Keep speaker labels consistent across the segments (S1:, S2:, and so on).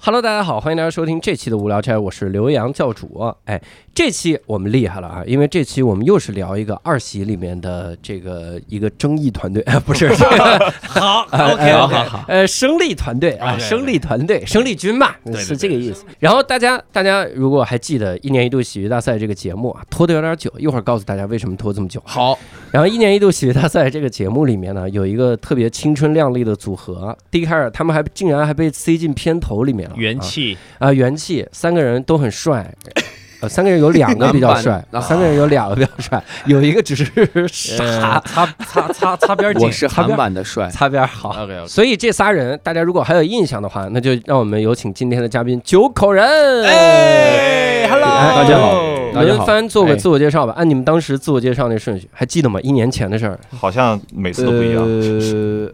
S1: Hello，大家好，欢迎大家收听这期的无聊斋，我是刘洋教主。哎，这期我们厉害了啊，因为这期我们又是聊一个二喜里面的这个一个争议团队， 哎、不是，
S2: 好
S1: 哎
S2: ，OK，
S1: 哎
S2: 好好
S1: 哎
S2: 好，
S1: 呃，生力团队啊，
S3: 对对
S1: 生力团队，生力军嘛，
S3: 对对
S1: 是这个意思。然后大家，大家如果还记得一年一度喜剧大赛这个节目啊，拖得有点久，一会儿告诉大家为什么拖这么久。
S3: 好，
S1: 然后一年一度喜剧大赛这个节目里面呢，有一个特别青春靓丽的组合，第一开始他们还竟然还被塞进片头里面了，
S3: 元气，
S1: 啊、元气，三个人都很帅。呃，三个人有两个比较 帅，三个人有两个比较帅， 有一个只是傻，
S2: 呃擦擦擦擦边
S4: 我是韩版的帅，
S1: 擦边儿好。
S3: OK，
S1: 所以这仨人，大家如果还有印象的话，那就让我们有请今天的嘉宾九口人。
S2: 哎，Hello，
S1: 哎大家好
S4: 大家
S1: 轮
S4: 好
S1: 番做个
S4: 哎
S1: 自我介绍吧，按你们当时自我介绍那顺序，还记得吗？一年前的事儿。
S5: 好像每次都不一样。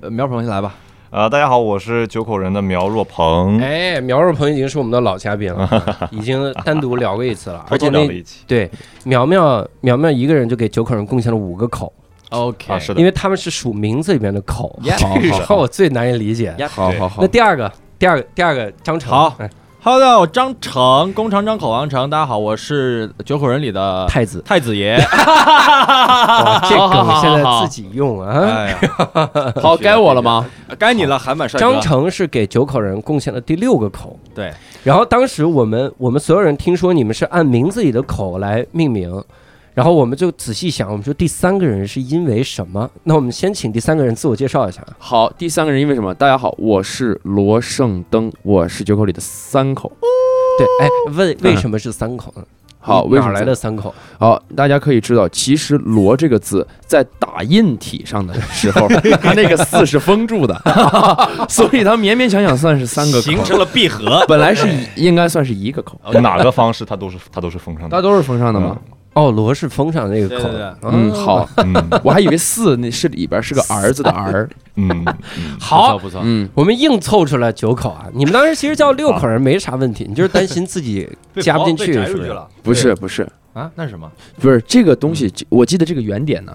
S4: 呃，苗鹏先来吧。
S5: 呃，大家好，我是九口人的苗若鹏，
S1: 哎，苗若鹏已经是我们的老嘉宾了，已经单独聊过一次 了，而
S5: 偷
S1: 且
S5: 偷哎聊
S1: 那
S5: 了一期
S1: 对苗苗苗苗一个人就给九口人贡献了五个口，
S4: OK，
S5: 啊，是的
S1: 因，为他们是数名字里面的口，
S4: Yeah
S1: 好
S4: 是
S1: 好好我最难以理解。
S4: 好好好
S1: 那，第二个，第二个，第二个张成，
S3: 好
S1: 哎
S3: Hello，大家好我张成，弓长张口王成，大家好，我是九口人里的
S1: 太 子，
S3: 太子爷。
S1: 哇这
S3: 好好
S1: 梗
S3: 好
S1: 现在
S3: 好好
S1: 自己用啊。
S3: 哎呀，好，该我了吗？
S4: 该你了，韩版帅哥
S1: 张成是给九口人贡献了第六个口，
S3: 对。
S1: 然后当时我们我们所有人听说你们是按名字里的口来命名，然后我们就仔细想，我们说第三个人是因为什么？那我们先请第三个人自我介绍一下。
S4: 好，第三个人因为什么？大家好，我是罗胜登，我是九口里的三口。
S1: 对，哎，为
S3: 嗯
S1: 为什么是三口呢？
S4: 好，为
S1: 哪
S4: 什
S1: 儿
S4: 么
S1: 来的？三口？
S4: 好，大家可以知道，其实“罗”这个字在打印体上的时候，它那个“四”是封住的， 所以它勉勉强强算是三个
S3: 形成
S4: 口。
S3: 了闭合。
S4: 本来是一应该算是一个口，
S5: 啊哪个方式它都是它都是封上
S4: 大
S5: 的。
S4: 家都是封上的吗？
S1: 哦，罗是封上那个
S3: 对
S1: 口。啊
S3: 对对
S4: 嗯，好，
S5: 嗯
S4: 我还以为四那是里边是个儿子的儿，
S5: 嗯，嗯
S3: 不错
S1: 好，
S3: 不错。
S4: 嗯，
S1: 我们硬凑出来九口啊！你们当时其实叫六口人没啥问题，你就是担心自己加不进
S3: 被
S1: 去，是
S3: 刨被
S1: 不
S3: 摘出去
S1: 是？
S3: 了
S4: 不是不是
S3: 啊？那是什么？
S4: 不是这个东西，这我记得这个原点呢，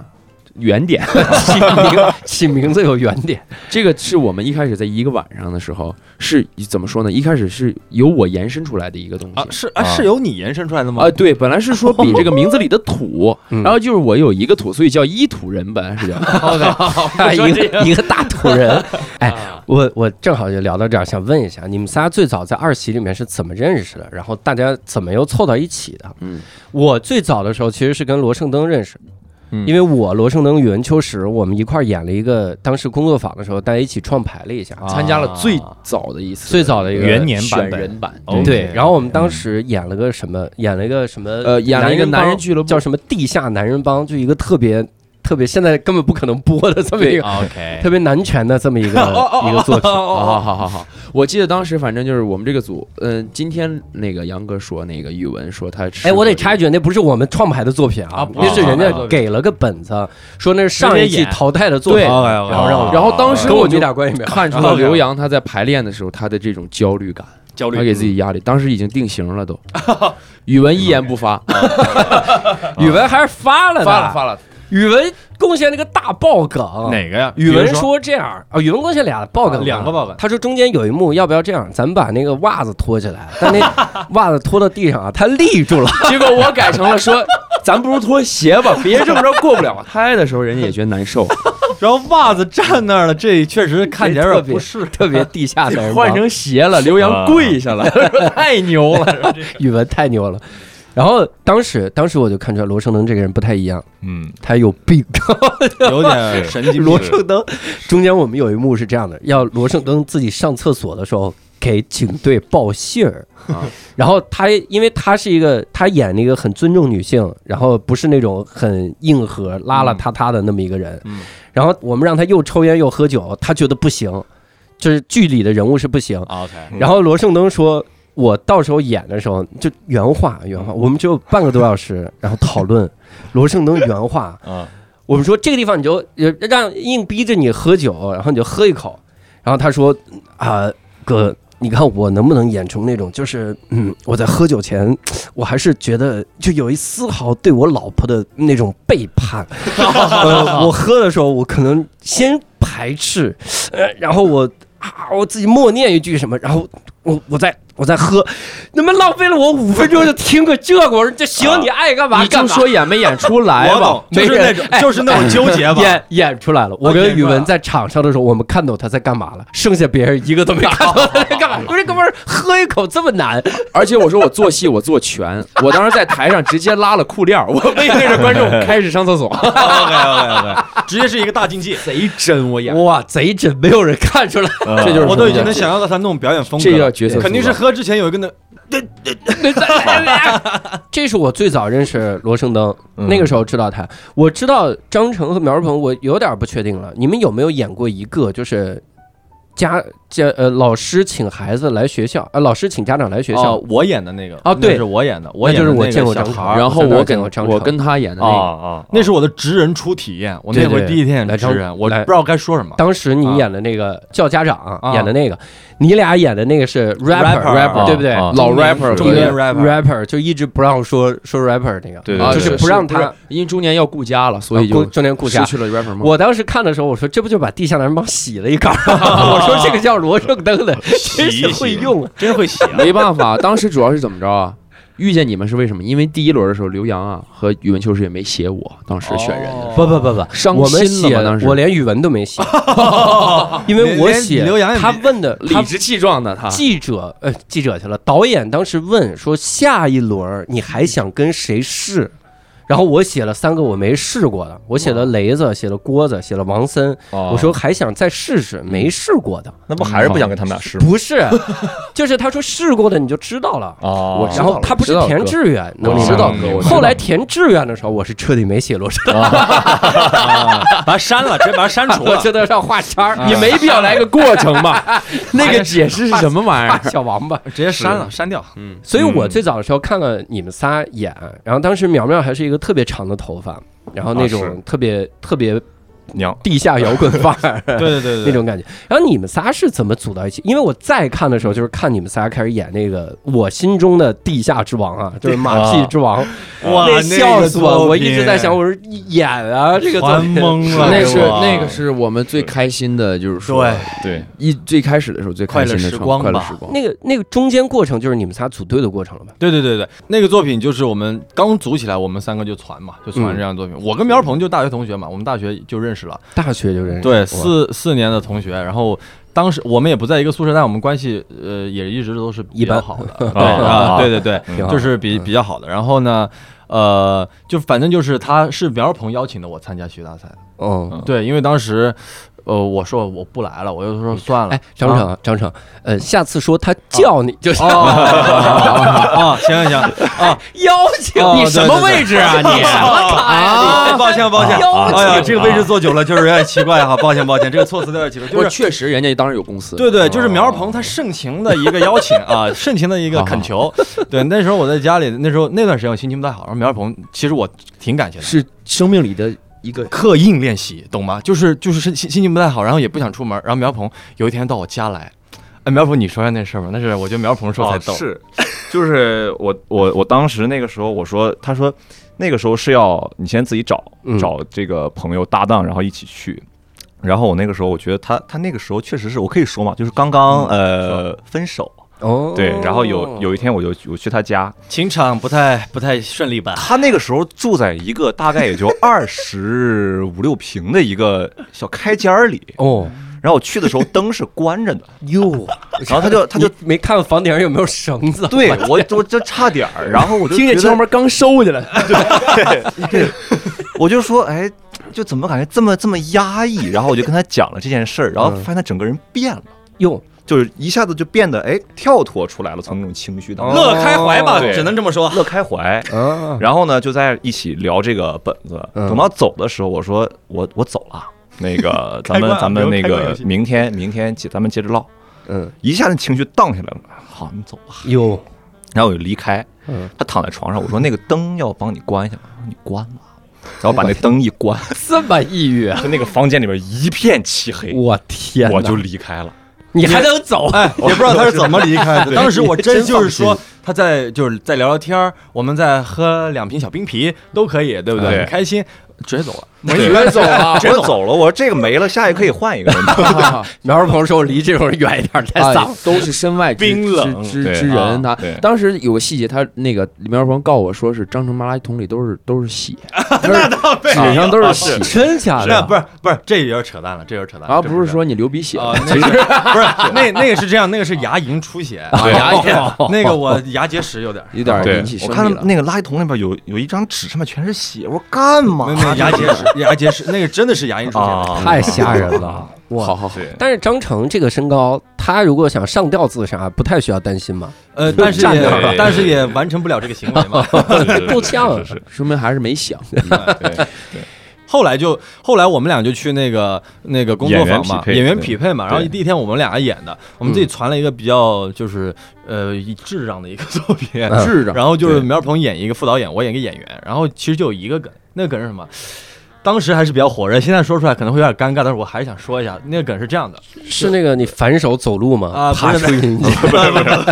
S4: 原点
S1: 起名起名字有原点，
S4: 这个是我们一开始在一个晚上的时候是怎么说呢？一开始是由我延伸出来的一个东
S3: 啊，
S4: 西。
S3: 是啊，
S5: 啊
S3: 是由你延伸出来的吗
S4: 啊，？对，本来是说比这个名字里的土，
S1: 嗯
S4: 然后就是我有一个土，所以叫一土人，本来是 叫
S1: 一个一个大土人。哎，
S4: 啊
S1: 我我正好就聊到这儿，想问一下，你们仨最早在二喜里面是怎么认识的？然后大家怎么又凑到一起的？
S4: 嗯，
S1: 我最早的时候其实是跟罗胜登认识。
S4: 嗯
S1: 因为我罗胜登、宇文秋实，我们一块儿演了一个，当时工作坊的时候，大家一起创啊排了一下，
S4: 啊参加了最早的一次，
S1: 最早的一个
S3: 啊元年版
S4: 选
S3: 本
S4: 人版，
S3: OK
S1: 对，然后我们当时演了个什么？演了一个什么？
S4: 嗯呃，演了一个男人
S1: 帮
S4: 俱乐部，
S1: 叫什么？地下男人帮，就一个特别特别现在根本不可能播的这么一个
S3: 啊 ，OK，
S1: 特别男权的这么一个一个作品。
S4: 好好好好好，我记得当时反正就是我们这个组，嗯、今天那个杨哥说那个语文说他吃过这
S1: 哎，
S4: 个，
S1: 我得插一句，那不是我们创牌的作品
S3: 啊
S1: 啊，
S3: 不
S1: 那
S3: 是
S1: 是
S3: 创
S1: 人
S3: 牌
S1: 家
S3: 的作品
S1: 给了个本子，说那是上一
S3: 直接
S1: 季
S3: 演
S1: 淘汰的作品，
S4: 对
S1: 然
S3: 然
S1: 后让我
S4: 然后当时
S1: 跟我
S4: 哦我
S1: 们一
S4: 就
S1: 点关系没有。
S4: 看出了刘洋他在排练的时候他的这种焦虑感，
S3: 焦虑
S4: 他给自己压力，当时已经定型了都。语文一言不发，
S1: 语文还是发了的，
S4: 发了发了，
S1: 语文贡献了个大爆
S2: 嗯
S1: 梗，
S3: 哪个呀？
S1: 语文
S3: 比如
S1: 说这样啊，语文贡献俩爆梗吧，
S3: 两个爆梗
S1: 他说中间有一幕，要不要这样？咱们把那个袜子脱起来，但那袜子脱到地上啊，他立住了。
S4: 结果我改成了说，咱不如脱鞋 吧，别这么着过不了。拍的时候人家也觉得难受，
S3: 然后袜子站那儿了，这确实看起来有点不适。
S1: 特别地下的人吧
S4: 换成鞋了，刘洋跪下 了，太牛了。
S1: 语文太牛了。然后当时，当时我就看出来罗胜登这个人不太一样，
S5: 嗯，
S1: 他有病。
S3: 有点神经
S1: 罗胜登中间我们有一幕是这样的，要罗胜登自己上厕所的时候给警队报信儿
S4: 啊，
S1: 然后他因为他是一个他演了一个很尊重女性，然后不是那种很硬核邋邋遢遢的那么一个人，
S3: 嗯
S1: 然后我们让他又抽烟又喝酒，他觉得不行，就是剧里的人物是不
S2: 嗯
S1: 行，
S3: 啊 OK，
S1: 然后罗胜登说。我到时候演的时候，就原话原话，我们只有半个多小时，然后讨论罗胜登原话，
S5: 啊，
S1: 我们说这个地方你就呃让硬逼着你喝酒，然后你就喝一口，然后他说啊、哥，你看我能不能演出那种，就是嗯，我在喝酒前，我还是觉得就有一丝毫对我老婆的那种背 叛。呃，我喝的时候，我可能先排斥，呃，然后我啊，我自己默念一句什么，然后我我再我再喝，那么浪费了我五分钟就听个这个，我说这行，你爱干嘛
S4: 啊你
S1: 干
S4: 就
S1: 嘛。
S4: 说演没演出来
S2: 我
S4: 吧
S2: 懂，，就是那种就是那种纠 结吧。
S1: 演演出来了。我跟宇文在场上的时候，我们看懂他在干嘛了，剩下别人一个都没看懂他在 干嘛。我这哥们儿喝一口这么难，
S4: 而且我说我做戏我做全，我当时在台上直接拉了裤链儿，我 背对着观众开始上 厕所，
S1: 啊
S2: OK OK OK，直接是一个大竞技，
S4: 贼真我演，
S1: 哇，贼真，没有人看出来。
S4: 这就是
S2: 我都已经能想象到他那种表演风格
S4: 这
S2: 了，
S4: 叫角色塑造，
S2: 肯定是喝之前有一个那
S1: 这是我最早认识罗生灯，
S5: 嗯
S1: 那个时候知道他。我知道张成和苗若鹏，我有点不确定了。你们有没有演过一个就是？家家呃，老师请孩子来学校，呃，老师请家长来学校，
S2: 哦我演的那个
S1: 哦对
S2: 那是我演的，我
S1: 那
S2: 演
S1: 就
S2: 的
S1: 是我
S2: 那
S1: 见
S2: 个
S1: 过
S2: 小
S1: 张
S2: 孩
S1: 成
S2: 儿，
S4: 然后我跟
S1: 我张成
S4: 我跟他演的
S5: 啊
S4: 那
S5: 啊，啊
S2: 那是我的职人初体验，我那
S1: 对
S2: 回
S1: 对
S2: 第一天
S1: 来
S2: 演职
S1: 张
S2: 人，我不
S1: 来
S2: 知道该说什么。
S1: 当时你
S2: 啊
S1: 演的那个叫家长
S2: 啊
S1: 演的那个，你俩演的那个是 rapper
S2: rapper，
S1: rapper
S2: 啊
S1: 对不对？
S5: 啊
S4: 个老 rapper
S2: 中
S4: 和
S2: 年 rapper
S1: rapper 就一直不让说说 rapper 那个，
S5: 对
S4: 啊
S1: 就
S5: 对，对
S1: 是
S4: 是
S1: 不让他，啊
S4: 因为中年要顾家了，所以
S1: 顾
S4: 就
S1: 中年顾
S4: 失
S1: 家。
S4: 去了 rapper 梦。
S1: 我当时看的时候，我说这不就把地下男帮洗了一杆儿吗？ 我说这个叫罗圣灯的，真
S5: 洗
S1: 是
S5: 一
S1: 会
S5: 洗，
S1: 用啊。
S5: 真会写。
S4: 没办法，当时主要是怎么着啊？遇见你们是为什么？因为第一轮的时候，刘洋啊和宇文秋实也没写我，当时选
S2: 哦
S4: 人的，
S1: 不不不不，
S4: 伤
S1: 我们
S4: 心
S1: 写
S4: 了嘛当时
S1: 我连语文都没写，因为我
S2: 连
S1: 写
S2: 刘洋也没
S1: 他问的他
S4: 理直气壮的他。
S1: 记者呃记者去了，导演当时问说下一轮儿你还想跟谁试？然后我写了三个我没试过的，我写
S4: 哦
S1: 了雷子，写了郭子，写了王森。
S5: 我
S1: 我说还想再试试
S4: 嗯
S1: 没试过的，
S5: 那不还是不想跟他们俩试吗？
S1: 不是， 就是他说试过的你就知道了。
S5: 哦
S4: 我知
S1: 然
S4: 道
S1: 后他不是填志愿，能明白
S4: 知道哦
S1: 吗
S4: 哥，我知道
S1: 后来填志愿的时候，我是彻底没写罗生，
S4: 哦
S2: 把它删了，直接把它删除
S1: 罗
S2: 了。
S1: 生的上画叉儿，
S4: 你没必要来个过程吧？那个解释是什么玩意
S1: 画
S4: 儿？
S1: 小王八。
S2: 直接删了，嗯删掉。
S1: 所以我最早的时候看了你们仨演，然后当时苗苗还是一个特别长的头发，然后那
S5: 啊
S1: 种特别、特别
S5: 娘，
S1: 地下摇滚范 儿
S2: 对对对
S1: 那种感觉。然后你们仨是怎么组到一起？因为我再看的时候，就是看你们仨开始演那个我心中的地下之王啊，就是马戏之 王，
S2: 哇，
S1: 那笑死我！我
S2: 那个
S1: 一直在想，
S2: 作
S1: 我说演啊，这个
S2: 品
S1: 作
S2: 玩
S1: 品
S2: 懵了，
S4: 那是
S2: 给我
S4: 那个是我们最开心的，就是说
S2: 对
S5: 对，
S4: 一最开始的时候最开心的创
S2: 快
S4: 快
S2: 乐
S4: 乐
S2: 时
S4: 时光。
S1: 那个那个中间过程就是你们仨组队的过程了吧？
S2: 对对对对，那个作品就是我们刚组起来，我们三个就传嘛，就传这样的作品。我跟苗鹏就大学同学嘛，我们大学就认识了，
S1: 大学就认识，
S2: 对，
S1: 哇
S2: 四四年的同学。然后当时我们也不在一个宿舍，但我们关系呃也一直都是比
S1: 一般
S2: 较 好的，对
S5: 啊
S2: 啊，对对对，
S1: 挺好
S2: 就是比比较好的。然嗯后呢，呃，就反正就是他是苗鹏邀请的我参加学大赛，
S1: 嗯。
S2: 对，因为当时。呃，我说我不来了，我就说算了。
S1: 哎，张
S2: 啊
S1: 成啊，张成，呃，下次说他叫你就行。
S2: 哦， 啊，行行行，
S1: 邀请
S2: 哦对对哎对
S1: 置啊？你什么卡呀
S2: 啊，抱歉抱歉，
S1: 邀请
S2: 哎呀，这个位置坐久了就是有点奇怪哈，抱歉抱歉，这个措辞有点奇怪，
S4: 我
S2: 就是。
S4: 确实，人家当时有公司，
S2: 对对，就是苗鹏他盛情的一个邀请啊，盛情的一个恳 求。对，那时候我在家里，那时候那段时间我心情不太好，然后苗鹏其实我挺感谢他，
S4: 是生命里的一 个
S2: 刻硬练习，懂吗？就是就是心心情不太好，然后也不想出门，然后苗鹏有一天到我家来，哎，苗鹏你说一下那事儿吧，那是我觉得苗鹏说才
S5: 哦
S2: 逗，
S5: 是，就是我我我当时那个时候我说，他说那个时候是要你先自己找
S1: 嗯
S5: 找这个朋友搭档，然后一起去。然后我那个时候我觉得他他那个时候确实是我可以说嘛，就是刚刚呃分手，
S1: 哦
S5: 对，然后有有一天我就我去他家，
S2: 情场不太不太顺利吧？
S5: 他那个时候住在一个大概也 就二十五六平的一个小开间儿里，
S1: 哦
S5: 然后我去的时候灯是关 着的，
S1: 哟，
S5: 然后他就他就
S1: 你没看房顶上有没有绳子？
S5: 对我我就差点儿，然后我就
S4: 听
S5: 觉
S4: 见
S5: 得
S4: 敲门刚收起来，
S5: 我就说，哎，就怎么感觉这么这么压抑？然后我就跟他讲了这件事儿，然后
S1: 嗯
S5: 发现他整个人变了，
S1: 哟，
S5: 就是一下子就变得哎跳脱出来了，从那种情绪当中、
S2: 乐开怀吧，
S5: 对
S2: 只能这么说。
S5: 乐开怀。
S1: 啊，
S5: 然后呢，就在一起聊这个本子。
S1: 嗯
S5: 等到走的时候，我说我我走了， 啊那个咱
S2: 开
S5: 们
S2: 挂
S5: 咱们
S2: 留
S5: 那
S2: 开挂游
S5: 个
S2: 戏
S5: 明天明天接咱们接着唠。
S1: 嗯，
S5: 一下子情绪荡下来了，好，你走吧。
S1: 哟，
S5: 然后我就离开
S1: 嗯，
S5: 他躺在床上，我说那个灯要帮你关一下吗？他说你关吧。然后把那灯一关，
S1: 这么抑郁啊，
S5: 就那个房间里边一片漆黑，
S1: 我天哪，
S5: 我就离开了。
S1: 你还能走？
S2: 哎，也不知道他是怎么离开的。
S5: 对
S2: 当时我真就是
S1: 真放
S2: 说，他在就是在聊聊天儿，我们再喝两瓶小冰啤都可以，对不对？
S5: 对
S2: 很开心，直接走了。
S4: 我以为走 了，
S5: 真走了，我说这个没了，下一个可以换一 个。
S1: 苗鹏说：“离这种人远一点，太
S4: 啊
S1: 丧。了。
S4: 都是身外之
S5: 冰冷
S4: 之之
S5: 对
S4: 之人。他
S5: 啊对
S4: 当时有个细节，他那个苗鹏告我说是张成马拉桶里都是都 是血，那倒纸上都是血”
S1: 真假
S2: 那不是啊不是，这有点扯淡了，这有点扯淡了。
S4: 啊，
S2: 这
S4: 不
S2: 是
S4: 是说你流鼻血
S2: 啊，
S4: 了，
S2: 那是不 是那那个是这样，那个是牙龈出血，
S4: 对
S2: 啊牙龈 那个我牙结石有点儿，
S4: 有点
S5: 对
S4: 引起生
S5: 我
S4: 理
S5: 看
S4: 了。
S5: 那个垃圾桶里边有有一张纸，上面全是血，我说干嘛
S2: 那？那牙结石牙结石那个真的是牙龈出血。
S5: 啊，
S1: 太吓人 了！
S4: 好
S1: 哇！
S4: 好好，
S1: 但是张成这个身高，他如果想上吊自杀，不太需要担心 嘛，
S2: 呃，但是
S1: 站
S2: 也
S1: 那
S5: 儿了
S2: 但是也完成不了这个行为 嘛。
S1: 够呛
S5: 是。是
S4: 说明还是 没想。
S5: 对
S2: 后来就后来我们俩就去那个那个工作坊嘛，演
S5: 演
S2: 员
S5: 员
S2: 匹
S5: 匹
S2: 配嘛。嗯然后第一天我们俩演的，我们自己传了一个比较就是呃以智障的一个作品，
S1: 嗯
S4: 智障
S2: 然后就是
S5: 对
S2: 苗鹏演一个副导演，我演一个演员。然后其实就有一个梗，那个梗是什么？当时还是比较火热，现在说出来可能会有点尴尬，但是我还是想说一下，那个梗是这 样的，
S1: 是那个你反手走路
S2: 啊
S1: 吗？
S2: 不是
S1: 爬树音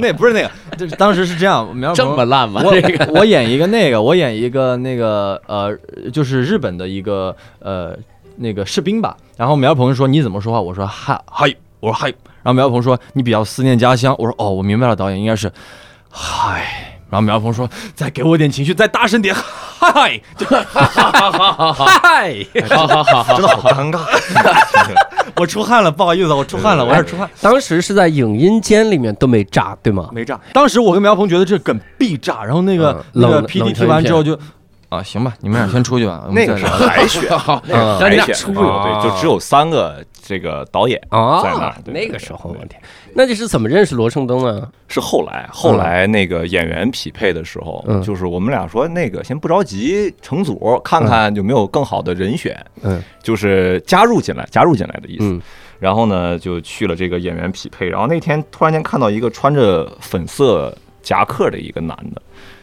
S2: 那不是那个，就是当时是这样，苗
S4: 这
S2: 鹏
S4: 么烂吗？
S2: 我我演一个那个，我演一个那个呃，就是日本的一个呃那个士兵吧。然后苗鹏说你怎么说话？我说嗨嗨，我说嗨。然后苗鹏说你比较思念家乡。我说哦，我明白了，导演应该是嗨。然后苗鹏说：“再给我点情绪，再大声点，嗨！” 就嗨，
S4: 好好好好，
S5: 啊真的好尴尬。
S2: 我出汗了，不好意思，我出汗了，我有点出汗。
S1: 当时是在影音间里面都没炸，对吗？
S2: 哎没炸。当时我跟苗鹏觉得这梗必炸，然后那个、
S1: 嗯
S2: 那个
S1: 冷
S2: P D
S1: 冷
S2: T 完之后就啊，行吧，你们俩先出去吧。我们
S5: 那个
S2: 再
S5: 是
S2: 聊
S5: 海选，
S4: 好，
S1: 嗯
S5: 海
S4: 让你俩
S5: 选
S4: 出去
S5: 啊对，就只有三个这个导演在那
S1: 啊
S5: 儿，对
S1: 那个
S5: 对
S1: 时候，
S5: 对
S1: 我天，那你是怎么认识罗盛东啊？
S5: 是后来，
S4: 嗯
S5: 后来那个演员匹配的时候，
S1: 嗯
S5: 就是我们俩说那个先不着急成组，看
S4: 嗯
S5: 看有没有更好的人选，
S1: 嗯，
S5: 就是加入进来，加入进来的意思。
S1: 嗯
S5: 然后呢，就去了这个演员匹配，然后那天突然间看到一个穿着粉色夹克的一个男的。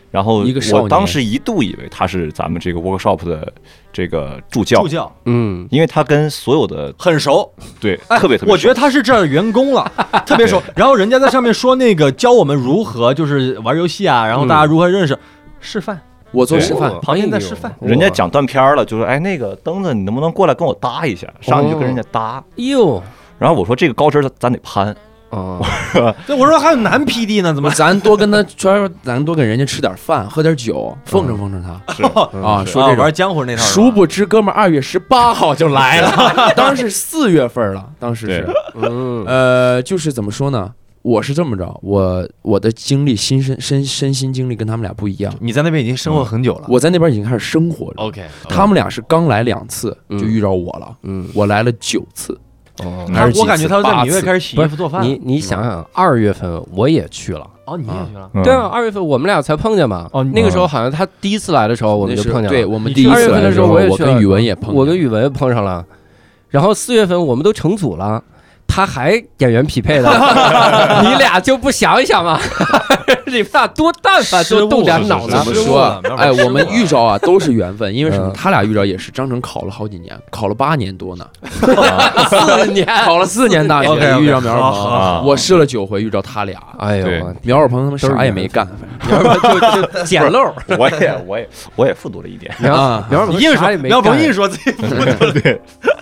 S5: 然后
S4: 一个少年
S5: 我当时一度以为他是咱们这个 workshop 的这个助教
S2: 助，教
S1: 嗯，
S5: 因为他跟所有的
S2: 很熟，
S5: 对
S2: 哎
S5: 特别特别熟，
S2: 我觉得他是这儿的员工 了，特别熟。然后人家在上面说那个教我们如何就是玩游戏啊，然后大家如何认识，示范。
S4: 我做示范
S1: 哦，
S2: 旁边在示范
S1: 哎呦
S5: 人家讲断片儿了，就说哎那个灯子你能不能过来跟我搭一下，上去就跟人家搭，
S1: 哟，
S5: 然后我说这个高枝儿咱得攀，
S1: 啊，
S2: 对，我说还有男 P D 呢，怎么？
S4: 咱多跟他说，咱多给人家吃点饭，喝点酒，奉承奉承他
S5: 嗯是
S4: 啊。说
S2: 啊
S4: 这种
S2: 玩江湖那套是吧。
S4: 殊不知，哥们儿二月十八号就来了，当时四月份了，当时是
S5: 对，
S1: 嗯，
S4: 呃，就是怎么说呢？我是这么着，我我的经历，新身身身心经历跟他们俩不一样。
S2: 你在那边已经生活很久了。
S4: 我在那边已经开始生活了，
S2: OK，
S4: 他们俩是刚来两次
S1: 嗯
S4: 就遇着我了，
S1: 嗯，
S4: 我来了九次，
S1: 哦
S2: 他
S4: 还是
S2: 我感觉他是在
S4: 八
S2: 里面
S4: 次
S2: 开始嗯洗衣服做饭。嗯
S1: 你你想想，二月份我也去了。
S2: 哦，你也去了？
S5: 嗯
S1: 对啊，，二月份我们俩才碰见嘛。
S2: 哦你
S1: 那个时候好像他第一次来的时候，我们
S4: 那
S1: 就是碰见了。
S4: 对我们第一
S1: 二
S4: 次
S1: 月
S4: 来
S1: 份的
S4: 的
S1: 时
S4: 时
S1: 候
S4: 候，
S1: 我也
S4: 我
S1: 去了
S4: 跟宇文也碰见，
S1: 我跟宇文碰上了，然后四月份我们都成组了，他还演员匹配的，你俩就不想一想吗？啊你们俩多但凡多动点脑子
S2: 是
S4: 怎
S2: 是
S4: 么
S2: 是
S1: 嘛。
S4: 说啊
S2: 失误了？
S4: 哎，我们遇着啊都是缘分，因为什么
S1: 嗯？
S4: 他俩遇着也是张成考了好几年，考了八年多呢，
S1: 四年，
S4: 考了四年大学
S2: OK，OK，
S4: 遇着苗
S2: 好
S4: 二
S2: 好
S5: 好
S1: 啊
S4: 鹏，我试了九回遇着他俩，
S1: 哎
S5: 对
S1: 呦，
S4: 苗二鹏他们
S1: 都是
S4: 啥也
S1: 缘
S4: 没
S1: 分
S4: 干，
S1: 捡漏，
S5: 我也我也我也复读了一点，
S1: 苗
S4: 啊
S1: 苗二鹏
S2: 硬
S1: 啥
S2: 说
S1: 也，没
S2: 苗鹏硬
S1: 干，
S2: 说自 己不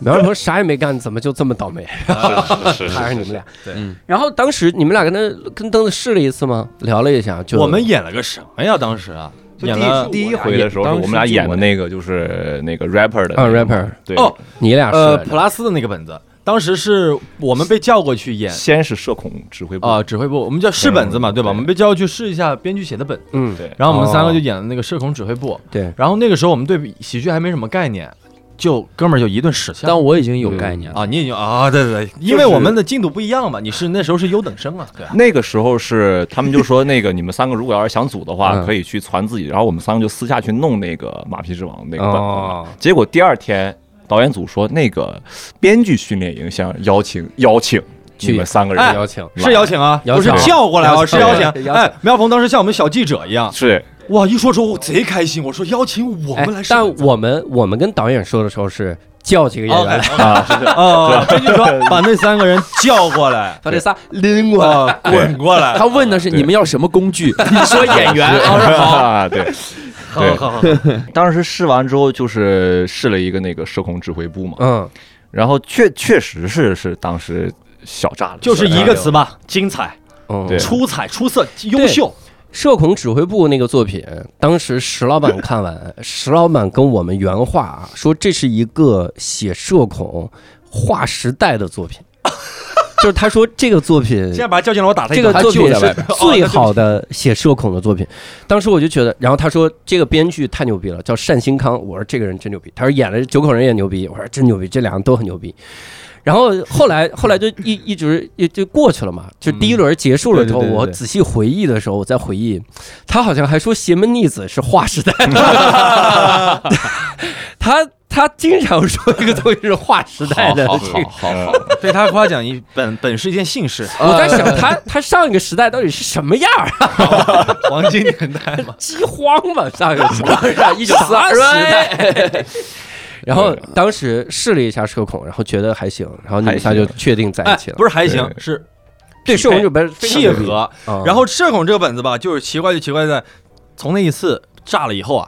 S1: 苗二鹏啥也没干，怎么就这么倒霉？
S5: 是
S1: 还是你们俩？
S2: 对
S4: 嗯
S1: 然后当时你们俩跟他跟凳子试了一次吗？聊了一下，就
S2: 我们演了个什么呀？当时啊，
S5: 就
S2: 演了
S5: 第第
S1: 哎
S5: 一回的时候，
S4: 当
S5: 我
S4: 时
S5: 们俩演的那个就是那个 rapper 的
S1: 啊
S5: 那个
S1: ，rapper，
S5: 对，
S2: 哦
S1: 你俩
S2: 呃
S1: 是
S2: 普拉斯的那个本子。当时是我们被叫过去演
S5: 先是社恐指挥部
S2: 啊、，指挥部，我们叫试本子嘛，
S5: 嗯
S2: 对吧？
S5: 对
S2: 我们被叫去试一下编剧写的本，
S1: 嗯
S5: 对，
S2: 然后我们三个
S1: 哦
S2: 就演了那个社恐指挥部。
S1: 对，
S2: 然后那个时候我们对喜剧还没什么概念，就哥们儿就一顿屎
S4: 但
S2: 笑。
S4: 我已经有概念了。
S2: 啊，你已经啊，对对对，因为我们的进度不一样嘛，你是那时候是优等生啊，对啊，
S5: 那个时候是他们就说那个你们三个如果要是想组的话，
S1: 嗯
S5: 可以去传自己，然后我们三个就私下去弄那个马屁之王那个本子嘛。
S1: 哦，
S5: 结果第二天导演组说那个编剧训练营想邀请邀请
S1: 去
S5: 你们三个人
S2: 哎
S1: 邀请，
S2: 是邀请啊，
S1: 邀
S2: 不是
S1: 请
S2: 叫过来啊，
S1: 邀
S2: 是
S1: 请
S2: 邀请
S1: 对。邀请
S2: 哎，苗鹏当时像我们小记者一样，
S5: 是
S2: 哇，一说说我贼开心，我说邀请我哎
S1: 哎
S2: 们来试
S1: 但
S2: 本子，
S1: 我们我们跟导演说的时候是叫几个演员，
S5: 啊，是 的
S2: 哦，这就说把那三个人叫过来，
S1: 把这仨拎过来。
S2: 啊，滚过来。
S4: 他问的是
S5: 对
S4: 你们要什么工 具？你说演员，啊
S5: 啊，对，对
S1: 好好，
S5: 当时试完之后就是试了一个那个社恐指挥部嘛，
S1: 嗯，
S5: 然后确确实是是当时小炸了，
S2: 就是一个词吧，精彩、
S1: 嗯
S5: 对
S2: 出彩、出色、优秀。
S1: 社恐指挥部那个作品，当时石老板看完，石老板跟我们原话啊，说这是一个写社恐、划时代的作品，就是他说这个作品
S2: 现在把他叫进来，我打他哦一
S1: 这
S2: 顿
S1: 个。作品
S4: 他就在
S1: 是
S4: 外
S1: 最好的写社恐的作品。当时我就觉得，然后他说这个编剧太牛逼了，叫单新康。我说这个人真牛逼。他说演了九口人也牛逼。我说真牛逼，这两个都很牛逼。然后后来后来就一一直也就过去了嘛，就第一轮结束了之后，
S2: 嗯对对对对
S1: 我仔细回忆的时候，我在回忆，他好像还说邪门逆子是划时代，他他经常说这个东西是划时代的
S4: 好好
S1: 这个
S4: 好好好，
S2: 被他夸奖一本本是一件幸事，
S1: 我在想他他上一个时代到底是什么样儿啊？
S2: 黄金年代 嘛。
S1: 饥荒嘛，上个时代，一九四二时代。然后当时试了一下社恐，然后觉得还行，然后你们仨就确定在一
S2: 哎
S1: 起，了。
S2: 不是还行
S5: 对，
S2: 是
S1: 对社恐就不是
S2: 契合。
S1: 嗯
S2: 然后社恐这个本子吧，就是奇怪就奇怪在，从那一次炸了以后啊，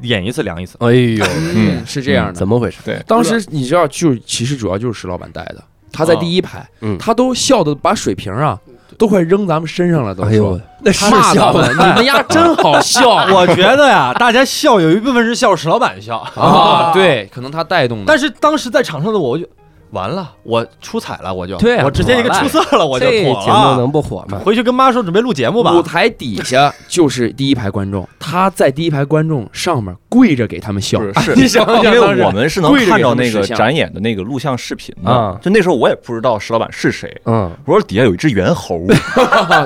S2: 演一次凉一次。
S1: 哎呦，
S4: 嗯，是这样的
S1: 怎。么回事？
S5: 对，
S4: 当时你知道，就是其实主要就是石老板带的，他在第一排
S1: 嗯，
S4: 他都笑的把水瓶啊都快扔咱们身上了，都
S1: 哎
S4: 说
S1: 呦，那是
S4: 骂
S1: 笑
S4: 咱们，你们呀真好笑
S2: 我觉得呀， 大家笑有一部分是笑石老板笑，
S4: 啊啊！对，可能他带动的，
S2: 但是当时在场上的我就完了，我出彩了，我就
S1: 对啊
S2: 我直接一个出色了，我就
S1: 这节
S2: 妥
S1: 目
S2: 了。
S1: 能不火吗？
S2: 回去跟妈说准备录节目吧
S4: 舞。台底下就是第一排观众，他在第一排观众上面跪着给他们笑
S5: 不。是 是
S4: 你想想
S5: 因为
S4: 当时
S5: 我 们是能
S4: 跪着
S5: 看
S4: 给
S5: 到
S4: 他们
S5: 那个
S4: 试相
S5: 展演的那个录像视频
S1: 啊
S5: 的，就那时候我也不知道石老板是谁，
S1: 嗯，
S5: 我说底下有一只猿猴，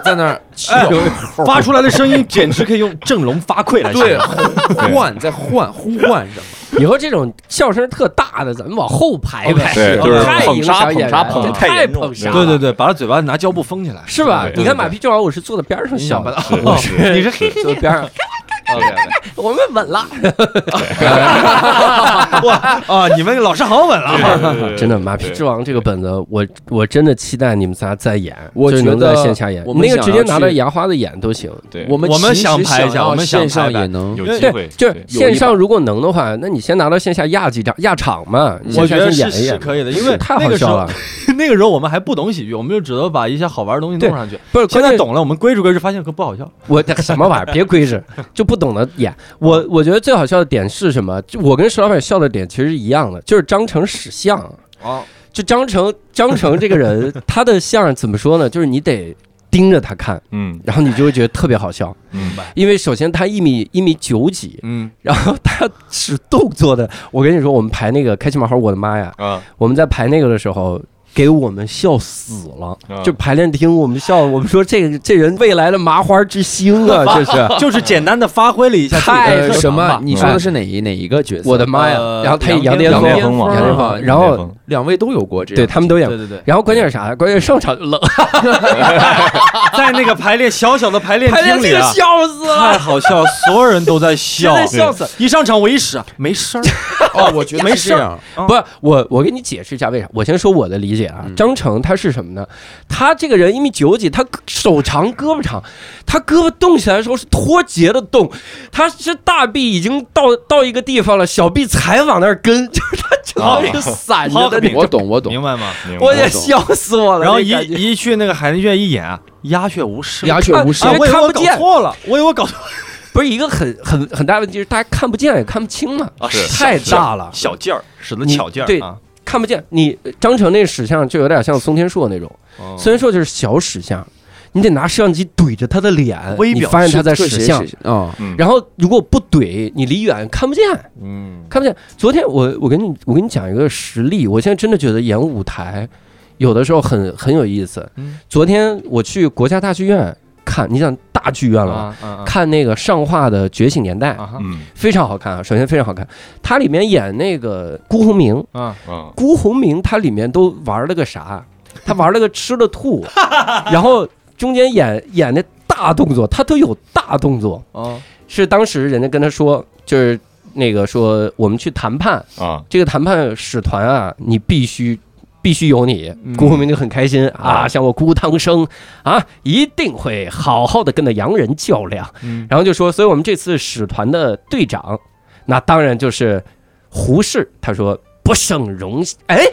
S4: 在那儿笑，
S2: 哎
S5: 哎
S2: 发出来的声音简直可以用振聋发聩来形
S4: 对，
S2: 容。
S4: 呼唤在唤呼唤什么？
S1: 以后这种笑声特大的，咱们往后排排，
S5: 对，就是
S1: 太
S5: 捧
S1: 影
S5: 杀
S1: 响
S5: 捧
S1: 演员
S5: 杀
S1: 了，
S5: 捧得
S1: 这
S5: 太
S1: 太
S5: 严重，
S1: 捧杀，
S2: 嗯对对，对，把他嘴巴拿胶布封起 来。
S1: 是吧
S5: 对？对
S1: 你看马屁正好，我是坐在边上
S2: 你
S1: 笑
S2: 想把
S1: 的，哦
S2: 他，
S5: 我是
S2: 你是嘿嘿
S1: 坐边上， 我们稳了，
S2: 啊，你们老师好稳啊了。
S1: 真的，《马屁之王》这个本子，我我真的期待你们仨再演，
S4: 我
S1: 就是
S4: 觉
S1: 能在
S4: 得
S1: 线下演
S4: 我，们
S1: 那个
S4: 想
S1: 直接
S4: 要
S1: 拿到
S4: 去
S1: 牙花子演都行。
S5: 对，
S4: 我们
S2: 我们
S4: 其实
S2: 想拍一下
S4: 要
S2: 我们想
S4: 线上
S2: 拍的
S4: 也能
S5: 有
S2: 因为
S5: 机会，
S1: 就是
S5: 对
S1: 线上如果能的话，那你先拿到线下压几场压场嘛，你
S2: 我
S1: 线
S2: 觉
S1: 下
S2: 得
S1: 先
S2: 是
S1: 演一
S2: 是
S1: 演。
S2: 可以的，因为
S1: 太
S2: 那
S1: 好
S2: 个时
S1: 笑
S2: 候
S1: 了，，
S2: 那个时候我们还不懂喜剧，我们就只能把一些好玩的东西
S1: 对
S2: 弄上去。
S1: 不是
S2: 现
S1: 关
S2: 在
S1: 键，
S2: 懂了，我们归置归置，发现可不好笑。
S1: 我这什么玩意儿？别规制，就不懂得演。我我觉得最好笑的点是什么？就我跟石老板笑的点其实是一样的，就是张成屎相。
S2: 哦，
S1: 就张成张成这个人，他的相怎么说呢？就是你得盯着他看，
S5: 嗯
S1: 然后你就会觉得特别好笑。
S5: 嗯，
S1: 因为首先他一米一米九几，
S2: 嗯，
S1: 然后他使动作的，我跟你说，我们排那个开心麻花，我的妈呀！
S5: 啊，
S1: 我们在排那个的时候，给我们笑死了。
S5: 啊
S1: 就排练厅，我们笑，我们说这个这人未来的麻花之星啊，这是
S2: 就是简单的发挥了一下自己
S1: 太
S2: 的
S4: 呃
S2: 特长
S4: 什么
S2: 吧？
S4: 你说的是哪一哪一个角色？
S1: 我的妈呀！
S2: 呃
S1: 然后他也
S2: 杨
S1: 杨巅
S2: 巅
S5: 杨
S1: 峰
S5: 烈
S4: 巅，
S5: 峰嘛，
S4: 杨
S1: 烈
S4: 烈
S1: 峰
S4: 峰啊
S1: 然后
S5: 杨烈峰
S4: 两位都有过这样
S1: 对他们都演过。
S2: 对对对，
S1: 然后关键是啥？关键上场就冷，
S2: 在那个排练小小的排练
S1: 排练
S2: 厅
S1: 厅
S2: 里啊，
S1: 笑死了。
S2: 太好笑，所有人都 在笑，
S1: 真的笑死。
S2: 一上场我一使没声儿，
S4: 哦，我觉得是 这样，
S2: 啊
S1: 不是我，我给你解释一下为啥。我先说我的理解啊，
S4: 嗯
S1: 张成他是什么呢？他这个人一米九几，他手长胳膊长，他胳膊动起来的时候是脱节的动，他是大臂已经到到一个地方了，小臂才往那儿跟， 就是他整个人是散着的那种。
S4: 我懂我
S2: 啊
S4: 懂，
S2: 明白吗？
S5: 明白
S1: 我也笑死我了。
S2: 嗯然后
S1: 那
S2: 一
S1: 感觉
S2: 一去那个海淀剧院一演啊，鸦雀无声。
S4: 鸦雀无声
S2: 啊，
S1: 因
S2: 我
S1: 为
S2: 以为
S1: 看
S2: 我
S1: 不
S2: 搞
S1: 见，
S2: 错了，我以为我搞错了。
S1: 不是一个很很很大的问题，就是大家看不见也看不清嘛，
S2: 啊
S5: 是
S1: 太大了，
S2: 小劲儿，使得
S1: 你
S2: 巧劲儿
S1: 对
S2: 啊。
S1: 看不见。你呃张成那史相就有点像松天硕那种。
S2: 哦
S1: 虽然说就是小史像，你得拿摄像机怼着他的脸，
S2: 微
S1: 你
S2: 表
S1: 发现
S4: 是
S1: 他在
S4: 特
S1: 使
S4: 写
S1: 相。
S4: 啊，
S5: 嗯
S1: 然后如果不怼，你离远看不见，
S2: 嗯，
S1: 看不见。昨天我我跟你我跟你讲一个实例，我现在真的觉得演舞台有的时候很很有意思
S2: 嗯。
S1: 昨天我去国家大剧院看，你想大剧院了。
S2: 啊啊啊
S1: 看那个上画的《觉醒年代》
S2: 啊哈
S5: 嗯
S1: 非常好看啊！首先非常好看，它里面演那个辜鸿铭，
S2: 啊，
S5: 嗯
S1: 辜鸿铭他里面都玩了个啥？他玩了个吃了吐，然后中间演演那大动作，他都有大动作。
S2: 哦，
S1: 是当时人家跟他说，就是那个说我们去谈判，
S5: 啊，
S1: 这个谈判使团啊，你必须必须有你。顾鸿明就很开心啊，像我姑汤生啊，一定会好好的跟那洋人较量。然后就说，所以我们这次使团的队长，那当然就是胡适。他说。不胜荣幸，哎，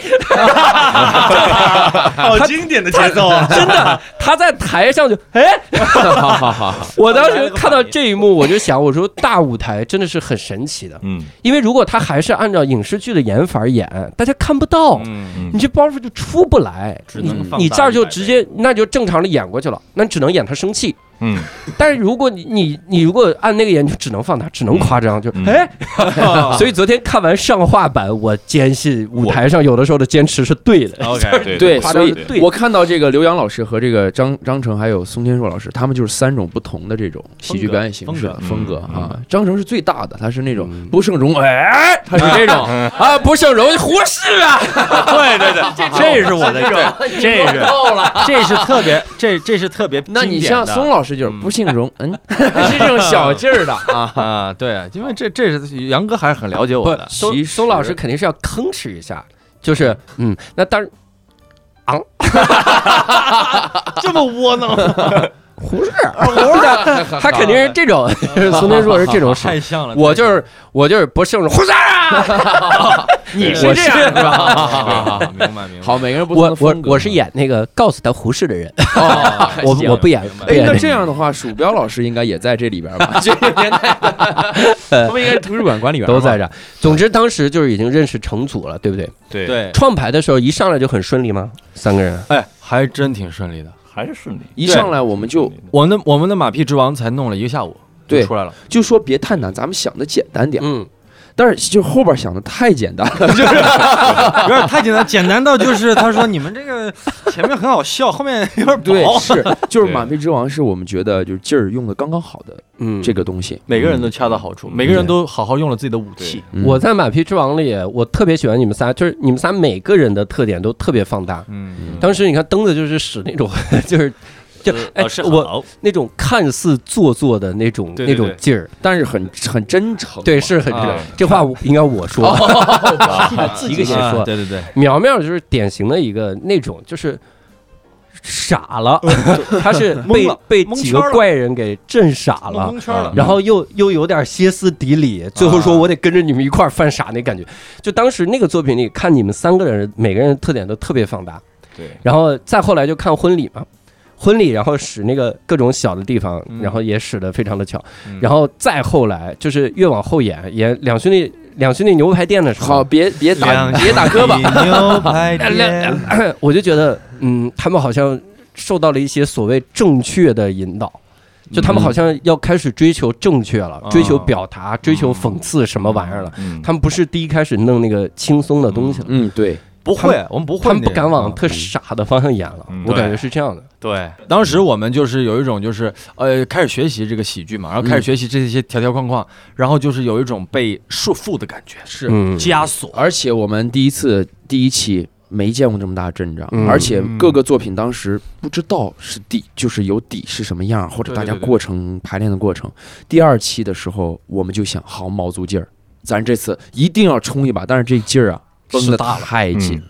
S6: 好经典的节奏啊！
S1: 真的，他在台上就，哎，
S4: 好好好，
S1: 我当时看到这一幕，我就想，我说大舞台真的是很神奇的，
S5: 嗯
S1: 因为如果他还是按照影视剧的演法演，大家看不到，
S5: 嗯
S1: 你这包袱就出不来，
S2: 只能
S1: 你
S2: 放
S1: 你
S2: 大
S1: 这儿
S2: 一
S1: 就
S2: 百
S1: 直
S2: 倍
S1: 接那就正常的演过去了，那你只能演他生气。
S5: 嗯，
S1: 但是如果你你你如果按那个演，就只能放大，只能夸张，就
S5: 嗯
S1: 哎。
S2: 嗯
S1: 所以昨天看完上画版，我坚信舞台上有的时候的坚持是对的。
S6: OK，
S5: 对
S4: 对，
S1: 夸
S4: 所
S1: 张
S4: 以
S1: 是对的。
S4: 我看到这个刘洋老师和这个张张成还有宋天硕老师，他们就是三种不同的这种喜剧表演形式
S2: 风格
S4: 风格嗯
S5: 嗯
S4: 啊。张成是最大的，他是那种不胜荣，哎，他是这种啊，不胜荣，胡适啊，
S6: 对对对，这是我的，对这是
S4: 够了。
S6: 这是特别，这这是特别经
S4: 那
S6: 典的。
S4: 你像宋老师就是不胜荣，嗯， 是这种小劲儿的啊。
S2: 啊，对，因为这这是杨哥还是很了解我
S1: 不
S2: 的，，
S1: 周
S4: 其
S1: 周老
S4: 实
S1: 师肯定是要吭哧一下，就是嗯，那当然
S6: 这么窝 囊，
S1: 胡适，他肯 定是这种，宋天硕是这 种事。
S2: 像了
S1: 我就是我就是不胜胡适啊，
S6: 你
S1: 我
S6: 是这
S1: 是
S6: 样是吧？
S2: 啊， 明白明白。
S4: 好，每个人不同
S1: 我
S4: 的
S1: 我
S4: 风格
S1: 我是演那个告诉他胡适的人，
S2: 啊，
S1: 我我不演
S2: 明白
S1: 不
S4: 哎，
S1: 演
S4: 那
S1: 那
S4: 这样的话，鼠标老师应该也在这里边吧？ 这个年代 的，他们应该是图书馆管理员吧
S1: 都在这儿。总之，当时就是已经认识成组了，对不对？
S5: 对，
S2: 对，
S1: 创牌的时候一上来就很顺利吗？三个人，
S2: 哎，还真挺顺利的。
S5: 还是顺利。
S4: 一上来我们就
S2: 我们的我们的马屁之王才弄了一个下午，就
S4: 对
S2: 出来了。
S4: 就说别太难，咱们想的简单点。
S1: 嗯，
S4: 但是就后边想的太简单了，就是
S2: 有点太简单，简单到就是他说你们这个前面很好 笑，后面有点
S4: 哦对，
S2: 薄。
S4: 是就是
S5: 对
S4: 马屁之王是我们觉得就是劲儿用的刚刚好的
S1: 嗯，
S4: 这个东西。
S2: 每个人都恰到好处，每个人都好好用了自己的武器。
S4: 嗯
S1: 我在马屁之王里，我特别喜欢你们仨，就是你们仨每个人的特点都特别放大。
S2: 嗯，
S1: 当时你看灯子就是使那种， 就是就
S2: 呃
S1: 哎
S6: 老师
S1: 我
S6: 好，
S1: 那种看似做作的那种
S6: 对对
S1: 那
S6: 对
S1: 种劲儿，
S4: 但是很很真诚，
S1: 对，是很
S2: 啊
S1: 这话我应该我说，自己先
S2: 啊
S1: 说。
S2: 对对对，
S1: 苗苗就是典型的一个那种，就是傻了， 他是被
S2: 嗯懵了
S1: 被
S2: 蒙
S1: 几
S2: 圈
S1: 个
S2: 了
S1: 怪人给震傻了
S2: 蒙，圈了。啊
S1: 然后又又有点歇斯底里，最后说我得跟着你们一块儿犯傻那感觉。就当时那个作品里看你们三个人，每个人的特点都特别放大。
S5: 对，
S1: 然后再后来就看婚礼嘛，婚礼然后使那个各种小的地方
S2: 嗯，
S1: 然后也使得非常的巧。
S2: 嗯
S1: 然后再后来就是越往后演演两兄弟两兄弟牛排店的时
S4: 好，
S1: 候，
S4: 别别打别打胳膊，
S2: 膊，牛排
S1: 哎两
S2: 店，
S1: 我就觉得嗯，他们好像受到了一些所谓正确的引导。就他们好像要开始追求正确了，
S2: 嗯
S1: 追求表达，追求讽刺什么玩意儿了。
S5: 嗯，
S1: 他们不是第一开始弄那个轻松的东西了，
S4: 嗯，对，
S2: 不会，我们不会，啊
S1: 他们不敢往特傻的方向演了。
S5: 嗯
S1: 我感觉
S2: 嗯对
S1: 是这样的。
S2: 对，当时我们就是有一种就是呃开始学习这个喜剧嘛，然后开始学习这些条条框框，然后就是有一种被束缚的感觉，是
S1: 嗯
S2: 枷锁。
S4: 而且我们第一次第一期没见过这么大阵仗，
S1: 嗯
S4: 而且各个作品当时不知道是底，就是有底是什么样，或者
S2: 对
S4: 大家
S2: 对对
S4: 过程排练的过程。第二期的时候，我们就想，好卯足劲儿，咱这次一定要冲一把，但是这劲儿啊，绷
S2: 是
S4: 得
S2: 大了嗯
S4: 太紧了，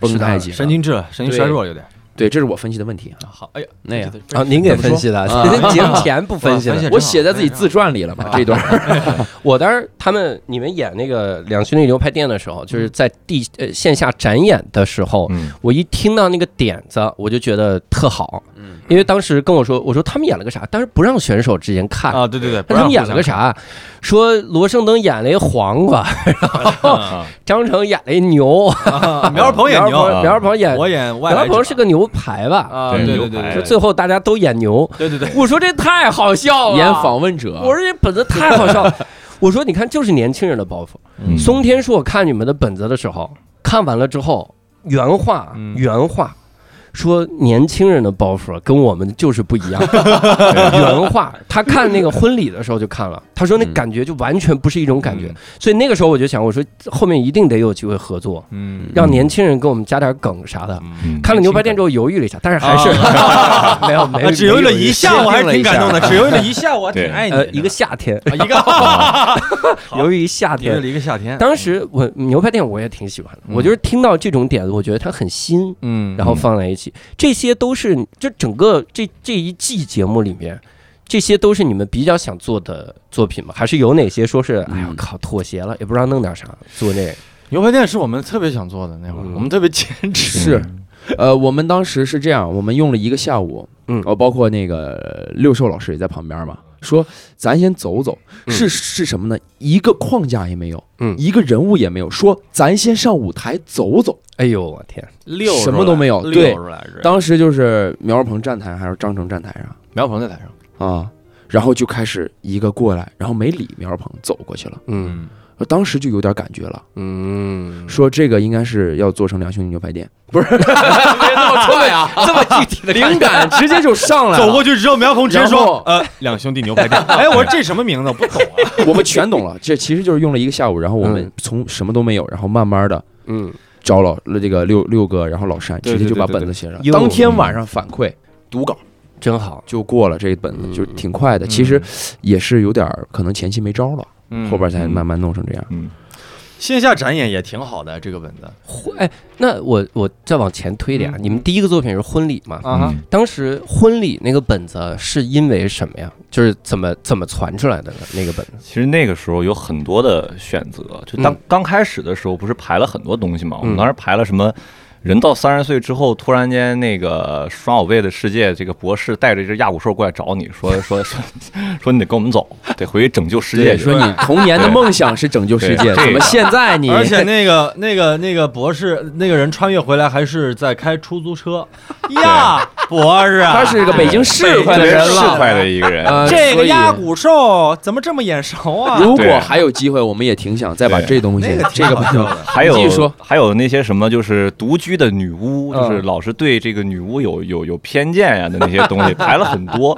S4: 绷太紧了，
S2: 神经质了，神经衰弱了有点。
S4: 对，这是我分析的问题啊。
S2: 好，哎呀，
S4: 那呀，
S1: 啊， 您给分析的，节目前不分析
S2: 啊分析
S1: 的。
S2: 真好
S4: 我写在自己自传里了嘛，这段儿
S1: 我当时他们你们演那个两兄弟牛排店的时候，就是在地呃线下展演的时候，
S5: 嗯
S1: 我一听到那个点子，我就觉得特好。
S2: 嗯
S1: 因为当时跟我说，我说他们演了个啥，但是不让选手之间看。
S2: 啊，对对对，不
S1: 那他
S2: 让
S1: 们演了个啥？说罗盛灯演了一黄瓜，
S5: 啊
S1: 张成演了一牛，
S2: 互相看？啊苗鹏也
S1: 苗鹏
S2: 牛，
S1: 苗鹏演
S2: 我演外来
S1: 苗
S2: 者
S1: 鹏是个牛排吧？
S2: 啊，
S5: 对
S2: 对对
S5: 牛
S2: 对
S5: 排
S2: 对
S1: 就最后大家都演牛，
S2: 对对对，
S1: 我说这太好笑了。
S4: 演，访问者，
S1: 我说这本子太好笑 了。我说你看，就是年轻人的包袱。
S5: 嗯
S1: 松天硕看你们的本子的时候，看完了之后，原话
S2: 嗯
S1: 原话说年轻人的包袱跟我们就是不一样。
S5: 对
S1: 原话，他看那个婚礼的时候就看了，他说那
S4: 嗯
S1: 感觉就完全不是一种感觉
S4: 嗯，
S1: 所以那个时候我就想，我说后面一定得有机会合作，
S2: 嗯
S1: 让年轻人给我们加点梗啥的。
S5: 嗯
S1: 看了牛排店之后犹豫了一下，但是还是 没有没有
S6: 啊，只犹豫了一下午，还是挺感动的。只犹豫了一下午，我还
S5: 对
S6: 挺爱你
S1: 呃
S6: 的。
S1: 一 个夏天，
S2: 啊一个
S1: 犹豫一夏
S2: 约
S1: 天。
S2: 了一个夏天，
S1: 当时我牛排店我也挺喜欢的，
S2: 嗯
S1: 我就是听到这种点子，我觉得它很新，
S2: 嗯，
S1: 然后放在一起，这些都是就整个这这一季节目里面，这些都是你们比较想做的作品吗？还是有哪些说是
S2: 嗯
S1: 哎呀靠妥协了，也不知道弄点啥做那个？
S2: 牛排店是我们特别想做的那会儿，
S1: 嗯
S2: 我们特别坚持。
S4: 是，呃，我们当时是这样，我们用了一个下午，
S1: 嗯
S4: 哦，包括那个六兽老师也在旁边嘛，说咱先走走，
S1: 嗯
S4: 是是什么呢？一个框架也没有，
S1: 嗯
S4: 一个人物也没有，说咱先上舞台走走。
S1: 哎呦我天，
S6: 六
S4: 什么都没有对
S6: 六出来是。
S4: 当时就是苗鹏站台还是张成站台上
S2: 苗鹏在台上，
S4: 啊，然后就开始一个过来，然后没理苗鹏走过去了，
S1: 嗯
S2: 嗯，
S4: 我当时就有点感觉了，
S1: 嗯，
S4: 说这个应该是要做成两兄弟牛排店，不是
S2: 这么快 啊，
S1: 这么具体的
S4: 灵感直接就上来了，
S6: 走过去之后，苗鹏直接
S4: 然后
S6: 说
S2: 呃，两兄弟牛排店，哎，我说这什么名字？我不懂 啊，
S4: 我们全懂了，这其实就是用了一个下午，然后我们
S1: 嗯
S4: 从什么都没有，然后慢慢的
S1: 嗯
S4: 找老这个六六哥，然后老山
S2: 对
S4: 直接就把
S2: 对对
S4: 本子写上，
S1: 哟
S4: 当天晚上反馈读稿
S1: 真好，
S4: 就过了这本子，
S1: 嗯
S4: 就挺快的。其实也是有点儿可能前期没招了，
S2: 嗯
S4: 后边才慢慢弄成这样。
S5: 嗯，
S2: 线下展演也挺好的，这个本子
S1: 哎，那我我再往前推点啊，你们第一个作品是婚礼嘛？
S2: 嗯啊哈
S5: 嗯
S1: 当时婚礼那个本子是因为什么呀？就是怎么怎么传出来的呢？那个本子，
S5: 其实那个时候有很多的选择，就当
S1: 嗯
S5: 刚开始的时候不是排了很多东西嘛，我
S1: 嗯
S5: 们当时排了什么。人到三十岁之后，突然间那个双宝贝的世界，这个博士带着一只亚古兽过来找你，说说说说你得跟我们走，得回去拯救世界
S4: 对，
S5: 去。
S4: 说你童年的梦想是拯救世界，
S5: 对
S4: 怎么现在你
S2: 而且那个、那个、那个博士，那个人穿越回来还是在开出租车呀，博士啊，
S4: 他是个北京市侩的人
S5: 市
S4: 了？
S5: 侩的一个人，
S4: 呃
S6: 这
S4: 所
S6: 个
S4: 以
S6: 鸭骨兽怎么这么眼熟啊？
S4: 如
S5: 对
S4: 果还有机会，我们也挺想再把
S5: 对
S4: 这东西
S2: 那个
S4: 这个
S2: 本子，
S5: 还
S4: 你继
S5: 有
S4: 续说
S5: 还有那些什么，就是独居的女巫，就是
S1: 嗯
S5: 老是对这个女巫有有有偏见呀的那些东西， 排了很多。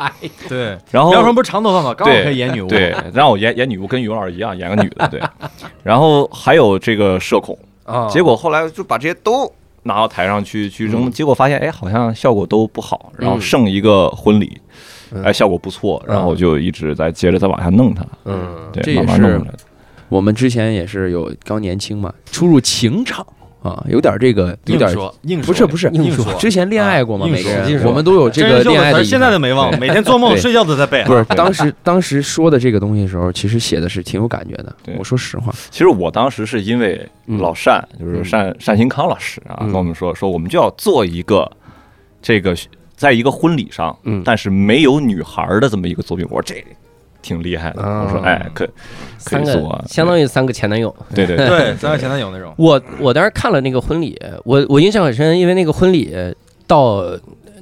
S2: 对，
S5: 然
S4: 哦
S5: 后
S2: 苗鹏不是长头发吗？刚好
S5: 对
S2: 可以演女巫，
S5: 对，让我演演女巫，跟于老师一样演个女的，对。然后还有这个社恐，
S4: 嗯
S1: 啊
S5: 结果后来就把这些都拿到台上去去扔，结果发现哎，好像效果都不好，然后
S1: 嗯
S5: 剩一个婚礼，
S1: 嗯
S5: 哎，效果不错，然后
S1: 嗯
S5: 就一直在接着再往下弄它，
S1: 嗯
S4: 这
S5: 对，
S4: 也
S5: 慢慢
S4: 是
S5: 弄出来的。
S4: 我们之前也是有刚年轻嘛，初入情场啊，有点这个，有
S2: 硬
S4: 点
S2: 说硬
S4: 不是不是
S2: 硬说，
S4: 之前恋爱过嘛，
S2: 硬
S4: 每个
S2: 说
S1: 硬
S4: 人
S1: 说
S4: 我们都有这个恋爱的
S6: 词
S4: 一
S6: 现在都没 忘，
S5: 对
S6: 每天做梦
S4: 对
S6: 睡觉都在背啊。
S4: 不是当时当时说的这个东西的时候，其实写的是挺有感觉的
S5: 对。
S4: 我说实话，
S5: 其实我当时是因为老单，就是单单新康老师啊，
S1: 嗯
S5: 跟我们说说我们就要做一个这个在一个婚礼上，
S1: 嗯
S5: 但是没有女孩儿的这么一个作品，我说这挺厉害的，
S1: 啊
S5: 我说哎可可
S1: 三
S5: 以
S1: 个
S5: 做啊，
S1: 相当于三个前男友。
S5: 对 对对
S2: 对三个前男友那种，
S1: 我我当时看了那个婚礼，我我印象很深，因为那个婚礼到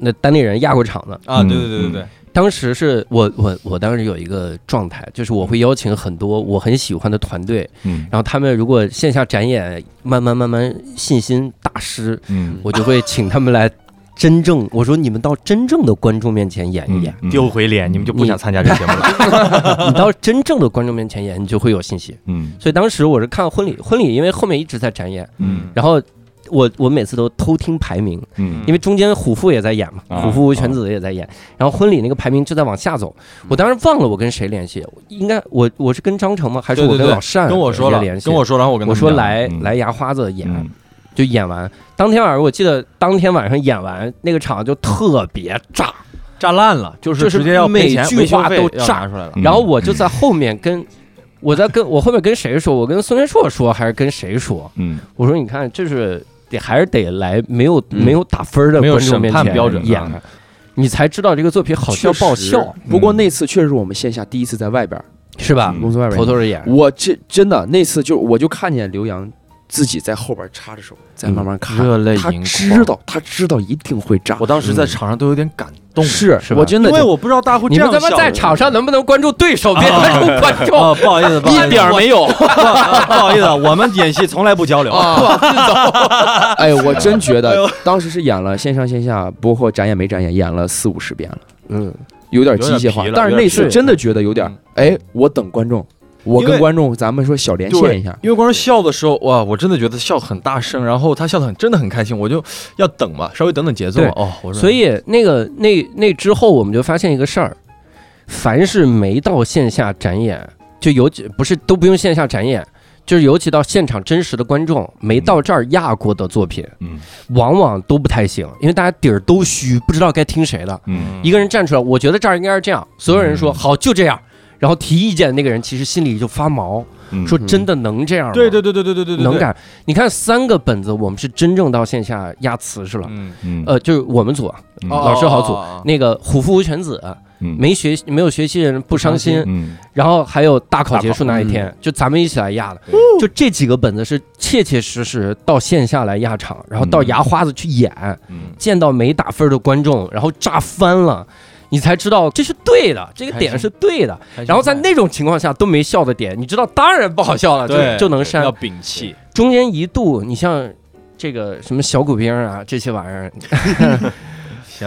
S1: 那单立人压过场呢。
S2: 啊，
S5: 嗯
S2: 对对对对对，
S1: 当时是我我我当时有一个状态，就是我会邀请很多我很喜欢的团队，
S5: 嗯
S1: 然后他们如果线下展演，慢慢慢慢信心大师，
S5: 嗯
S1: 我就会请他们来真正我说你们到真正的观众面前演一演，
S5: 嗯
S6: 丢回脸，你们就不想参加这节目了？
S1: 你到真正的观众面前演，你就会有信心。
S5: 嗯
S1: 所以当时我是看婚礼，婚礼因为后面一直在展演，
S5: 嗯
S1: 然后我我每次都偷听排名。
S5: 嗯
S1: 因为中间虎父也在演嘛，
S5: 啊
S1: 虎父无犬子也在演，然后婚礼那个排名就在往下走。
S2: 嗯
S1: 我当时忘了我跟谁联系，应该我我是跟张成吗？还是
S2: 对
S1: 我
S2: 对
S1: 跟
S2: 对
S1: 老
S4: 嗯
S1: 单
S2: 跟我说
S1: 直
S2: 了
S1: 接联，系？
S2: 跟我说，然后我跟他
S1: 我
S2: 们
S1: 说
S2: 聊，
S1: 来
S5: 嗯
S1: 来牙花子演，
S5: 嗯
S1: 就演完。当天晚上我记得当天晚上演完那个场就特别炸，
S2: 炸烂了，就
S1: 就是
S2: 直接要
S1: 每
S2: 赔钱，
S1: 句
S2: 维修
S1: 话
S2: 费
S1: 都
S2: 要
S1: 炸
S2: 拿出来了，
S5: 嗯
S1: 然后我就在后面跟。我在跟我后面跟谁说？我跟孙元硕说还是跟谁说？
S5: 嗯
S1: 我说你看，就是得还是得来没有、
S4: 嗯
S1: 没有打分的
S2: 没有
S1: 观众
S2: 审
S1: 面
S2: 判
S1: 前
S2: 标准
S1: 演，你才知道这个作品好笑爆笑。
S4: 不过那次确实是我们线下第一次在外边儿，
S1: 是吧？
S5: 嗯
S4: 公司外边
S1: 头
S4: 儿。
S1: 头是眼，
S4: 我这真的那次就我就看见刘洋自己在后边插着手在慢慢看，
S2: 热泪
S4: 他
S2: 盈
S4: 知
S2: 眶。
S4: 道嗯他知道一定会炸
S2: 我。当时在场上都有点感动，
S4: 是
S1: 是吧
S4: 我真的
S6: 因为我不知道大家会这
S1: 你们
S6: 样
S1: 他妈
S6: 笑
S1: 在
S6: 我。
S1: 场上能不能关注对手，别关注观众？
S2: 啊，不好意思，不好意思
S4: 一点儿没有。
S2: 不好意思，我们演戏从来不交流。
S1: 啊
S4: 哎，我真觉得当时是演了线上线下，包括展演没展演，演了四五十遍了。
S1: 嗯，
S4: 有点机械
S2: 有点
S4: 化
S2: 疲，了
S4: 但是那次真的觉得有点
S2: 嗯，
S4: 哎，我等观众，我
S2: 因
S4: 跟
S2: 为
S4: 观众咱们说小连线一下，
S2: 因为光是笑的时候，哇，我真的觉得笑很大声，然后他笑得很真的很开心，我就要等嘛，稍微等等节奏嘛
S1: 对
S2: 哦，我说
S1: 所以那个那那之后，我们就发现一个事儿：凡是没到线下展演，就尤其不是都不用线下展演，就是尤其到现场真实的观众没到这儿压过的作品，
S5: 嗯
S1: 往往都不太行，因为大家底儿都虚，不知道该听谁的。
S5: 嗯，
S1: 一个人站出来，我觉得这儿应该是这样，所有人说好就这样，然后提意见的那个人其实心里就发毛，
S5: 嗯
S1: 说真的能这样吗？
S2: 对对对对对对对对，
S1: 能改。你看三个本子，我们是真正到线下压瓷实了。
S2: 嗯，
S5: 嗯
S1: 呃，就是我们组啊
S5: 嗯
S1: 老师好组，
S2: 组
S1: 那个虎父无犬子，
S5: 嗯
S1: 没学没有学习人不伤心，
S5: 嗯
S1: 然后还有大考结束那一天，就咱们一起来压的，就这几个本子是切切实实到线下来压场，然后到
S5: 嗯
S1: 牙花子去演，
S5: 嗯
S1: 见到没打分的观众，然后炸翻了。你才知道这是对的，这个点是对的。
S2: 嗯
S1: 然后在那种情况下都没笑的点，你知道当然不好笑了，
S2: 对
S1: 就就能删。
S2: 要摒弃，
S1: 中间一度，你像这个什么小骨兵啊这些玩意儿，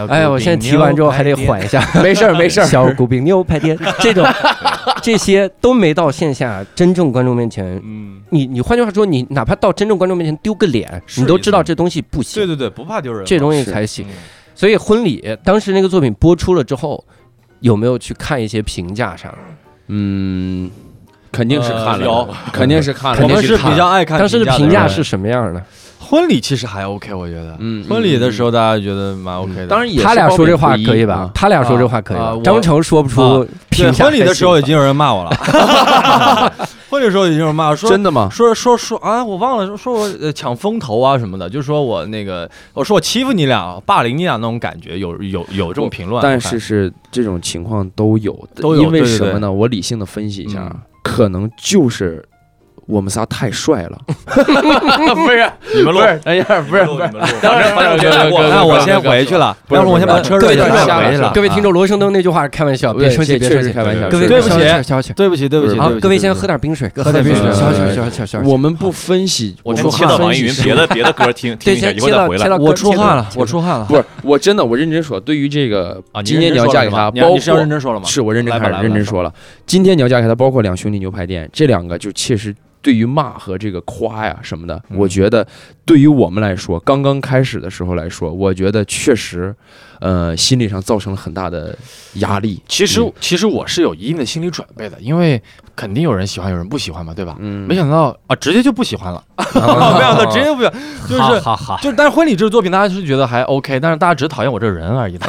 S1: 哎呀，我现在提完之后还得缓一下，
S4: 没事儿没事儿，
S1: 小骨兵牛排店这 种，这些都没到线下真正观众面前。
S2: 嗯，
S1: 你你换句话说，你哪怕到真正观众面前丢个脸，
S2: 是
S1: 你都知道这东西不
S2: 对
S1: 行，
S2: 对对，不怕丢人嘛，嗯
S1: 这东西才行。所以婚礼当时那个作品播出了之后，有没有去看一些评价啥的？
S4: 嗯，肯定是看
S2: 呃
S4: 了
S2: 有，
S4: 肯定是看了，
S2: 我
S1: 肯
S2: 们
S1: 定是
S2: 是
S1: 看
S2: 比较爱看
S1: 当时的
S2: 的
S1: 评价
S2: 人
S1: 是什么样的？
S2: 婚礼其实还 OK，我觉得，
S4: 嗯
S2: 婚礼的时候大家觉得蛮 OK 的，
S4: 当然也是
S1: 他俩说这话
S4: 褒贬不一
S1: 可以吧
S4: 啊？
S1: 他俩说这话可以
S2: 啊
S1: 吧
S2: 啊？我
S1: 张成说不出
S2: 啊
S1: 评
S2: 对
S1: 价。
S2: 婚礼的时候已经有人骂我了，婚礼的时候已经有人骂我说
S4: 真的吗？
S2: 说说说啊，我忘了说说我呃抢风头啊什么的，就说我那个，我说我欺负你俩、霸凌你俩那种感觉，有有有这种评论，
S4: 但是是这种情况都有，
S2: 都有
S4: 因为
S2: 对对
S4: 什么
S2: 对
S4: 呢？我理性的分析一下
S2: 嗯
S4: 啊，可能就是我们仨太帅了，
S5: 不是你们录，
S4: 哎呀，不
S5: 不
S4: 是
S5: 录你们录，反正反正别过
S2: 那
S5: 了，
S2: 我先回去了，要不我先把车
S1: 各位
S2: 瑞给
S1: 听
S2: 他
S1: 众
S2: 回去了，
S1: 各位听众，罗生灯那句话是开玩
S2: 啊
S1: 笑，别生气，别
S4: 确
S1: 生
S4: 实
S1: 气
S4: 开。玩笑。
S1: 各位，
S2: 对不起
S1: 消消气消气。
S2: 对不起，对不起，
S4: 不是
S2: 对
S1: 好
S2: 不，起
S1: 各位先喝点冰水，喝点冰水，消消消消消。
S4: 我们不分析，我
S5: 我
S4: 说
S5: 先切到
S4: 话
S5: 网易云别的别的歌听听
S1: 对，
S5: 一下，
S1: 先
S5: 一会
S1: 切
S5: 儿再
S1: 到
S5: 回
S1: 切
S5: 来
S1: 到。
S2: 我出汗了，
S1: 切
S2: 我
S1: 到
S2: 出汗了
S4: 不是，我真的我认真说，对于这个
S2: 啊！
S4: 今天你要嫁给他，
S2: 你认
S4: 包
S2: 真说了是吧你你是要认
S4: 括
S2: 真说了吗？
S4: 是我认真
S2: 来吧
S4: 开
S2: 来
S4: 始
S2: 吧
S4: 认真
S2: 来吧
S4: 说了，今天你要嫁给他，包括两兄弟牛排店这两个，就切实对于骂和这个夸呀什么的，
S2: 嗯
S4: 我觉得对于我们来说，刚刚开始的时候来说，我觉得确实，呃，心理上造成了很大的压力。
S2: 其实
S4: 嗯
S2: 其实我是有一定的心理准备的，因为肯定有人喜欢，有人不喜欢嘛，对吧？
S4: 嗯
S2: 没想到啊，直接就不喜欢了， 没想到直接就不喜 欢，就是
S6: 好好，
S2: 就是，但是婚礼这个作品大家是觉得还 OK，但是大家只是讨厌我这人而已的。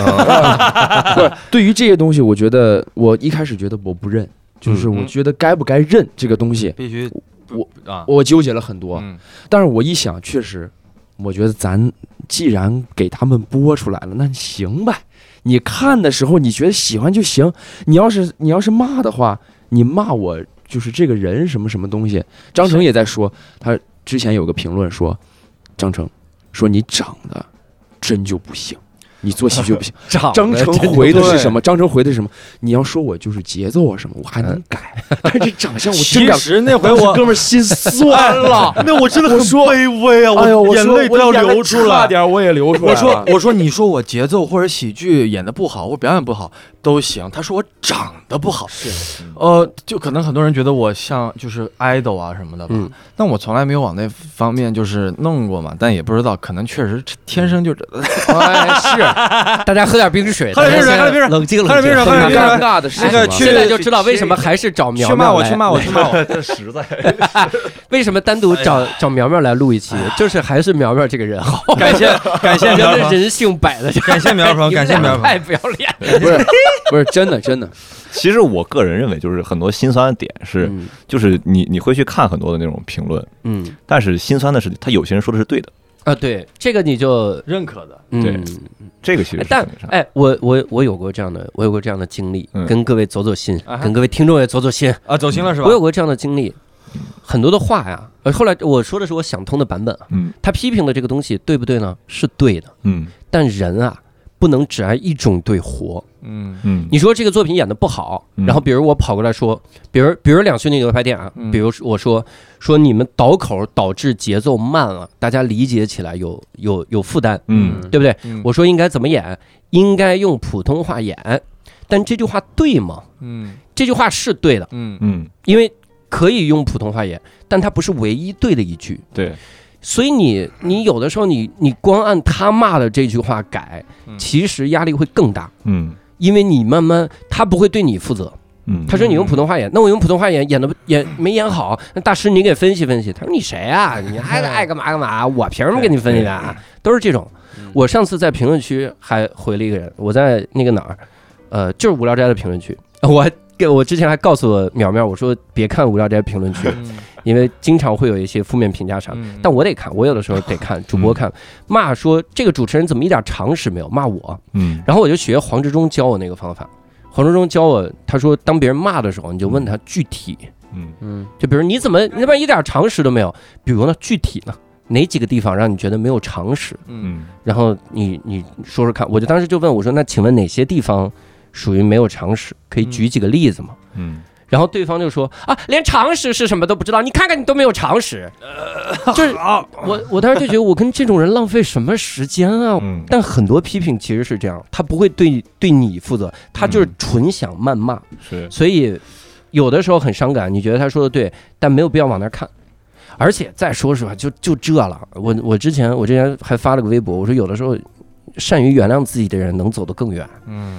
S4: 不是，对于这些东西，我觉得我一开始觉得我不认，就是
S2: 嗯
S4: 我觉得该不该认这个东西，
S2: 必须
S4: 我
S2: 啊，
S4: 我纠结了很多。
S2: 嗯
S4: 但是我一想，确实，我觉得咱既然给他们播出来了，那行呗。你看的时候，你觉得喜欢就行。你要是你要是骂的话，你骂我就是这个人什么什么东西。张成也在说，他之前有个评论说，张成说你长得真就不行，你做喜剧 不行。
S1: 长
S4: 张成回的是什么？张成回的是什么？你要说我就是节奏啊什么，我还能改， 但是这长相我真
S2: 其
S4: 改不。
S2: 实那回我
S4: 哥们儿心酸了，
S2: 那我真的很卑微啊，
S4: 哎呦，我
S2: 眼
S4: 说
S2: 泪都要
S4: 我眼
S2: 流出
S4: 差
S2: 来。
S4: 点我也流出
S2: 我
S4: 来了。
S2: 说我说你说我节奏或者喜剧演的不好，我表演不好都行。他说我长得不好，呃，就可能很多人觉得我像就是 idol 啊什么的吧，
S1: 嗯
S2: 但我从来没有往那方面就是弄过嘛，但也不知道，可能确实天生就这。
S1: 是，大家喝点冰水，
S2: 喝点冰水
S1: 大家
S2: 喝点冰水
S1: 冷静冷静，
S2: 喝点冰水喝点
S4: 很
S2: 冰水
S4: 尴尬的是啊
S2: 那个
S4: 什么
S2: 去
S1: 现在就知道为什么还是找苗
S2: 去骂
S1: 苗
S2: 我，
S1: 来
S2: 去骂我，去骂我！
S5: 这实在，
S1: 为什么单独找找苗苗来录一期？就是还是苗苗这个人好，
S2: 哎 感谢感谢
S1: 人
S2: 苗
S1: 的
S2: 鹏，
S1: 人性摆在这儿。
S2: 感谢苗鹏，感谢苗
S1: 你们俩
S2: 鹏。
S1: 太不要脸了。
S4: 不 是不是真的真的，
S5: 其实我个人认为，就是很多心酸的点是，
S1: 嗯
S5: 就是你你会去看很多的那种评论，
S1: 嗯
S5: 但是心酸的是，他有些人说的是对的，
S1: 啊，对这个你就
S2: 认可的，
S1: 嗯。
S5: 这个其实
S1: 哎
S5: 是
S1: 但
S5: 很那啥
S1: 哎，我我我有过这样的，我有过这样的经历，
S5: 嗯
S1: 跟各位走走心
S2: 啊，哈
S1: 跟各位听众也走走心。
S2: 啊，走心了是吧嗯
S1: 我？有过这样的经历，很多的话呀，呃后来我说的是我想通的版本啊。
S5: 嗯
S1: 他批评的这个东西对不对呢？是对的，
S5: 嗯
S1: 但人啊。不能只按一种对活。
S2: 嗯
S5: 嗯，
S1: 你说这个作品演的不好，
S5: 嗯
S1: 然后比如我跑过来说，比如比如两兄弟牛排店啊，
S2: 嗯
S1: 比如我说说你们倒口导致节奏慢了，大家理解起来有有有负担，
S5: 嗯
S1: 对不对？
S2: 嗯
S1: 我说应该怎么演，应该用普通话演。但这句话对吗？
S2: 嗯
S1: 这句话是对的，
S2: 嗯
S5: 嗯，
S1: 因为可以用普通话演，但它不是唯一对的一句。
S5: 对，
S1: 所以你你有的时候你你光按他骂的这句话改，
S2: 嗯
S1: 其实压力会更大，
S5: 嗯
S1: 因为你慢慢他不会对你负责。
S5: 嗯，
S1: 他说你用普通话演，那我用普通话演演的演没演好，那大师你给分析分析。他说你谁啊？你爱爱干嘛干嘛？我凭什么给你分析啊？都是这种。我上次在评论区还回了一个人，我在那个哪儿，呃，就是无聊斋的评论区，我还给我之前还告诉苗苗，我说别看无聊斋评论区，因为经常会有一些负面评价啥的。
S2: 嗯
S1: 但我得看，我有的时候得看主播看，骂说这个主持人怎么一点常识没有，骂我，
S5: 嗯
S1: 然后我就学黄志忠教我那个方法。黄志忠教我，他说当别人骂的时候，你就问他具体，
S5: 嗯
S4: 嗯，
S1: 就比如你怎么你他妈一点常识都没有，比如呢具体呢哪几个地方让你觉得没有常识，
S5: 嗯
S1: 然后你你说说看，我就当时就问我说那请问哪些地方属于没有常识，可以举几个例子吗？
S5: 嗯
S1: 然后对方就说啊，连常识是什么都不知道，你看看你都没有常识，就是我我当时就觉得我跟这种人浪费什么时间啊！
S5: 嗯，
S1: 但很多批评其实是这样，他不会对对你负责，他就是纯想谩骂，
S5: 是，
S1: 所以有的时候很伤感。你觉得他说的对，但没有必要往那儿看。而且再说实话，就就这了。我我之前我之前还发了个微博，我说有的时候善于原谅自己的人能走得更远。
S2: 嗯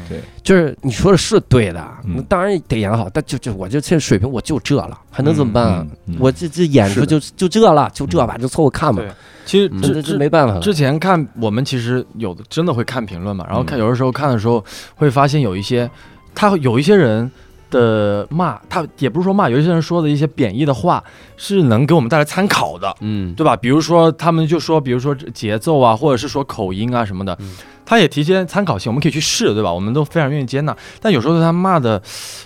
S1: 就是你说的是对的，
S5: 嗯
S1: 那当然得演好，但就就我就这水平我就这了，还能怎么办啊？
S5: 嗯嗯
S1: 我这这演
S5: 是
S1: 出
S5: 的
S1: 就就这了，就这吧，就凑合看吧
S2: 对，其实
S1: 嗯
S2: 这
S1: 这
S2: 这
S1: 这没办法了。
S2: 之前看我们其实有的真的会看评论嘛，然后看有的时候看的时候会发现有一些，他会有一些人的骂，他也不是说骂，有一些人说的一些贬义的话是能给我们带来参考的，
S4: 嗯，
S2: 对吧？比如说他们就说，比如说节奏啊，或者是说口音啊什么的，
S1: 嗯
S2: 他也提些参考性，我们可以去试，对吧？我们都非常愿意接纳。但有时候他骂的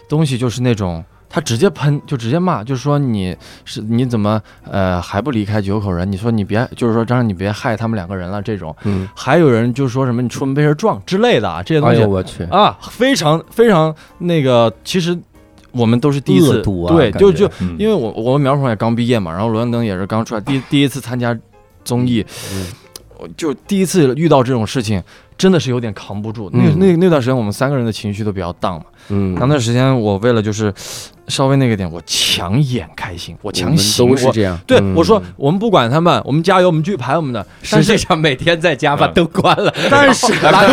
S2: 东西就是那种。他直接喷，就直接骂，就说你是你怎么呃还不离开九口人？你说你别，就是说张让你别害他们两个人了这种。
S1: 嗯，
S2: 还有人就说什么你出门被人撞之类的啊，这些东
S1: 哎
S2: 西、
S1: 呦我去，
S2: 啊，非常非常那个，其实我们都是第一
S1: 恶
S2: 次，
S1: 毒啊
S2: 对，
S1: 感
S2: 就
S1: 觉
S2: 就
S5: 嗯
S2: 因为我我们苗鹏也刚毕业嘛，然后罗亮灯也是刚出来，第一第一次参加综艺，我就第一次遇到这种事情，真的是有点扛不住。那
S1: 嗯
S2: 那那段时间我们三个人的情绪都比较荡嘛，
S1: 嗯，
S2: 那段时间我为了就是稍微那个点，我强演开心，我
S4: 我
S2: 强
S4: 们
S2: 行
S4: 都是
S2: 我。
S4: 这样，
S2: 对
S1: 嗯，
S2: 我说我们不管他们，我们加油，我们继续排我们的。但是
S1: 上每天在家
S5: 把
S1: 灯关了，
S2: 但是
S5: 咱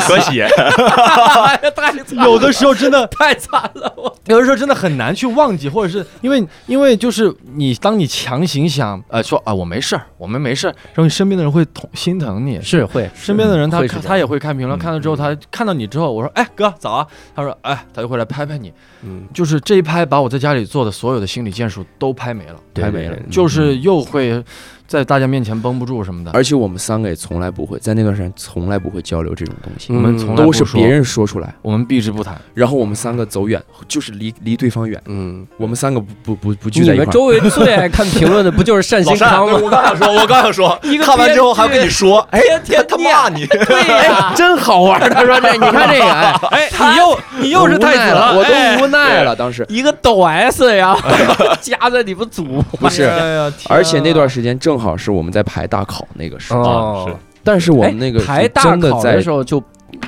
S5: 可 喜，
S1: 哎
S2: 有的时候真的
S1: 太惨了，
S2: 有的时候真的很难去忘记，或者是因为因为就是你当你强行想呃说啊我没事儿，我们没事儿，然后你身边的人会同心疼你。
S1: 是会
S2: 身边的人他
S1: 会是
S2: 看
S1: 这样嗯
S2: 他也会看评论，看了之后他看到你之后，我说哎哥早啊，他说哎他就会来拍拍你，
S1: 嗯
S2: 就是这一拍把我在家里做的所有的心理建树都拍没了，
S1: 对
S2: 拍没了
S1: 对对，
S2: 就是又会在大家面前绷不住什么的，
S4: 而且我们三个也从来不会在那段时间从来不会交流这种东西
S2: 我，们从来
S4: 都
S2: 不
S4: 是
S2: 说
S4: 别人说出来，
S2: 我们避之 不谈，
S4: 然后我们三个走远，就是离离对方远，
S1: 嗯，
S4: 我们三个不不不不聚
S1: 你
S4: 在一
S1: 们
S4: 块儿。
S1: 周围最爱看评论的不就是单
S5: 老
S1: 新
S5: 单，
S1: 康
S5: 对
S1: 吗？
S5: 我刚想说，我刚想说
S1: 一，个
S5: 看完之后还
S1: 编剧
S5: 跟你说，哎，
S1: 天天
S5: 他他
S1: 念
S5: 骂你，
S1: 对呀，
S4: 真好玩儿，他说这，你看这个，哎，
S6: 哎，你又你又是太子
S4: 了，我
S6: 哎
S4: 都无奈了，当时。
S1: 一个抖 S 呀， 夹在你们组
S4: 不是
S2: 哎呀，天啊
S4: 而且那段时间正好是我们在排大考那个时候，
S1: 哦
S5: 是
S4: 但是我们那个
S1: 哎排
S4: 是
S1: 大
S4: 真的
S1: 考
S4: 在
S1: 的时，候就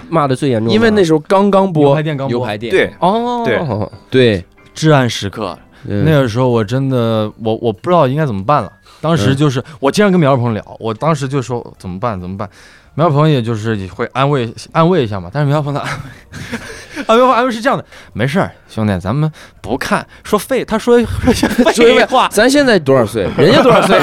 S1: 骂的最严重了，
S4: 因为那时候刚刚播
S2: 牛排店刚播
S4: 牛排店，
S5: 对，
S1: 哦，
S5: 对
S4: 对，
S2: 至暗时刻，
S4: 嗯
S2: 那个时候我真的，我我不知道应该怎么办了。当时就是我经常跟苗鹏聊，我当时就说怎么办怎么办。苗鹏也就是也会安慰安慰一下嘛，但是苗 鹏的安慰，啊苗鹏安慰是这样的，没事儿，兄弟，咱们不看，说废，他说说些废
S4: 追
S2: 话，
S4: 咱现在多少岁？人家 多少岁？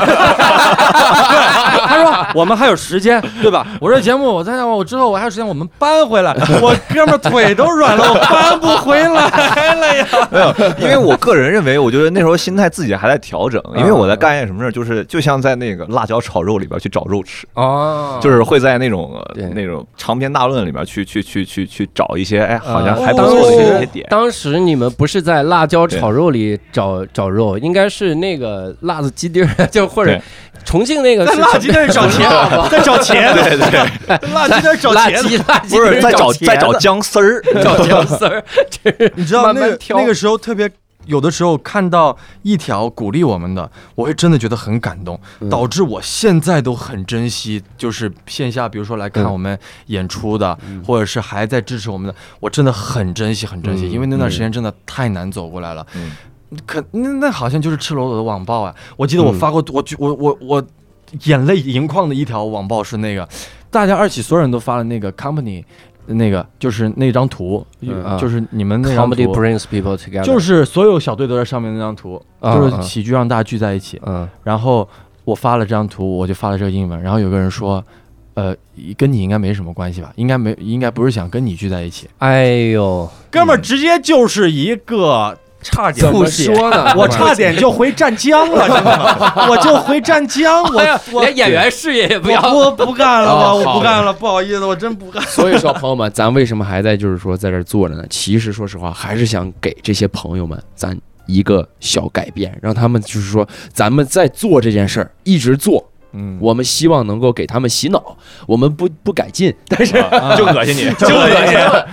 S2: 他说 我们还有时间，对吧？我这节目我在想，我之后我还有时间，我们搬回来。 我哥们儿腿都软了，我搬不回来了呀。
S5: 没有， 因为我个人认为，我觉得那时候心态自己还在调整，因为我在干一件什么事儿，就是就像在那个辣椒炒肉里边去找肉吃，
S2: 嗯
S1: 哦，
S5: 就是会在那种呃
S4: 对
S5: 那种长篇大论里边去去去去去找一些，哎，好像
S1: 哦
S5: 还不
S1: 当
S5: 错的一些
S1: 时
S5: 点。
S1: 当时你们不是在辣椒炒肉里找找肉，应该是那个辣子鸡丁儿，就或者
S5: 对
S1: 重庆那个
S6: 在
S1: 是
S6: 辣
S1: 什
S6: 鸡蛋找钱，在找钱，
S5: 对对，
S6: 辣鸡蛋找
S1: 辣
S6: 钱，
S1: 鸡辣鸡
S5: 不是
S1: 丁
S5: 在
S1: 儿
S5: 找
S1: 钱嗯
S5: 在找姜丝儿，
S1: 找姜丝儿，这是
S2: 你知道
S1: 慢
S2: 那
S1: 慢
S2: 个
S1: 挑
S2: 那个时候特别有的时候看到一条鼓励我们的，我会真的觉得很感动，
S4: 嗯
S2: 导致我现在都很珍惜，就是线下比如说来看
S4: 嗯
S2: 我们演出的，或者是还在支持我们的，我真的很珍惜，很珍惜，
S4: 嗯
S2: 因为那段时间真的太难走过来了。可那那好像就是赤裸裸的网暴啊！我记得
S4: 嗯
S2: 我发过，我我我我眼泪盈眶的一条网暴是那个，大家二起所有人都发了那个 company，那个就是那张图，
S4: 嗯
S2: 就是你们那张
S1: Comedy
S2: 图，
S1: brings people together，
S2: 就是所有小队都在上面那张图，
S4: 啊
S2: 就是喜剧让大家聚在一起。
S4: 嗯
S2: 然后我发了这张图，我就发了这个英文，然后有个人说，呃，跟你应该没什么关系吧？应该没，应该不是想跟你聚在一起。嗯
S1: 哎呦，
S7: 哥们儿直接就是一个差点？
S4: 怎么说呢
S7: 我差点就回湛江了，真 的，我就回湛江，
S2: 哎
S4: 哎
S7: 我我
S1: 连演员事业也不要。
S7: 我不不干了吧，
S4: 哦
S7: 我
S4: 好
S7: 不
S4: 的
S7: 干了，不好意思，我真不干。
S4: 所以说，朋友们，咱为什么还在就是说在这儿坐着呢？其实说实话，还是想给这些朋友们咱一个小改变，让他们就是说咱们在做这件事儿，一直做。
S2: 嗯，
S4: 我们希望能够给他们洗脑，我们不不改进，但是
S5: 就恶心你，
S7: 就恶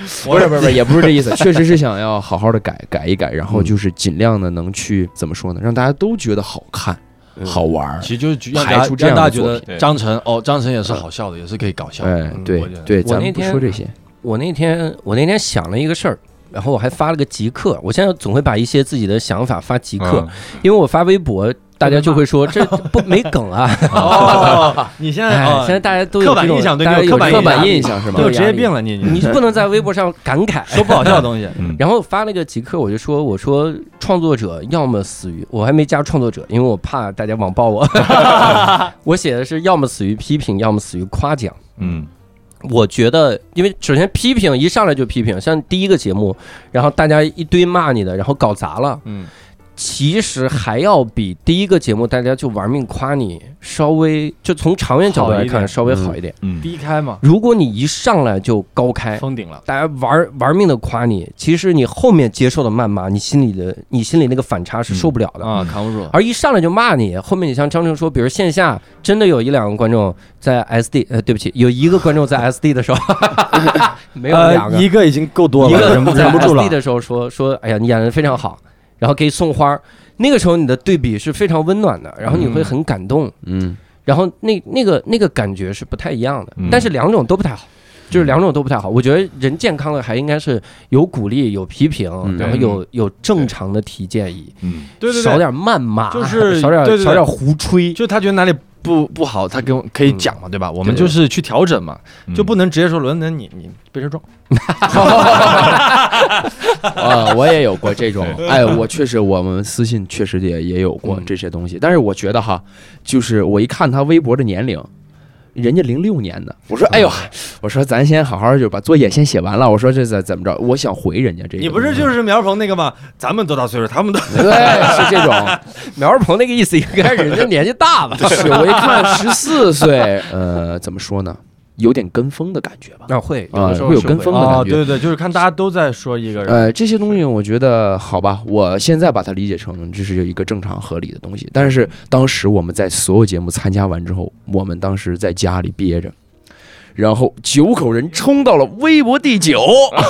S7: 心
S4: 不是不是不是，也不是这意思，确实是想要好好的改改一改，然后就是尽量的能去怎么说呢，让大家都觉得好看、好玩儿
S2: 其。实就是让大
S4: 排
S2: 家
S4: 除这
S2: 让
S4: 样
S2: 大
S4: 的
S2: 家觉
S4: 作
S2: 得张晨哦，张晨也是好笑的，也是可以搞笑的。
S4: 哎
S2: 嗯，
S4: 对
S2: 我觉得
S4: 对，咱
S1: 那
S4: 们不
S1: 天
S4: 说这些，
S1: 我那天我那天想了一个事儿，然后我还发了个极客。我现在总会把一些自己的想法发极
S5: 嗯
S1: 客，因为我发微博，大家就会说这不没梗啊。
S7: 哦，你现在
S1: 哎，
S7: 哦
S1: 现在大家都有
S7: 刻板
S1: 这种
S7: 印象对
S1: 大家
S7: 你有
S1: 有
S7: 刻板
S1: 这
S4: 刻
S1: 种
S4: 板
S1: 压力
S4: 印象是吗
S7: 就？职业病了，你你
S1: 你不能在微博上感慨。
S7: 说不好笑的东 西，
S5: 嗯，
S1: 然后发了个极客，我就说：“我说创作者要么死于，我还没加创作者，因为我怕大家网暴 我。 我写的是要么死于批评，要么死于夸奖。
S5: 嗯，
S1: 我觉得，因为首先批评一上来就批评，像第一个节目，然后大家一堆骂你的，然后搞砸了，
S2: 嗯，
S1: 其实还要比第一个节目大家就玩命夸你稍微，就从长远角度来
S2: 好一点
S1: 看稍微好一点。
S5: 嗯，
S2: 低开嘛，
S1: 如果你一上来就高开，
S2: 封顶了。
S1: 大家玩玩命的夸你，其实你后面接受的谩骂，你心里的你心里那个反差是受不了的。
S2: 啊，扛不住，
S1: 而一上来就骂你，后面你像张成说，比如线下真的有一两个观众在 SD，呃，对不起，有一个观众在 SD 的时候， 没有两个，
S2: 呃一个已经够多
S1: 一
S2: 了，忍
S1: 个
S2: 不
S1: 在
S2: 忍不住了
S1: SD。的时候说说，哎呀，你演的非常好，然后给送花儿，那个时候你的对比是非常温暖的，然后你会很感动，
S4: 嗯，
S1: 然后那那个那个感觉是不太一样的，
S5: 嗯
S1: 但是两种都不太好，
S2: 嗯
S1: 就是两种都不太好。我觉得人健康的还应该是有鼓励、有批评，
S4: 嗯
S1: 然后
S5: 对
S1: 有有正常的提建议，
S5: 嗯，
S2: 对对
S1: 少
S2: 对，
S1: 点谩骂，
S2: 就 是
S1: 少点
S2: 对对对
S1: 少点胡吹。
S2: 就他觉得哪里不不好，他跟我可以讲嘛，对吧？我们
S1: 对
S2: 就是去调整嘛，
S5: 嗯
S2: 就不能直接说伦敦你你被车撞。
S4: 啊，我也有过这种，哎，我确实，我们私信确实也也有过
S2: 嗯
S4: 这些东西，但是我觉得哈，就是我一看他微博的年龄。人家零六年的，我
S2: 嗯
S4: 说，哎呦，我说咱先好好就把作业先写完了，我说这怎怎么着？我想回人家这个，
S2: 你不是就是苗鹏那个吗？咱们多大岁数？他们都
S4: 对，是这种，
S1: 苗儿鹏那个意思应该是人家年纪大 了，
S4: 是我一看十四岁，呃，怎么说呢，有点跟风的感觉吧，
S1: 那会
S4: 啊、会有跟风的
S2: 啊，
S4: 感觉。
S2: 对对对，就是看大家都在说一个人，
S4: 呃，这些东西我觉得好吧，我现在把它理解成这是一个正常合理的东西。但是当时我们在所有节目参加完之后，我们当时在家里憋着，然后九口人冲到了微博第九。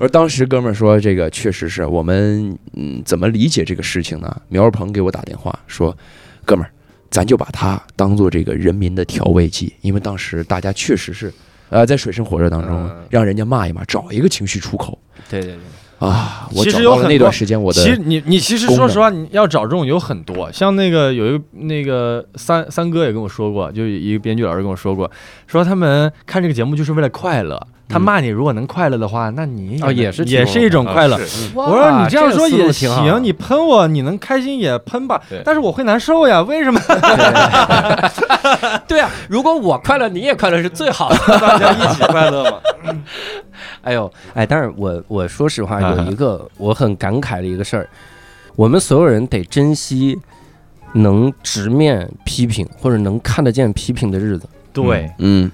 S4: 而当时哥们儿说，这个确实是我们嗯怎么理解这个事情呢？苗儿鹏给我打电话说，哥们儿，咱就把它当做这个人民的调味剂，因为当时大家确实是。呃，在水深火热当中
S1: 嗯，
S4: 让人家骂一骂，找一个情绪出口
S1: 对对对，
S4: 啊！我
S2: 其实
S4: 找
S2: 有
S4: 到了
S2: 很
S4: 那
S2: 多
S4: 段时间我的
S2: 其实你你其实
S4: 功
S2: 说
S4: 能
S2: 实话，你要找这种有很多，像那个有一个那个三三哥也跟我说过，就是一个编剧老师跟我说过，说他们看这个节目就是为了快乐。他骂你如果能快乐的话，那你
S1: 哦
S2: 嗯也
S1: 也是
S2: 能也
S1: 挺
S2: 啊是一种快乐。我说你这样说也行，你喷我你能开心也喷吧
S5: 对，
S2: 但是我会难受呀，为什么？
S1: 对啊，如果我快乐，你也快乐是最好的。
S2: 大家一起快乐
S5: 嗯
S2: 嘛。
S1: 哎呦，哎，但是我我说实话，
S2: 啊
S1: 有一个我很感慨的一个事儿，我们所有人得珍惜能直面批评或者能看得见批评的日子。
S5: 对，
S4: 嗯，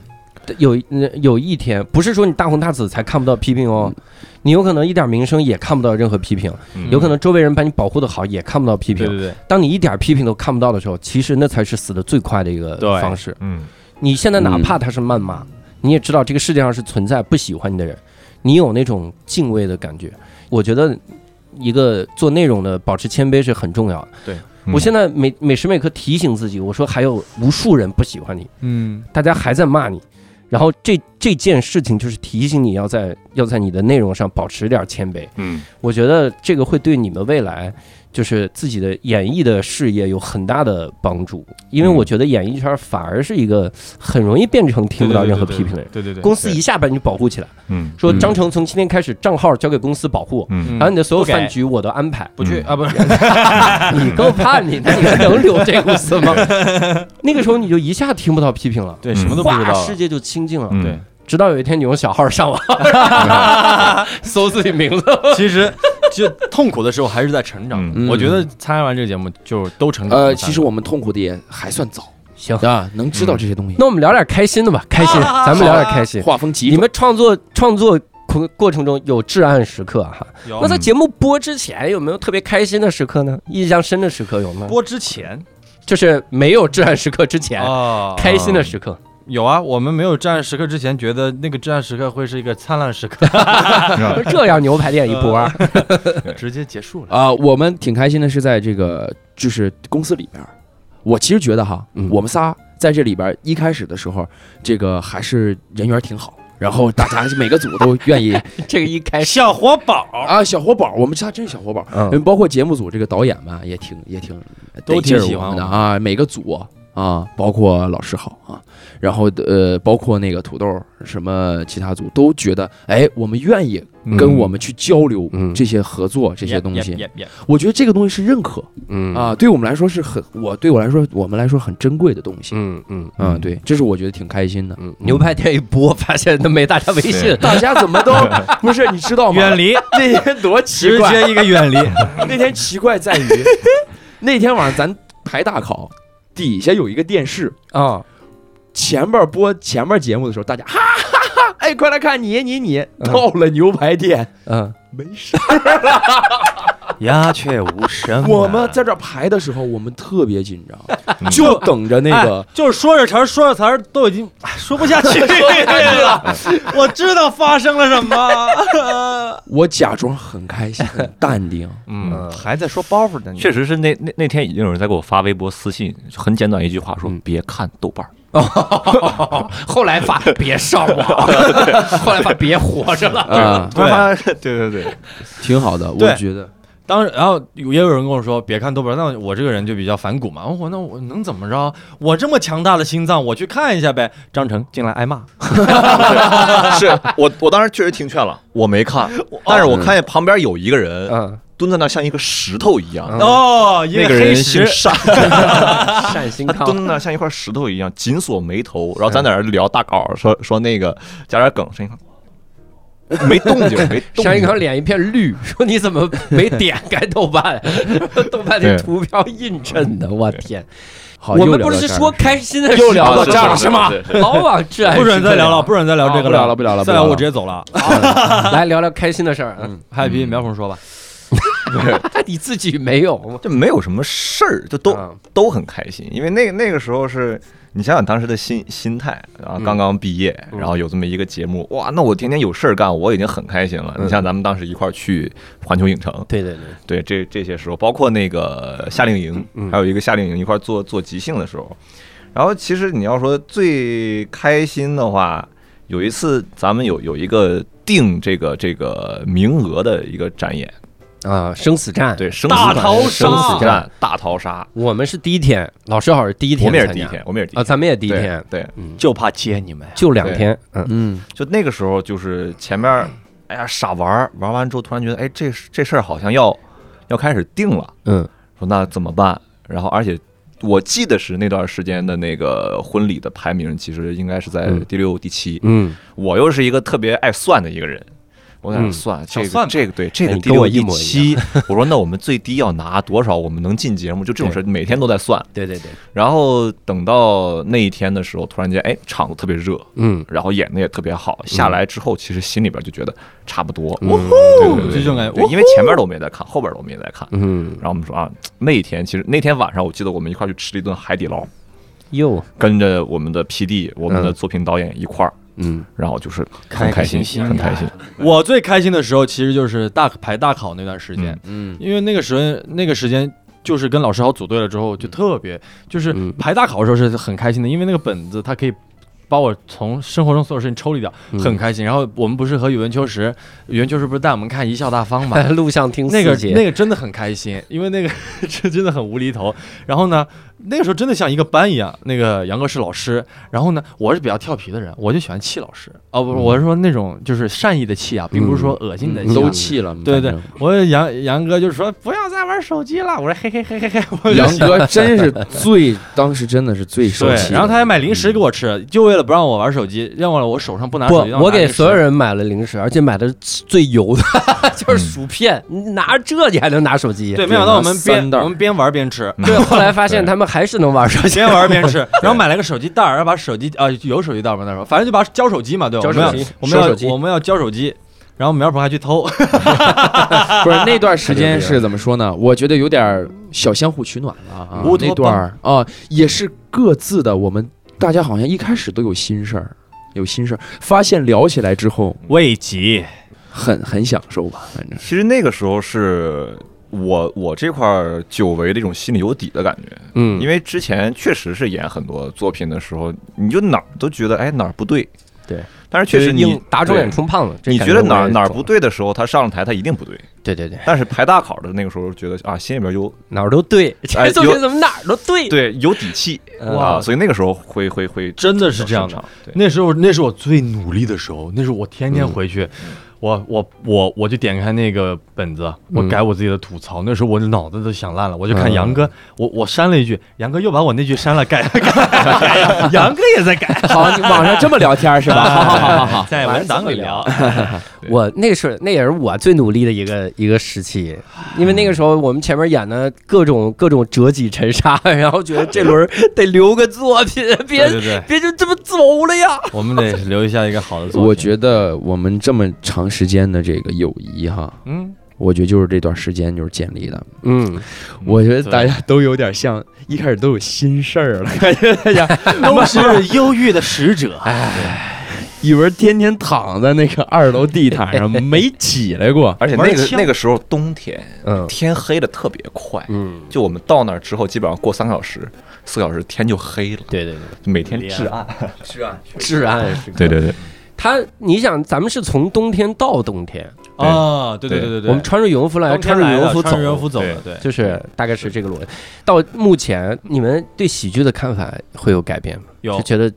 S1: 有呃有一天，不是说你大红大紫才看不到批评
S2: 嗯
S1: 哦，你有可能一点名声也看不到任何批评，
S5: 嗯
S1: 有可能周围人把你保护的嗯好也看不到批
S2: 对
S1: 评。
S2: 嗯对对，
S1: 当你一点批评都看不到的时候，其实那才是死的最快的一个
S2: 对
S1: 方式。
S5: 嗯，
S1: 你现在哪怕他是谩骂，你也知道这个世界上是存在不喜欢你的人，你有那种敬畏的感觉。我觉得一个做内容的保持谦卑是很重要的。
S2: 对
S5: 嗯
S1: 我现在每每时每刻提醒自己，我说还有无数人不喜欢你，
S2: 嗯
S1: 大家还在骂你。然后这这件事情就是提醒你要在要在你的内容上保持点谦卑，
S5: 嗯，
S1: 我觉得这个会对你们未来就是自己的演艺的事业有很大的帮助，因为
S5: 嗯
S1: 我觉得演艺圈反而是一个很容易变成听不到任何批评的人。
S2: 嗯对对对，
S1: 公司一下把你保护起来，
S5: 嗯
S1: 说
S4: 嗯
S1: 张成从今天开始账号交给公司保护，
S5: 嗯
S1: 然后你的所有
S2: 不给
S1: 饭局我都安排。
S2: 啊不去啊，不是
S1: 嗯你够叛逆，那你还能留这公 司吗？那个时候你就一下听不到批评了，
S2: 对什么都不知
S1: 哇，
S2: 道
S1: 世界就清静了。
S5: 嗯
S2: 对，
S1: 直到有一天你用小号上网， 搜自己名字，
S2: 其实就痛苦的时候还是在成长。
S5: 嗯
S2: 我觉得参加完这个节目就都成长了。
S4: 呃，其实我们痛苦的也还算早
S1: 行
S4: 啊，能知道这些东西。
S1: 那我们聊点开心的吧，开心，咱们聊点开心。
S4: 画风极
S1: 你们创作创作过过程中有至暗时刻啊哈、
S2: 有
S1: 那在节目播之前有没有特别开心的时刻呢？印象深的时刻有吗？
S2: 播之前
S1: 就是没有至暗时刻之前，
S2: 啊
S1: 开心的时刻。
S2: 有啊，我们没有至暗时刻之前，觉得那个至暗时刻会是一个灿烂时 刻，
S1: 这样牛排店一波，
S2: 直接结束了。
S4: 啊、我们挺开心的是在这个就是公司里边儿，我其实觉得哈，
S1: 嗯
S4: 我们仨在这里边儿一开始的时候，这个还是人缘儿挺好。然后大家每个组都愿意
S1: 这个一开始，
S2: 小活宝
S4: 啊，小活宝，我们仨真是小活宝。
S1: 嗯
S4: 嗯，包括节目组这个导演嘛，也挺也挺
S2: 都
S4: 得劲儿
S2: 挺喜欢
S4: 我们的
S2: 我
S4: 啊。每个组啊，包括老师好啊，然后呃，包括那个土豆儿什么其他组都觉得，哎，我们愿意嗯跟我们去交流
S1: 嗯
S4: 这些合作
S2: 这
S4: 这些东西。
S2: 嗯也也
S4: 我觉得这个东西是认可，
S1: 嗯
S4: 啊，对我们来说是很我对我来说我们来说很珍贵的东西。
S1: 嗯嗯
S4: 嗯，对，这是我觉得挺 开心的。
S1: 嗯，牛排店一播，发现他没大家微信
S5: 对，
S4: 大家怎么都 不是你知道吗？
S2: 远离，
S4: 那天多 奇
S2: 直
S4: 怪，
S2: 接一个远离。
S4: 那天奇怪在 于那天晚上咱排大考，底下有一个电视，
S1: 啊，
S4: 前面播前面节目的时候，大家哈哈哈，哎，快来看你你你到了牛排店。
S1: 嗯
S4: 没事，
S2: 鸦雀无声啊
S4: 我们在这排的时候，我们特别紧张，就等着那个
S2: 哎就是说着词儿说着词儿都已经哎说不下 去了。我知道发生了什么，
S4: 我假装很开 心、很淡定，
S2: 嗯，还在说包袱呢。
S5: 嗯确实是那那那天已经有人在给我发微博私信，很简短一句话说别看豆瓣儿，
S1: 后来发别上网，后来发别活着了，
S4: 啊，
S2: 对
S5: 发现 对对对，
S4: 挺好的，我
S2: 对
S4: 觉得。
S2: 当然，然后也有人跟我说，别看豆瓣儿，那我这个人就比较反骨嘛。我那我能怎么着？我这么强大的心脏，我去看一下呗。张成进来挨骂，
S5: 是 我我当时确实听劝了，我没看，但是我哦看见旁边有一个人
S1: 嗯，
S5: 蹲在那像一个石头一
S4: 嗯
S5: 样，
S2: 哦，一
S5: 嗯那个
S2: 黑
S5: 人姓
S2: 石，
S5: 单， 嗯
S1: 单心
S5: 他
S1: 康，
S5: 蹲那像一块石头一样，紧锁眉头，然后咱在那儿聊大稿，说说那个加点梗，声音没动静，没动
S1: 单心
S5: 静。
S1: 康脸一片绿，说你怎么没点开豆瓣？豆瓣那
S5: 对
S1: 图标印衬的，我天！
S4: 好，
S1: 我
S4: 又
S1: 们
S4: 聊
S1: 不
S4: 到
S1: 是
S4: 这儿
S1: 说
S4: 了
S1: 开心的，
S4: 又聊到这儿了
S5: 啊是吗是是
S1: 老往啊这
S2: 不准再聊了，不准再聊这个
S4: 啊不聊了不聊了嗯
S2: 再聊
S4: 不聊了
S2: 我直接走了。
S1: 来聊聊开心的事儿。嗯，
S2: 嗨皮，苗鹏说吧，
S1: 你自己没有，
S5: 这没有什么事儿，就都、
S1: 嗯
S5: 都很开心，因为那个那个时候是你想想当时的心心态，然后刚刚毕业，
S2: 嗯
S5: 然后有这么一个节目，哇，那我天天有事儿干，我已经很开心
S2: 嗯
S5: 了。你像咱们当时一块儿去环球影城，
S1: 对对对，
S5: 对这这些时候，包括那个夏令营，
S2: 嗯
S5: 还有一个夏令营一块儿做做即兴的时候，然后其实你要说最开心的话，有一次咱们有有一个定这个这个名额的一个展演，
S1: 啊，生死战，
S5: 对生死
S2: 大
S5: 战
S2: 逃
S5: 生
S2: 杀
S5: 死战大逃杀，
S1: 我们是第一天，老师好是第一天，
S5: 我们也是第一天，，我们也是第
S1: 啊，
S5: 一天，
S1: 咱们也第一
S5: 对
S1: 天，嗯
S5: 对，
S2: 就怕接你们呀。
S1: 就两天，嗯，
S4: 嗯，
S5: 就那个时候就是前面儿，哎呀傻玩儿，玩完之后突然觉得，哎，这这事儿好像要要开始定了，
S1: 嗯，
S5: 说那怎么办？然后而且我记得是那段时间的那个婚礼的排名，其实应该是在
S1: 嗯
S5: 第六、第七。
S1: 嗯，
S5: 我又是一个特别爱算的一个人。我在那
S1: 嗯
S5: 算、
S2: 小
S5: 这个
S2: 算盘
S5: 这个对这
S1: 哎
S5: 个
S1: 你
S5: 第
S1: 跟我
S5: 六
S1: 一
S5: 第
S1: 模一
S5: 七，我说那我们最低要拿多少，我们能进节目？就这种事儿每天都在算。
S1: 对对对，
S5: 然后等到那一天的时候，突然间哎场子特别热，
S1: 嗯，
S5: 然后演的也特别好，下来之后其实心里边就觉得差不多，
S1: 嗯
S4: 哦
S5: 对
S2: 就这哎
S5: 对对
S2: 种
S4: 哎
S2: 感觉
S5: 对因为前边都没在看，后边都没在看。
S1: 嗯，
S5: 然后我们说啊，那天其实那天晚上，我记得我们一块儿去吃了一顿海底捞，
S1: 哟，
S5: 跟着我们的 P D、我们的作品导演一块儿，
S4: 嗯，
S5: 然后就是
S3: 开
S5: 很开
S3: 心
S5: 心，很开心。
S2: 我最开心的时候其实就是大排大考那段时间，
S4: 嗯，
S2: 因为那个时候那个时间就是跟老师好组队了之后，就特别就是
S4: 嗯
S2: 排大考的时候是很开心的，因为那个本子它可以。把我从生活中所有事情抽离掉，
S4: 嗯
S2: 很开心。然后我们不是和语文秋实，语文秋实不是带我们看《一笑大 方》嘛，
S1: 录像厅
S2: 那个
S1: 四节
S2: 那个真的很开心，因为那个 这真的很无厘头。然后呢，那个时候真的像一个班一样，那个杨哥是老师，然后呢，我是比较调皮的人，我就喜欢气老师。哦，
S4: 嗯
S2: 不是，我是说那种就是善意的气啊，并不是说恶心的气、啊。
S4: 都气了，
S2: 对对
S4: 反正，
S2: 我杨杨哥就说不要再玩手机了，我说嘿嘿嘿嘿嘿，我就
S4: 杨
S2: 想
S4: 哥真是最，当时真的是最受气
S2: 对，
S4: 的。嗯
S2: 然后他还买零食给我吃，就为了不让我玩手机，让我我手上不拿
S1: 不
S2: 啊手机。让，
S1: 我
S2: 拿
S1: 给
S2: 零食
S1: 所有人买了零食，而且买的最油的，就是薯片。你拿着这你还能拿手机？
S2: 对，没想到我们
S4: 三
S2: 边
S4: 袋儿
S2: 我们边玩边吃，
S1: 对，后来发现他们还是能玩手 机。
S2: 边玩 边吃，然后买了个手机袋儿，然后把手机啊、有手机袋儿吗？那时候反正就把交手机嘛，对
S1: 交
S2: 吧？我
S1: 手
S2: 们要
S1: 机
S2: 我们
S4: 收手机嗯
S2: 要我们要交手机，然后苗鹏还去偷，
S4: 不是那段时间是怎么说呢？我觉得有点儿小相互取暖了啊。
S2: 乌托邦
S4: 那段儿啊，也是各自的，我们大家好像一开始都有心事儿，有心事儿，发现聊起来之后
S2: 未及
S4: 很很享受吧，反 正
S5: 其实那个时候是我我这块儿久违的一种心里有底的感觉，
S4: 嗯
S5: 因
S4: 为
S5: 为之前确实是演很多作品的时候，你就哪儿都觉得哎哪儿不对，
S1: 对，
S5: 但是确实你
S1: 硬打肿
S5: 对
S1: 脸充胖子，这
S5: 你
S1: 感
S5: 觉得
S1: 我
S5: 哪儿
S1: 也
S5: 哪儿
S1: 懂
S5: 不？对的时候，他上了台他一定不对，
S1: 对对对，
S5: 但是排大考的那个时候觉得啊心里边有
S1: 哪儿都对，
S5: 哎
S1: 这作
S5: 有
S1: 品怎么哪儿都对？
S5: 对有底气
S1: 嗯
S5: 啊，所以那个时候会会会
S2: 真的是这样的。
S5: 对，
S2: 那时候那是我最努力的时候，那时候我天天回去，
S4: 嗯
S2: 我我我我就点开那个本子，我
S4: 嗯
S2: 改我自己的吐槽。那时候我的脑子都想烂了，我就看杨
S4: 嗯
S2: 哥，我我删了一句，杨哥又把我那句删了，改改改，杨哥也在改，
S4: 好，你网上这么聊天儿 是吧？啊好好好好好，
S2: 在文档里聊。
S5: 对
S1: 我那是那也是我最努力的一个一个时期，因为那个时候我们前面演的各种各种折戟沉沙，然后觉得这轮儿得留个作品，别
S2: 对对对，
S1: 别就这么走了呀。
S2: 我们得留下一个好的作品。
S4: 我觉得我们这么长时间的这个友谊哈，
S2: 嗯，
S4: 我觉得就是这段时间就是建立的。
S1: 嗯，
S4: 我觉得大家都有点像一开始都有心事儿了，感觉大家
S2: 都是 忧郁的使者。
S4: 语文天天躺在那个二楼地 毯上没起来过。
S5: 而且
S2: 玩
S5: 那个
S2: 枪
S5: 那个时候冬天
S1: 嗯
S5: 天黑的特别快，
S1: 嗯，
S5: 就我们到那儿之后，基本上过三个小时、四个小时天就黑了，
S1: 对对
S5: 就每天至
S2: 啊
S5: 暗。
S1: 对，治安是
S5: 对对对，
S1: 他，你想，咱们是从冬天到冬天，
S2: 啊，对对对对对，
S1: 我们穿着羽绒服来，
S2: 冬天
S1: 穿着
S2: 来
S1: 羽
S2: 了
S1: 绒服
S2: 穿
S1: 走
S2: 着羽。绒服走
S5: 对
S2: 的，对，
S1: 就是大概是这个逻辑。到目前，你们对喜剧的看法会有改变吗？
S2: 有
S1: 就觉得，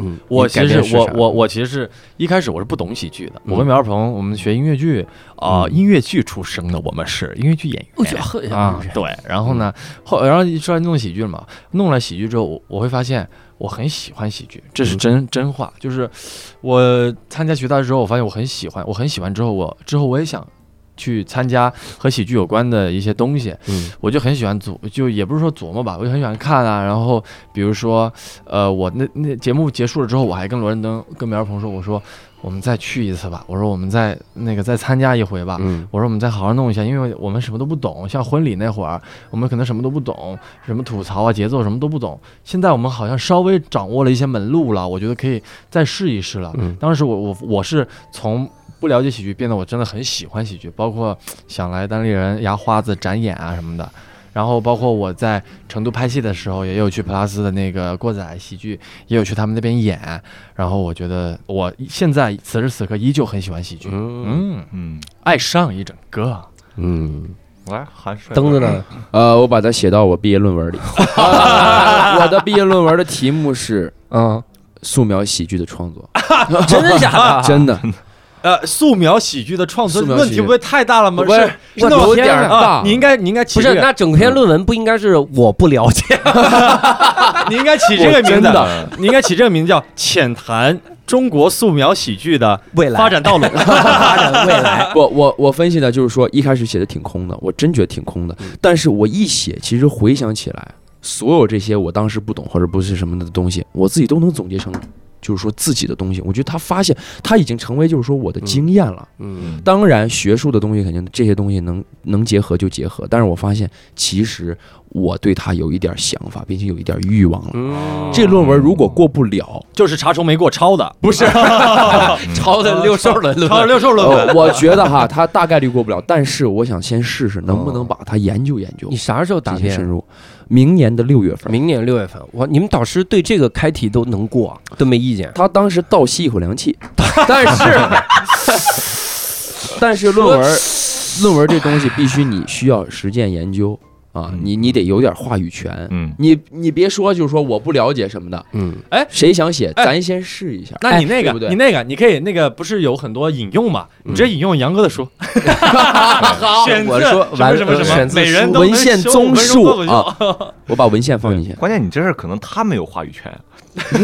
S1: 嗯，
S2: 我
S1: 你改
S2: 其
S1: 变
S2: 实
S1: 是
S2: 我
S1: 啥
S2: 我我其实是一开始我是不懂喜剧的，
S1: 嗯
S2: 我跟苗二鹏我们学音乐剧啊、音乐剧出生的，我们是音乐剧演
S1: 我觉得
S2: 员。
S1: 很
S2: 啊，对，然后呢，后然后一出来弄喜剧了嘛，弄了喜剧之后，我我会发现我很喜欢喜剧，这是真、真话，就是我参加学大之后，我发现我很喜欢，我很喜欢之后我，之后我也想去参加和喜剧有关的一些东西，
S1: 嗯
S2: 我就很喜欢琢，就也不是说琢磨吧，我就很喜欢看啊。然后比如说，呃，我那那节目结束了之后，我还跟罗振登、跟苗鹏说，我说我们再去一次吧，我说我们再那个再参加一回吧。
S1: 嗯
S2: 我说我们再好好弄一下，因为我们什么都不懂。像婚礼那会儿，我们可能什么都不懂，什么吐槽啊、节奏什么都不懂。现在我们好像稍微掌握了一些门路了，我觉得可以再试一试了。
S1: 嗯
S2: 当时我我我是从不了解喜剧变得我真的很喜欢喜剧，包括想来单立人、牙花子展演啊什么的。然后包括我在成都拍戏的时候，也有去普拉斯的那个过载喜剧，也有去他们那边演。然后我觉得我现在此时此刻依旧很喜欢喜剧，
S1: 嗯
S2: 嗯，
S5: 嗯，
S2: 爱上一整个。
S1: 嗯，
S5: 来韩帅
S1: 灯子呢？
S4: 呃，我把它写到我毕业论 文里。我的毕业论文的题目是
S1: 嗯，
S4: 素描喜剧的创作，
S1: 真的假
S2: 啊
S1: 的？
S4: 真的
S2: 呃，素描喜剧的创作
S4: 素描喜剧
S2: 问题不会太大了吗？
S4: 不是
S2: 是那
S4: 有
S2: 么
S4: 点
S2: 天啊
S4: 大
S2: 你应该你应该起
S1: 不
S2: 这
S1: 是，
S2: 个，
S1: 那整篇论文不应该是我不了解？
S2: 你应该起这个名
S4: 真
S2: 字，
S4: 的
S2: 你应该起这个名字叫《浅谈中国素描喜剧的
S1: 未来
S2: 发展道 路》。
S1: 发展未 来，
S4: 我我我分析的就是说，一开始写的挺空的，我真觉得挺空的。
S2: 嗯
S4: 但是我一写，其实回想起来，所有这些我当时不懂或者不是什么的东西，我自己都能总结成就是说自己的东西。我觉得他发现他已经成为就是说我的经验了。
S1: 嗯
S4: 当然，学术的东西肯定这些东西能能结合就结合，但是我发现其实我对他有一点想法，并且有一点欲望了。
S1: 嗯
S4: 这论文如
S2: 哦
S4: 果过不了，
S2: 就是查重没过抄的，不是
S1: 抄的六兽了，
S2: 抄了六兽论文。
S4: 呃我觉得哈，他大概率过不了。但是我想先试试能不
S2: 哦
S4: 能把它研究研究
S1: 你，啥时候
S4: 进
S1: 答
S4: 行深
S1: 辩？
S4: 入。明年的六月份，
S1: 明年六月份，我你们导师对这个开题都能过，都没意见。
S4: 他当时倒吸一口 凉气，但是 但是论文论文这东西必须你需要实践研究啊，
S5: 嗯
S4: 你你得有点话语权。
S5: 嗯，
S4: 你你别说，就是说我不了解什么的，
S1: 嗯，
S4: 谁想写，
S2: 哎
S4: 咱先试一下。
S2: 那你那
S4: 哎对
S2: 个
S4: 不，对
S2: 你那个，你可以那个，不是有很多引用嘛？你直接引用杨哥的书，选
S4: 我
S2: 自
S4: 说
S2: 什么
S4: 完
S2: 什么什
S1: 选
S2: 么，
S1: 自
S2: 每人
S1: 书
S2: 都
S4: 文
S2: 能
S4: 献
S2: 修
S4: 综
S2: 文献
S4: 述
S2: 脱口秀
S4: 啊，我把文献放 进去。
S5: 关键你这事儿可能他没有话语权，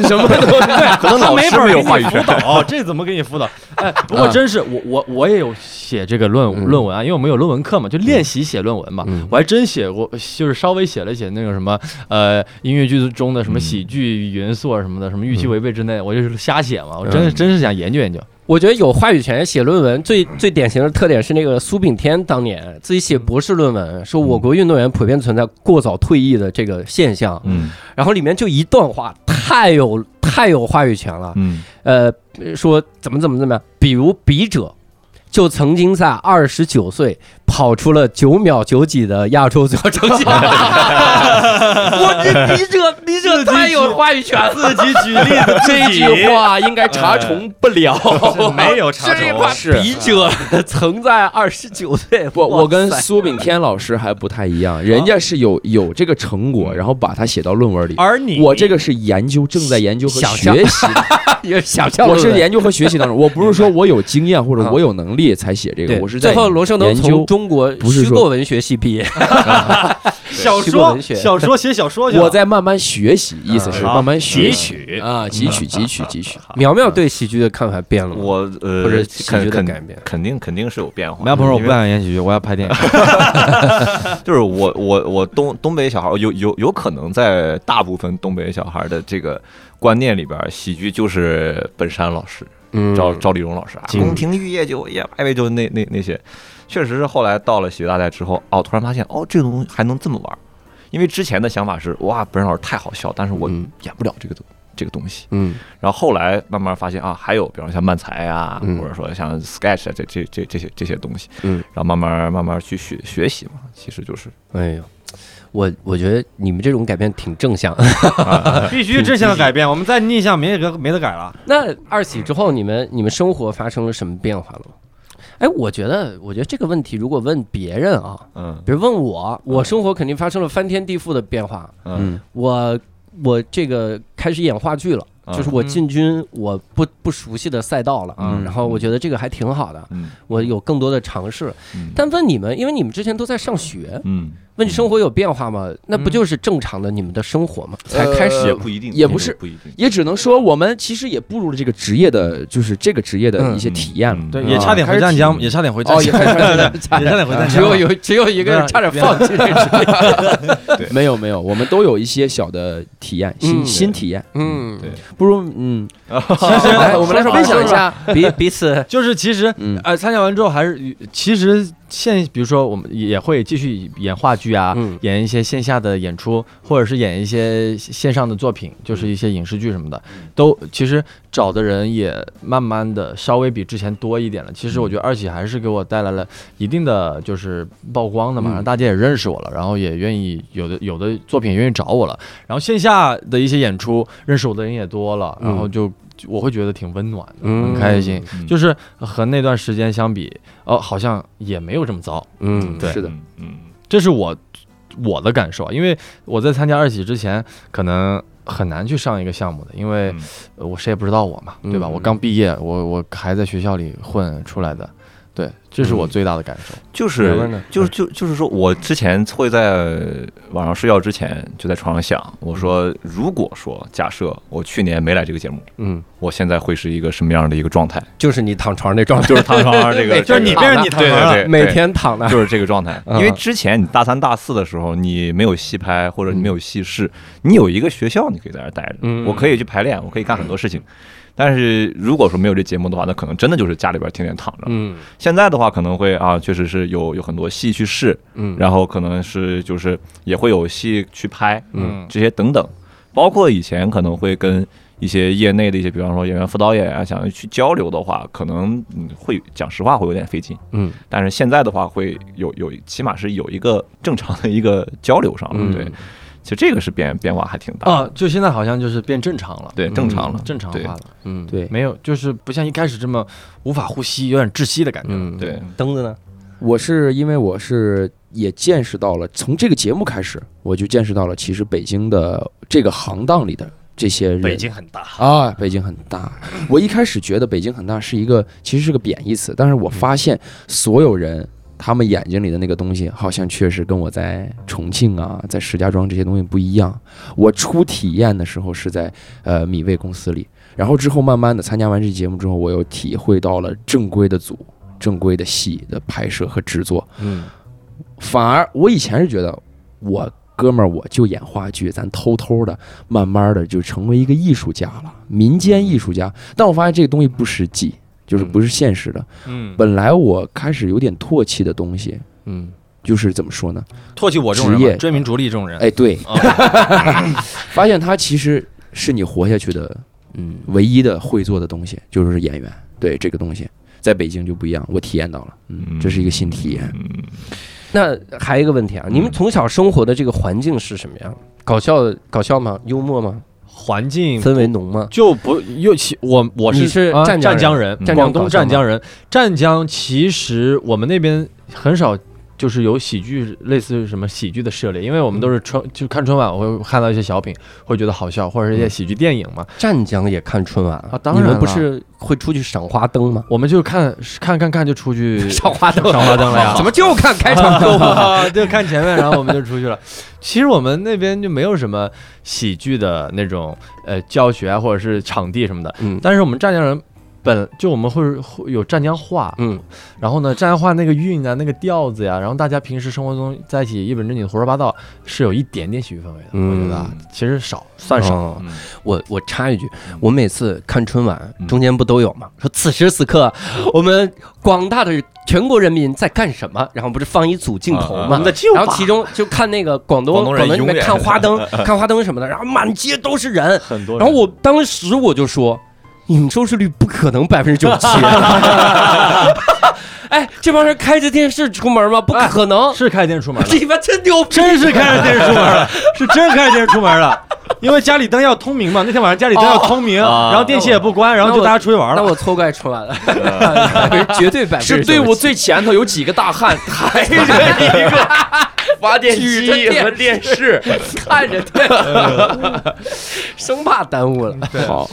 S2: 什么都对，
S5: 可能
S2: 他
S5: 老
S2: 没
S5: 师
S2: 法儿
S5: 没有
S2: 给你
S5: 话语权
S2: 辅导，哦这怎么给你辅导？哎，不过
S4: 嗯
S2: 真是我我我也有写这个论论文啊，因为我们有论文课嘛，就练习写论文嘛
S1: 嗯，
S2: 我还真写过，就是稍微写了写那个什么呃音乐剧中的什么喜剧元素啊什么的，什么预期违背之内，我就是瞎写嘛，我真是真是想研究研究。
S1: 我觉得有话语权写论文最最典型的特点是那个苏炳添当年自己写博士论文，说我国运动员普遍存在过早退役的这个现象，
S5: 嗯
S1: 然后里面就一段话太有太有话语权了，
S5: 嗯
S1: 呃，说怎么怎么怎么样，比如笔者。就曾经在二十九岁跑出了九秒九几的亚洲最好成 绩，我这笔者笔者太有话语权了，自己举例子，这句话应该查重不了，
S2: 哎
S5: 啊
S2: 哦没有查
S1: 这一
S2: 重
S1: 块
S4: 是
S1: 笔者曾在二十九岁，
S4: 我我跟
S1: 哇塞
S4: 苏炳添老师还不太一样，人家是有有这个成果，
S2: 嗯
S4: 然后把它写到论文里。
S2: 而你
S4: 我这个是研究，正在研究和
S1: 想象
S4: 学习，
S1: 也想象
S4: 我
S1: 不
S4: 是
S1: 到
S4: 研究和学习当中。我不是说我有经验或者
S1: 啊
S4: 我有能力才写这个，
S1: 对，
S4: 我是在
S1: 最后罗胜东
S4: 研
S1: 从
S4: 究。
S1: 中国
S4: 不是
S1: 虚
S4: 说
S1: 构文学系毕业，
S2: 小
S1: 虚构
S2: 说
S1: 文学
S2: 小说写小说去了，
S4: 我在慢慢学习，意思是
S1: 嗯
S2: 好
S4: 慢慢学
S2: 汲
S4: 习
S2: 取
S4: 啊，汲取汲取汲取。
S1: 苗苗对喜剧的看法变了吗，
S5: 我呃，
S1: 或者喜剧
S5: 肯
S1: 的
S5: 肯
S1: 改变
S5: 肯定肯定是有变化。
S2: 苗鹏说我
S5: 因
S2: 不
S5: 为
S2: 想演喜剧，我要拍电影。
S5: 就是我我我东东北小孩儿有有有可能在大部分东北小孩儿的这个观念里边儿，喜剧就是本山老师、
S1: 嗯
S5: 赵赵丽蓉老师啊，
S1: 嗯
S5: 宫廷玉液酒夜百味酒那那那些，确实是后来到了喜剧大赛之后，哦，突然发现哦，这个东西还能这么玩儿，因为之前的想法是哇，本山老师太好笑，但是我
S1: 嗯
S5: 演不了这个东这个东西。
S1: 嗯
S5: 然后后来慢慢发现啊，还有比方像漫才啊，
S1: 嗯
S5: 或者说像 sketch 啊，这这这这些这些东西，
S1: 嗯，
S5: 然后慢慢慢慢去学学习嘛，其实就是
S1: 哎呦。我我觉得你们这种改变挺正向。
S2: 必须正向的改变，我们再逆向没得没得改了。
S1: 那二喜之后，你们你们生活发生了什么变化了吗？哎，我觉得，我觉得这个问题如果问别人啊，
S5: 嗯
S1: 比如问我，我生活肯定发生了翻天地覆的变化。
S5: 嗯，
S1: 我我这个开始演话剧了，
S5: 嗯
S1: 就是我进军我不不熟悉的赛道了，
S5: 嗯
S1: 然后我觉得这个还挺好的，
S5: 嗯
S1: 我有更多的尝试。
S5: 嗯
S1: 但问你们，因为你们之前都在上学，
S5: 嗯，
S1: 问你生活有变化吗？那不就是正常的你们的生活吗？才开始
S4: 呃
S5: 也不一定，
S4: 也不是
S5: 不一定，
S4: 也只能说，我们其实也步入了这个职业的，就是这个职业的一些体验了。
S5: 嗯
S2: 对，
S5: 嗯
S2: 也差点回湛江，也差点回湛
S4: 哦，也
S2: 江，
S4: 开始
S2: 也差点回湛江。
S1: 只有有 只有一个人差点放弃这职业。
S4: 没有没有，我们都有一些小的体验，
S1: 嗯
S4: 新新体验。
S1: 嗯，
S5: 对
S4: 不如嗯，
S2: 其实
S4: 来我们来
S1: 说说
S4: 分享一下，
S1: 彼彼此
S2: 就是其实
S4: 嗯
S2: 呃，参加完之后还是其实现，比如说我们也会继续演话剧啊，
S1: 嗯
S2: 演一些线下的演出，或者是演一些线上的作品，就是一些影视剧什么的，都其实找的人也慢慢的稍微比之前多一点了。其实我觉得二喜还是给我带来了一定的就是曝光的嘛，
S4: 嗯
S2: 让大家也认识我了，然后也愿意有的有的作品也愿意找我了，然后线下的一些演出认识我的人也多了，然后就。就我会觉得挺温暖的，很开心。
S5: 嗯
S2: 就是呃和那段时间相比，哦，好像也没有这么糟。
S1: 嗯
S2: 对
S4: 是的，
S5: 嗯嗯
S2: 这是我我的感受啊，因为我在参加二喜之前，可能很难去上一个项目的，因为
S5: 嗯
S2: 呃我谁也不知道我嘛，对吧？
S1: 嗯
S2: 我刚毕业，我我还在学校里混出来的。对，这是我最大的感受。
S5: 就是就是就就是说，我之前会在晚上睡觉之前就在床上想，我说如果说假设我去年没来这个节目，
S1: 嗯，
S5: 我现在会是一个什么样的一个状态？
S1: 就是你躺床上那状态，
S5: 哎就是躺床上这个，
S1: 就是你
S5: 变成你躺对对对，
S1: 每天躺
S5: 对
S1: 的，嗯
S5: 就是这个状态。因为之前你大三大四的时候，你没有戏拍或者你没有戏室，你有一个学校，你可以在那儿待着，
S1: 嗯
S5: 我可以去排练，我可以干很多事情。但是如果说没有这节目的话，那可能真的就是家里边天天躺着。
S1: 嗯
S5: 现在的话，可能会啊，确实是有有很多戏去试，
S1: 嗯，
S5: 然后可能是就是也会有戏去拍，
S1: 嗯，
S5: 这些等等，包括以前可能会跟一些业内的一些，比方说演员、副导演啊，想要去交流的话，可能嗯会讲实话会有点费劲，
S1: 嗯，
S5: 但是现在的话会有有起码是有一个正常的一个交流上
S1: 嗯
S5: 了，对，其实这个是变变化还挺大的，
S2: 啊，就现在好像就是变正常了，嗯
S5: 对，正常了，
S2: 正常化
S5: 对
S2: 了，
S1: 嗯
S4: 对
S2: 没有，就是不像一开始这么无法呼吸，有点窒息的感觉。
S1: 嗯，
S5: 对，
S1: 灯子呢？
S4: 我是因为我是也见识到了，从这个节目开始，我就见识到了，其实北京的这个行当里的这些人，
S6: 北京很大，
S4: 啊，北京很大。我一开始觉得北京很大是一个其实是个贬义词，但是
S6: 嗯
S4: 我发现所有人他们眼睛里的那个东西，好像确实跟我在重庆啊，在石家庄这些东西不一样。我初体验的时候是在呃米味公司里，然后之后慢慢的参加完这节目之后，我又体会到了正规的组、正规的戏的拍摄和制作。
S1: 嗯，
S4: 反而我以前是觉得我。哥们儿，我就演话剧，咱偷偷的、慢慢的就成为一个艺术家了，民间艺术家。但我发现这个东西不实际，就是不是现实的。
S2: 嗯，
S4: 本来我开始有点唾弃的东西，
S1: 嗯，
S4: 就是怎么说呢？
S2: 唾弃我这种人
S4: 职
S2: 吧，
S4: 业
S2: 追名逐利这种人，
S4: 哎，对， 发现它其实是你活下去的，嗯，唯一的会做的东西就是演员。对这个东西，在北京就不一样，我体验到了，嗯，这是一个新体验。
S5: 嗯，
S1: 那还有一个问题啊，你们从小生活的这个环境是什么样？搞笑搞笑吗？幽默吗？
S2: 环境
S1: 氛围浓吗？
S2: 就不尤其我我
S1: 你
S2: 是
S1: 是
S2: 啊
S1: 湛江
S2: 湛江人，
S1: 湛江
S2: 广
S1: 搞
S2: 东
S1: 笑
S2: 湛
S1: 吗
S2: 江人。湛江其实我们那边很少。就是有喜剧，类似于什么喜剧的涉猎，因为我们都是春，就看春晚，我会看到一些小品，会觉得好笑，或者是一些喜剧电影嘛。
S1: 湛江也看春晚
S2: 啊当然
S1: 你们不
S2: 了
S1: 是会出去赏花灯吗？
S2: 我们就看看看看就出 去
S1: 赏花灯，
S2: 赏花灯了呀
S1: 怎么就看开场 歌舞？
S2: 啊， 就看前面，然后我们就出去 了。其实我们那边就没有什么喜剧的那种呃教学啊，或者是场地什么的。
S1: 嗯
S2: 但是我们湛江人本就我们会会有湛江话，
S1: 嗯
S2: 然后呢，湛江话那个韵啊，那个调子呀、然后大家平时生活中在一起一本正经地胡说八道，是有一点点喜剧氛围的。我觉得啊其实少，算少。
S1: 哦
S5: 嗯
S1: 我我插一句，我每次看春晚
S5: 嗯
S1: 中间不都有吗？说此时此刻，我们广大的全国人民在干什么？然后不是放一组镜头
S5: 啊啊啊
S1: 吗？
S5: 我们
S6: 的旧
S1: 然后其中就看那个广东
S5: 广东人
S1: 那边
S5: 永远
S1: 看花 灯，看花灯什么的，然后满街都是人。
S5: 很多
S1: 然后我当时我就说，你们收视率不可能百分之九七。啊 哎，这帮人开着电视出门吗？不
S5: 哎
S1: 可能。
S2: 是开电视出门了，
S1: 你们真牛逼！
S6: 真是开着电视出门 了，是真开着电视出门了，因为家里灯要通明嘛，那天晚上家里灯要通明，
S2: 啊
S5: 哦
S6: 然后电器也不关，然后就大家出去玩
S1: 那
S6: 了。
S1: 我错怪春 晚了，绝对百分之
S4: 是队伍最前头有几个大 汉，抬着一个发电
S1: 举着
S4: 机
S1: 电
S4: 和电视。
S1: 看着对，生怕耽误了。
S4: 好，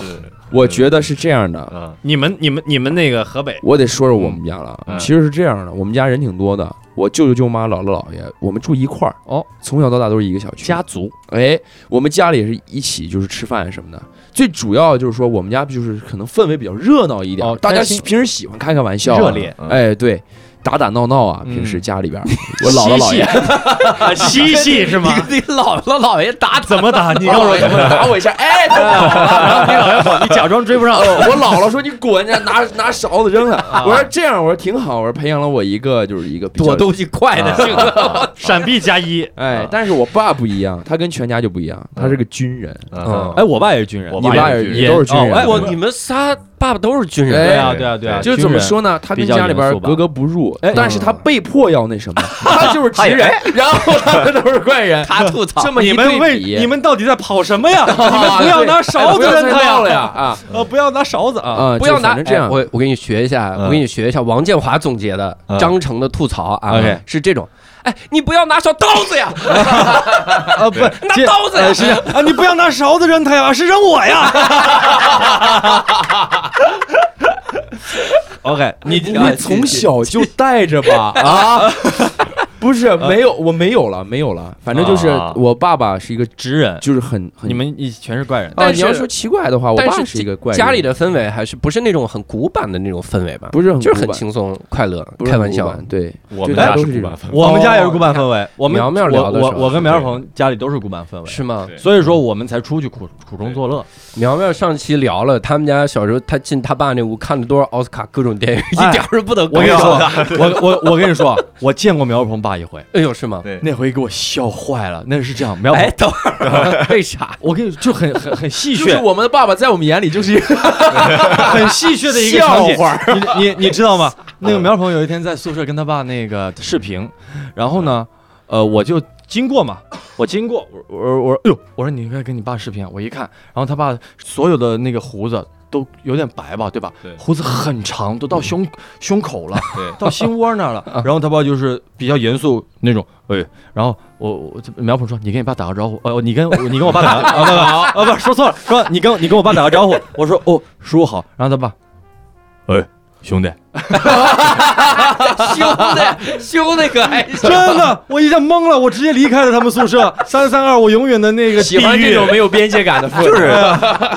S4: 我觉得是这样的，
S5: 嗯
S6: 你们你们你们那个河北
S4: 我得说说我们家了啊。
S5: 嗯
S4: 其实是这样的，我们家人挺多的，我舅舅舅妈、姥姥姥爷，我们住一块儿
S2: 哦，
S4: 从小到大都是一个小区。
S2: 家族
S4: 哎，我们家里也是一起就是吃饭什么的。最主要就是说，我们家就是可能氛围比较热闹一点，
S2: 哦
S4: 大家
S2: 开心
S4: 平时喜欢开开玩笑、啊，
S2: 热烈。
S5: 嗯
S4: 哎，对，打打闹闹啊，
S2: 嗯
S4: 平时家里边儿，我姥姥姥爷
S6: 啊西戏是吗？
S1: 你姥姥姥爷打
S6: 怎么打？你啊告诉我怎么打？
S4: 打 我一下，哎，他倒了，然后你
S6: 你假装追不 上。
S4: 呃我姥姥说你滚，然后拿 拿勺子扔他。我说这样，我说挺好，我说培养了我一个就是一个比较
S1: 躲东西快的性格。
S6: 闪避加一，
S4: 哎，但是我爸不一样，他跟全家就不一样，他是个军人，
S5: 嗯
S2: 哎，我爸也是军人，
S5: 我
S4: 你
S5: 爸
S4: 爸
S5: 也是
S4: 也都是军人，
S2: 哦哎
S1: 哇，你们仨爸爸都是军
S4: 哎
S1: 人，
S2: 对啊，对啊，对啊，
S4: 就是
S2: 军
S4: 怎么
S2: 人
S4: 说呢？他跟
S2: 比较
S4: 家里边
S2: 严肃吧
S4: 格格不入，但是他被迫要那什么，他就是
S5: 他
S4: 直
S5: 也
S4: 人，然后他们都是怪人。
S1: 他吐槽
S4: 这么
S6: 你
S4: 一
S6: 们
S4: 对
S6: 为
S4: 比，
S6: 你们到底在跑什么 呀？你
S4: 啊
S6: 们不要
S4: 对
S6: 拿
S4: 哎
S6: 勺
S4: 不
S6: 子
S4: 要
S6: 扔
S4: 再
S6: 他
S4: 闹了
S6: 呀！
S4: 呀啊
S6: 呃，不要拿勺子啊！
S4: 啊！
S1: 不要拿
S4: 就反正这
S1: 哎
S4: 样，
S1: 我我给你学一下，
S5: 嗯
S1: 我给你学一下王建华总结的
S5: 嗯
S1: 张成的吐槽啊
S5: ，OK，
S1: 是这种。
S4: 哎，你不要拿手刀子呀，
S2: 啊，不，
S4: 拿
S2: 接
S4: 刀子呀
S2: 呃，是这样啊，你不要拿勺子扔他呀，是扔我呀。OK，
S4: 你
S2: 你
S4: 你
S2: 你
S4: 从小就带着吧啊。不是没有，我没有了，没有了。反正就是
S5: 啊
S4: 我爸爸是一个，
S2: 直人，
S4: 就是很很
S2: 你们一全是怪人。
S4: 啊。
S1: 嗯但
S4: 你
S1: 是
S4: 要说奇怪的话，我
S1: 但
S4: 爸
S1: 是
S4: 是一个怪人，
S1: 家里的氛围还是不是那种很古板的那种氛围吧？
S4: 不是很
S1: 就是很
S4: 嗯古板
S1: 轻松快乐，
S4: 不是
S1: 开
S4: 很
S1: 玩
S4: 古
S1: 笑
S4: 板。对，
S5: 我
S4: 就
S5: 们
S4: 大家
S5: 家
S4: 都
S5: 是
S4: 是这
S5: 古
S4: 种
S5: 板氛围，
S2: 哦我们家也是古板氛围，我们
S1: 苗苗聊
S2: 我
S1: 的时
S2: 我
S1: 候
S2: 我
S1: 是
S2: 跟苗
S1: 这样
S2: 鹏家里都是古板氛围，
S1: 是吗？
S5: 对
S2: 所以说我们才出去苦苦中作乐。
S1: 苗苗上期聊了，他们家小时候他进他爸那屋看了多少奥斯卡各种电影，
S2: 哎
S1: 一点儿不得
S2: 我跟你
S1: 高
S2: 说，我我我跟你说，啊我见过苗鹏爸一回，
S1: 哎呦是吗？
S5: 对
S2: 那回给我笑坏了。那是这样，苗
S1: 哎，
S2: 鹏，
S1: 等会儿，为啥？
S2: 我跟你就很很很戏
S4: 就是
S2: 谑，
S4: 我们的爸爸在我们眼里就是一个
S2: 很戏谑的一个
S4: 笑
S2: 场景。你你你知道吗？那个苗鹏有一天在宿舍跟他爸那个视频，然后呢，呃，我就经过嘛，我经过，我我我说，哎呦，我说你应该跟你爸视频啊，我一看，然后他爸所有的那个胡子。都有点白吧，对吧？
S5: 对
S2: 胡子很长，都到胸、胸口了，
S5: 对
S2: 到心窝那儿了。然后他爸就是比较严肃那种，哎，然后我我这苗圃说你跟你爸打个招呼，呃，你跟你跟我爸打个啊不不啊不说错了，说你跟你跟我爸打个招呼，我说哦叔好，然后他爸，哎兄弟，
S1: 兄弟，兄弟可还
S2: 真的我一下懵了，我直接离开了他们宿舍三三二，我永远的那个
S4: 喜欢这种没有边界感的父母，
S5: 就是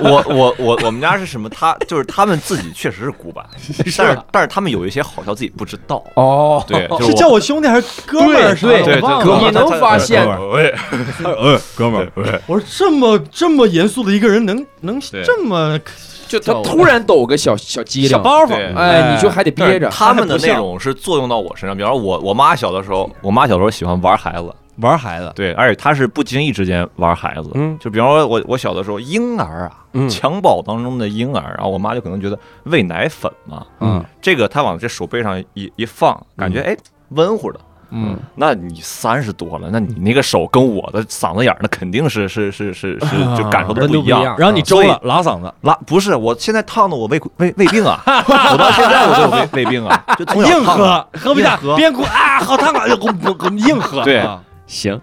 S5: 我我我我们家是什么？他就是他们自己确实是古 板，但是但是他们有一些好像自己不知道。
S4: 哦，
S5: 对，就是
S2: 叫我兄弟还是哥们儿啥的？
S4: 对对
S2: 啊我忘了
S4: 对哥们儿你能发现
S5: 喂， 哎，哥们儿，喂，
S2: 我说这么这么严肃的一个人能能
S5: 对
S2: 这么
S4: 就他突然抖个小小机
S2: 小
S4: 灵，
S2: 包袱
S5: 对，
S4: 哎，你就还得 憋着，
S5: 他们的那种是作用到我身上。比方说我我妈小的时候，我妈小时候喜欢玩孩子，
S2: 玩孩子，
S5: 对，而且她是不经意之间玩孩子。
S1: 嗯
S5: 就比方说我我小的时候，婴儿啊，
S1: 嗯
S5: 襁褓当中的婴儿，然后我妈就可能觉得喂奶粉嘛，
S4: 嗯，
S5: 这个她往这手背上一一放，感觉哎温乎的。
S2: 嗯，
S5: 那你三十多了，那你那个手跟我的嗓子眼儿，那肯定是是是是是，就感受的不一样。啊
S2: 然后你周
S5: 所以
S2: 了拉嗓子。
S5: 拉不是，我现在烫的我胃胃胃病啊，我到现在我都有胃胃病啊，就从小
S2: 硬
S5: 烫的。
S2: 喝，喝不下
S5: 硬，喝
S2: 边哭啊，好烫啊，我我我硬喝。
S5: 对
S2: 啊
S4: 行，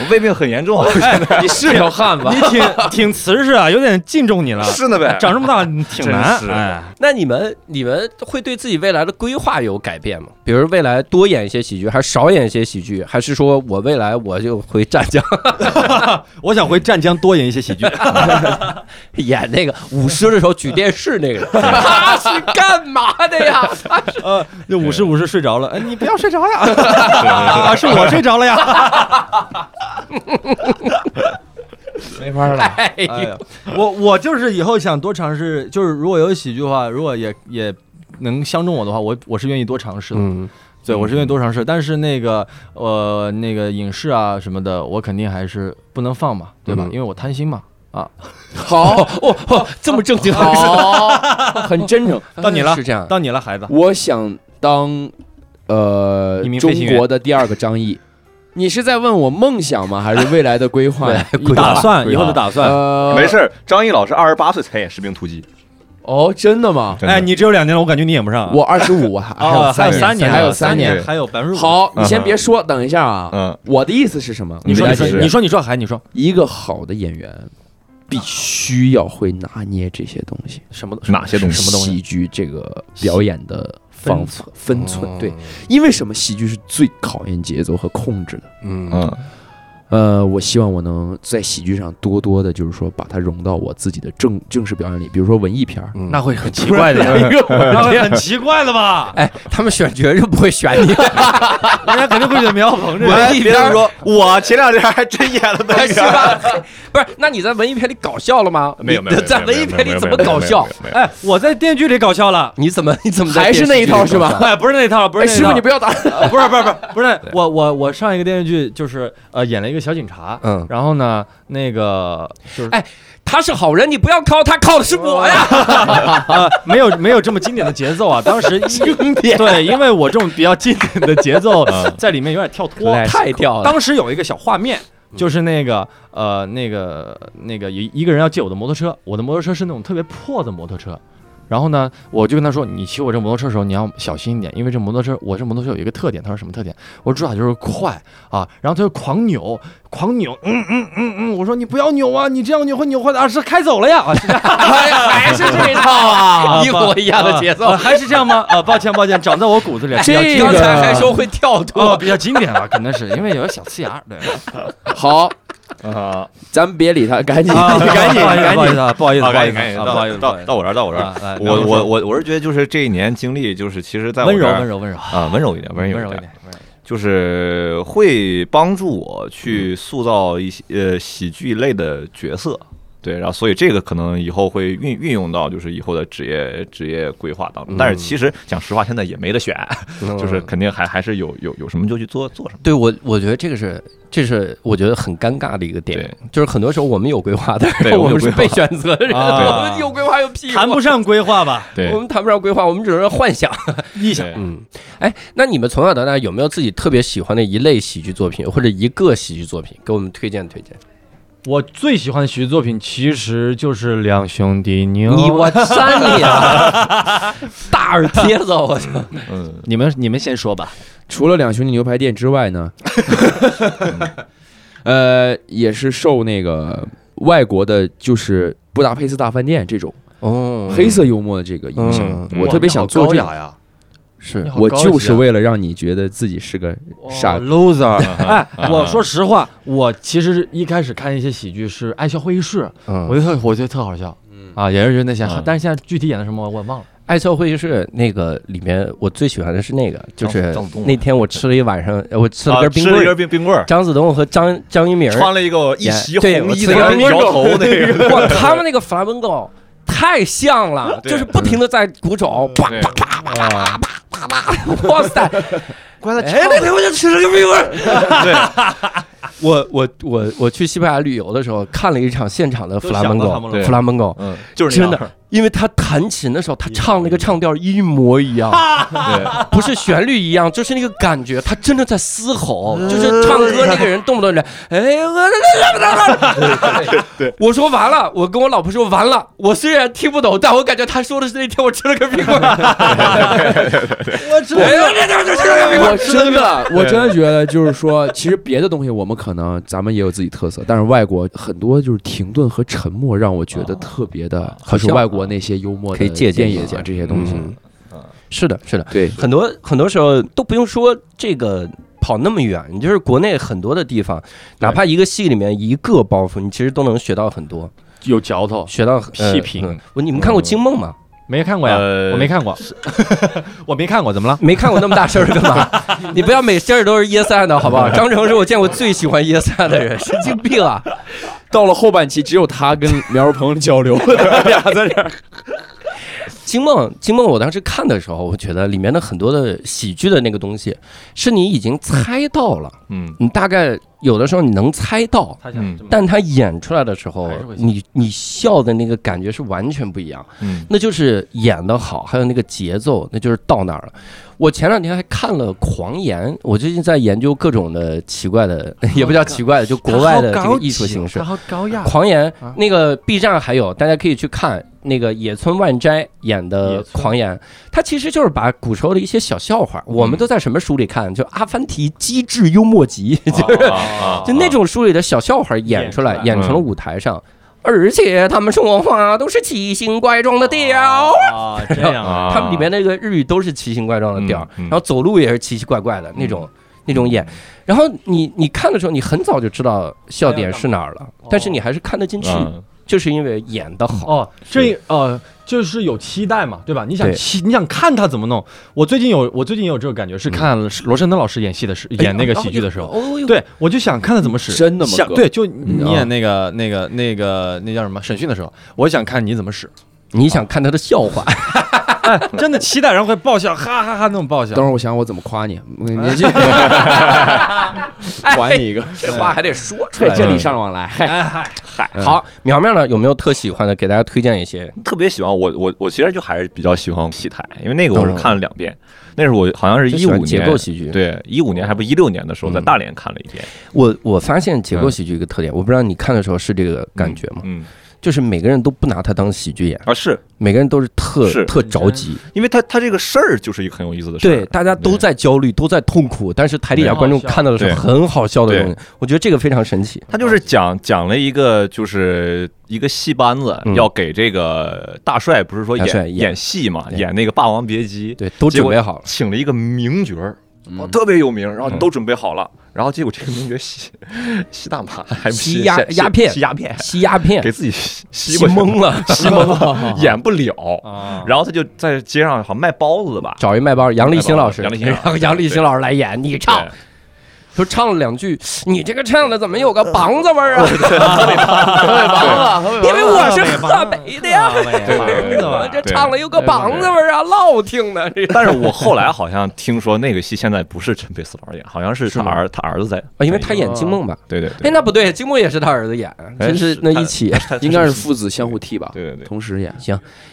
S5: 我胃病很严重，
S4: 你是条汉子
S2: 你。挺挺瓷实啊，有点敬重你 了。
S5: 是呢呗。
S2: 长这么大你挺难
S5: 真，是
S2: 哎，
S1: 那你们你们会对自己未来的规划有改变吗？比如未来多演一些喜剧，还是少演一些喜剧，还是说我未来我就回湛江
S2: 我想回湛江多演一些 喜剧。
S1: 演那个舞狮的时候举电视那个人？他是干嘛的呀？
S2: 呃，那五十五十睡着了，哎，你不要睡着呀，
S3: 哎
S2: 啊，是我睡着了呀。
S4: 没法了。
S1: 哎
S2: 哎
S1: 呦
S2: 呀，我我就是以后想多尝试，就是如果有喜剧的话，如果也也能相中我的话，我我是愿意多尝试的。
S1: 嗯，
S2: 对，我是愿意多尝试，但是那个呃，那个影视啊什么的，我肯定还是不能放嘛，对吧？
S1: 嗯
S2: 因为我贪心嘛。 啊，
S4: 好，
S1: 哦哦，这么正经，
S4: 好，哦很真 诚。
S2: 到你了
S1: 是这样。
S2: 到你了，孩子。
S4: 我想当呃
S2: 一名
S4: 中
S2: 飞行员
S4: 国的第二个张译。你是在问我梦想吗？还是未来的规 划？
S1: 规划
S2: 打算
S1: 规划
S2: 以后的打算。
S4: 呃，
S5: 没事儿，张译老师二十八岁才演《士兵突击》
S4: 哦，真的吗？
S5: 真的，
S2: 哎，你只有两年了，我感觉你演不上啊。
S4: 我二十五，还
S2: 哦，还
S4: 还
S2: 有
S4: 有
S2: 三
S4: 三
S2: 年，
S4: 还有三
S5: 年
S4: 年。
S2: 还有百分之五。，
S4: 好，你先
S5: 嗯
S4: 别说，等一下啊。
S5: 嗯，
S4: 我的意思是什么？
S2: 你说，
S4: 我
S2: 你
S4: 来
S2: 说，
S4: 解释
S2: 你说，你说，还你说
S4: 一个好的演员必须要会拿捏这些东西，
S2: 什 么？
S5: 哪嗯些东西
S2: 什么东
S4: 喜
S2: 西？
S4: 剧这个表演的方
S2: 分
S4: 寸分寸，
S1: 嗯
S4: 对，，因为什么？喜剧是最考验节奏和控制的。
S1: 嗯
S5: 嗯
S4: 呃，我希望我能在喜剧上多多的，就是说把它融到我自己的正正式表演里，比如说文艺片儿。
S1: 嗯
S2: 那会很奇怪的，那会很奇怪的 吧？
S1: 哎，他们选角就不会选你，
S2: 人家肯定会选苗鹏这
S1: 文
S2: 个。
S1: 艺
S5: 哎别
S1: 片
S5: 这么
S1: 儿
S5: 说，我前两天还真 演了
S3: 哎
S5: 那
S1: 是
S5: 个，
S1: 吧？ 不是，那你在文艺片里搞笑了吗？
S5: 没有
S1: 你
S5: 没有，
S1: 在文艺片里怎么搞笑？？
S2: 哎，我在电锯里搞笑 了。
S1: 你怎么你怎么在
S4: 还是那一套
S1: 电视剧
S4: 是
S1: 里搞
S4: 吧
S1: 笑？
S2: 哎，不是那套，不是
S4: 哎，
S2: 那
S4: 师
S2: 套，
S4: 傅，你不要打，
S2: 呃 不是不是不是不是我我我上一个电视剧就是呃演了一个小警察，
S1: 嗯
S2: 然后呢那个就是
S1: 哎他是好人，你不要靠他，靠的是我 呀。
S3: 呃
S2: 啊没有没有这么经典的节 奏啊，当时经典对，因为我这种比较经典的节奏 在里面有点跳脱，
S1: 太屌了！
S2: 当时有一个小画面，就是那个呃那个那个一一个人要借我的摩托车，我的摩托车是那种特别破的摩托车，
S3: 然后呢，我就跟他说，你骑我这摩托车的时候你要小心一点，因为这摩托车我这摩托车有一个特点，他说什么特点？我说主打就是快啊，然后他就狂扭，狂扭，嗯嗯嗯嗯，我说你不要扭啊，你这样扭会扭坏的啊，是开走了呀，啊是这样
S4: 还是这一套啊，一模一样的节奏
S3: 啊。还是这样吗？啊，抱歉抱歉，长在我骨子里了，比较
S4: 这
S3: 经
S4: 刚
S3: 典
S4: 才还说会跳脱，
S3: 哦，比较经典了，可能是因为有个小呲牙，对。
S4: 好，
S5: 啊，
S4: 咱们别理他，赶紧，
S3: 啊，
S4: 你赶紧，
S3: 不好意思不好意思
S4: 赶紧。
S3: 啊，不好意思，不好意思
S5: 好，赶紧赶紧，
S3: 啊不好意思，
S5: 到到到我这儿，到我这儿。
S3: 啊，
S5: 我我我我是觉得就是这一年经历，就是其实在我
S3: 温
S5: 这
S3: 柔
S5: 儿
S3: 温柔温柔
S5: 啊温柔一点，温柔
S3: 温
S5: 一
S3: 柔一
S5: 点
S3: 点，，温柔
S5: 就是会帮助我去塑造一些呃喜剧类的角色，对，然后所以这个可能以后会运运用到就是以后的职业职业规划当中，但是其实讲实话，现在也没得选，
S1: 嗯
S5: 就是肯定还还是有有有什么就去做做什么，
S1: 对我，我觉得这个是，这是我觉得很尴尬的一个点，就是很多时候我们有规划，但是
S5: 对
S1: 我
S5: 我们有
S1: 们是
S5: 规
S1: 被
S5: 划
S1: 选择的人，
S6: 啊
S1: 我们有规划有屁用啊，
S6: 谈不上规划吧？
S5: 对
S1: 我们谈不上规划，我们只能幻想。
S6: 臆想
S5: 对
S1: 嗯，哎，那你们从小到大有没有自己特别喜欢的一类喜剧作品或者一个喜剧作品，给我们推荐推荐？
S2: 我最喜欢的喜剧作品其实就是两兄弟牛。
S1: 你我扇你啊，大耳贴子，我操！
S5: 嗯，
S3: 你们你们先说吧，
S4: 除了两兄弟牛排店之 外呢，嗯呃，也是受那个外国的，就是布达佩斯大饭店这种
S1: 哦
S4: 黑色幽默的这个影响
S1: 嗯，
S4: 我特别想做这样。
S3: 呀，
S1: 是
S4: 我就是为了让你觉得自己是个傻
S2: 傻 loser，
S3: 哎，我说
S5: 啊
S3: 实话，我其实一开始看一些喜剧是《爱笑会议室》，我
S1: 嗯，
S3: 觉得特我觉得特好笑，
S6: 嗯
S3: 啊，也是觉得那些，但是现在具体演的什么我也忘了。
S1: 爱笑会议室那个里面，我最喜欢的是那个，就是
S5: 张子栋
S1: 那天我吃了一晚上，呃我吃了
S5: 啊
S1: 根冰
S5: 吃了
S1: 棍
S5: 一
S1: 儿
S5: 根，冰冰棍儿，
S1: 张子栋和张张一鸣儿，
S5: 穿了一个一袭
S1: 对我
S5: 红衣
S1: 吃
S5: 在
S1: 了
S5: 那
S1: 一根
S5: 边
S1: 冰棍儿
S5: 摇头那个，
S1: 哇，他们那个法门狗太像了，
S5: 对嗯
S1: 就是不停的在鼓手，啪
S5: 对
S1: 啪啪啪啪啪啪啪啪，哇塞！
S5: 关键
S1: 哎，那天我就吃了个冰棍儿。对， 我我我我去西班牙旅游的时候，看了一场现场的弗拉门
S6: 都想到他
S1: 戈
S6: 们，
S5: 了
S1: 弗拉门戈。
S5: 嗯，就是那
S1: 真
S5: 样
S1: 的，因为他弹琴的时候，他唱那个唱调一模一样，
S5: 对。
S1: 不是旋律一样，就是那个感觉，他真的在嘶吼，就是唱歌那个人动不动就，哎，我对，我说完了，我跟我老婆说完了，我虽然听不懂，但我感觉他说的是那天我吃了个苹果，
S6: 我知
S1: 哎呀，那天我就吃了个苹果，
S4: 我真的，我真的觉得就是说，其实别的东西我们可能咱们也有自己特色，但是外国很多就是停顿和沉默让我觉得特别的，
S1: 好
S4: 就是
S1: 像
S4: 外国那些幽默的
S1: 可以借鉴
S4: 电
S1: 一下
S4: 影啊这些东西。
S1: 嗯是的，是的，
S4: 对，
S1: 很多很多时候都不用说这个跑那么远，你就是国内很多的地方，哪怕一个戏里面一个包袱，你其实都能学到很多，
S2: 有嚼头，
S1: 学到很
S2: 批评。
S1: 呃嗯啊我你们看过《惊梦》吗？
S2: 没看过呀，
S5: 呃
S2: 我没看过，我没看过，怎么了？
S1: 没看过那么 大事儿干嘛？你不要每事儿都是噎三的好不好？张成是我见过最喜欢噎三的人， 神经病啊！
S4: 到了后半期，只有他跟苗鹏交流，俩在这儿。
S1: 惊梦，惊梦，我当时看的时候，我觉得里面的很多的喜剧的那个东西，是你已经猜到了，
S5: 嗯
S1: 你大概有的时候你能猜到，
S2: 他
S5: 想这
S1: 但他演出来的时候
S2: 还是会，笑
S1: 你你笑的那个感觉是完全不一样，
S5: 嗯
S1: 那就是演的好，还有那个节奏，那就是到那儿了。我前两天还看了《狂言》，我最近在研究各种的奇怪的，也不叫奇怪的，就国外的这个艺术形式。
S2: 好高啊
S1: 《
S2: 雅
S1: 狂言》那个 B 站还有，大家可以去看那个野村万斋演的《狂言》，他其实就是把古时候的一些小笑话，我
S2: 嗯
S1: 们都在什么书里看？就《阿凡提机智幽默集》，就是
S2: 啊
S1: 就那种书里的小笑话演出来，演成了舞台上，而且他们说话都是奇形怪状的调，
S6: 啊，这样啊，
S5: 啊，
S1: 他们里面那个日语都是奇形怪状的调，
S5: 嗯嗯
S1: 然后走路也是奇奇怪怪的那种。那种演，然后你你看的时候，你很早就知道笑点是哪儿了，但是你还是看得进去，
S5: 嗯
S1: 就是因为演的好。
S2: 哦，这呃，就是有期待嘛，对吧？你想
S1: 对
S2: 期，你想看他怎么弄。我最近有，我最近有这个感觉，是看了罗振东老师演戏的时，演那个喜剧的时候，
S1: 嗯哎哦哟，
S2: 对我就想看他 怎么使。
S4: 真的吗
S2: 想
S4: 哥
S2: 对，就你
S4: 嗯
S1: 啊
S2: 演那个那个那个那叫什么审讯的时候，我想看你怎么使，
S1: 你想看他的笑话？
S2: 真的期待，然后会爆笑，哈哈哈那种爆笑
S4: 等。会儿我想我怎么夸你，你 这还你一 个，哎
S1: 这哎话还得说出
S4: 在
S1: 来。
S4: 哎这礼尚往来。
S1: 好，苗苗呢有没有特喜欢的？给大家推荐一些。
S5: 特别喜欢我我我其实就还是比较喜欢戏台，因为那个我是看了两遍，那是我好像是一
S1: 喜
S5: 五
S1: 欢
S5: 年
S1: 结构喜剧嗯
S5: 对，一五年还不一六年的时候在大连看了一遍，
S1: 我我发现结构喜剧一个特点，我不知道你看的时候是这个感觉吗？
S5: 嗯，
S1: 就是每个人都不拿他当喜剧演，
S5: 啊，是
S1: 每个人都是特
S5: 是
S1: 特着急，
S5: 因为他他这个事儿就是一个很有意思的事儿，
S1: 对，大家都在焦虑，都在痛苦，但是台底下
S2: 对
S1: 观众看到的是
S5: 对
S1: 很好笑的东西，我觉得这个非常神奇。
S5: 他就是讲讲了一个就是一个戏班子
S1: 嗯
S5: 要给这个大帅不是说
S1: 大帅
S5: 演
S1: 演
S5: 演戏嘛，
S1: 对
S5: 演那个《霸王别姬》，
S1: 对，都
S5: 结
S1: 准
S5: 果
S1: 备好了，
S5: 请了一个名角儿，哦
S4: 嗯
S5: 特别有名，然后
S1: 嗯
S5: 都准备好了，然后结果这个名角 吸吸大麻，还不
S1: 吸鸦
S5: 吸
S1: 鸦片
S5: 吸 鸦片，
S1: 吸鸦片
S5: 给自己吸吸
S1: 吸
S5: 过去
S1: 懵了，啊
S5: 吸蒙 了，演不了。然后他就在街上好像卖包子的吧，
S1: 找一卖包，杨立新老师，
S5: 杨立新
S1: 然后杨立新老师来演，你 唱
S5: 对，
S1: 说唱了两句，你这个唱的怎么有个梆子味儿 啊？因为我是河北的呀，
S5: 对对对对
S1: 我这
S5: 对
S1: 唱了有个梆子味儿啊，老听的这。
S5: 但是我后来好像听说那个戏现在不是陈佩斯老师演，好像是他儿他儿子在，
S1: 啊因为他演金梦吧？
S5: 对对
S1: 哎，
S5: 哎对
S1: 那不对，金梦也是他儿子演，真是
S5: 是
S1: 那
S5: 他
S1: 一起。
S4: 应该是父子相互替吧，
S5: 对对对，
S4: 同时演。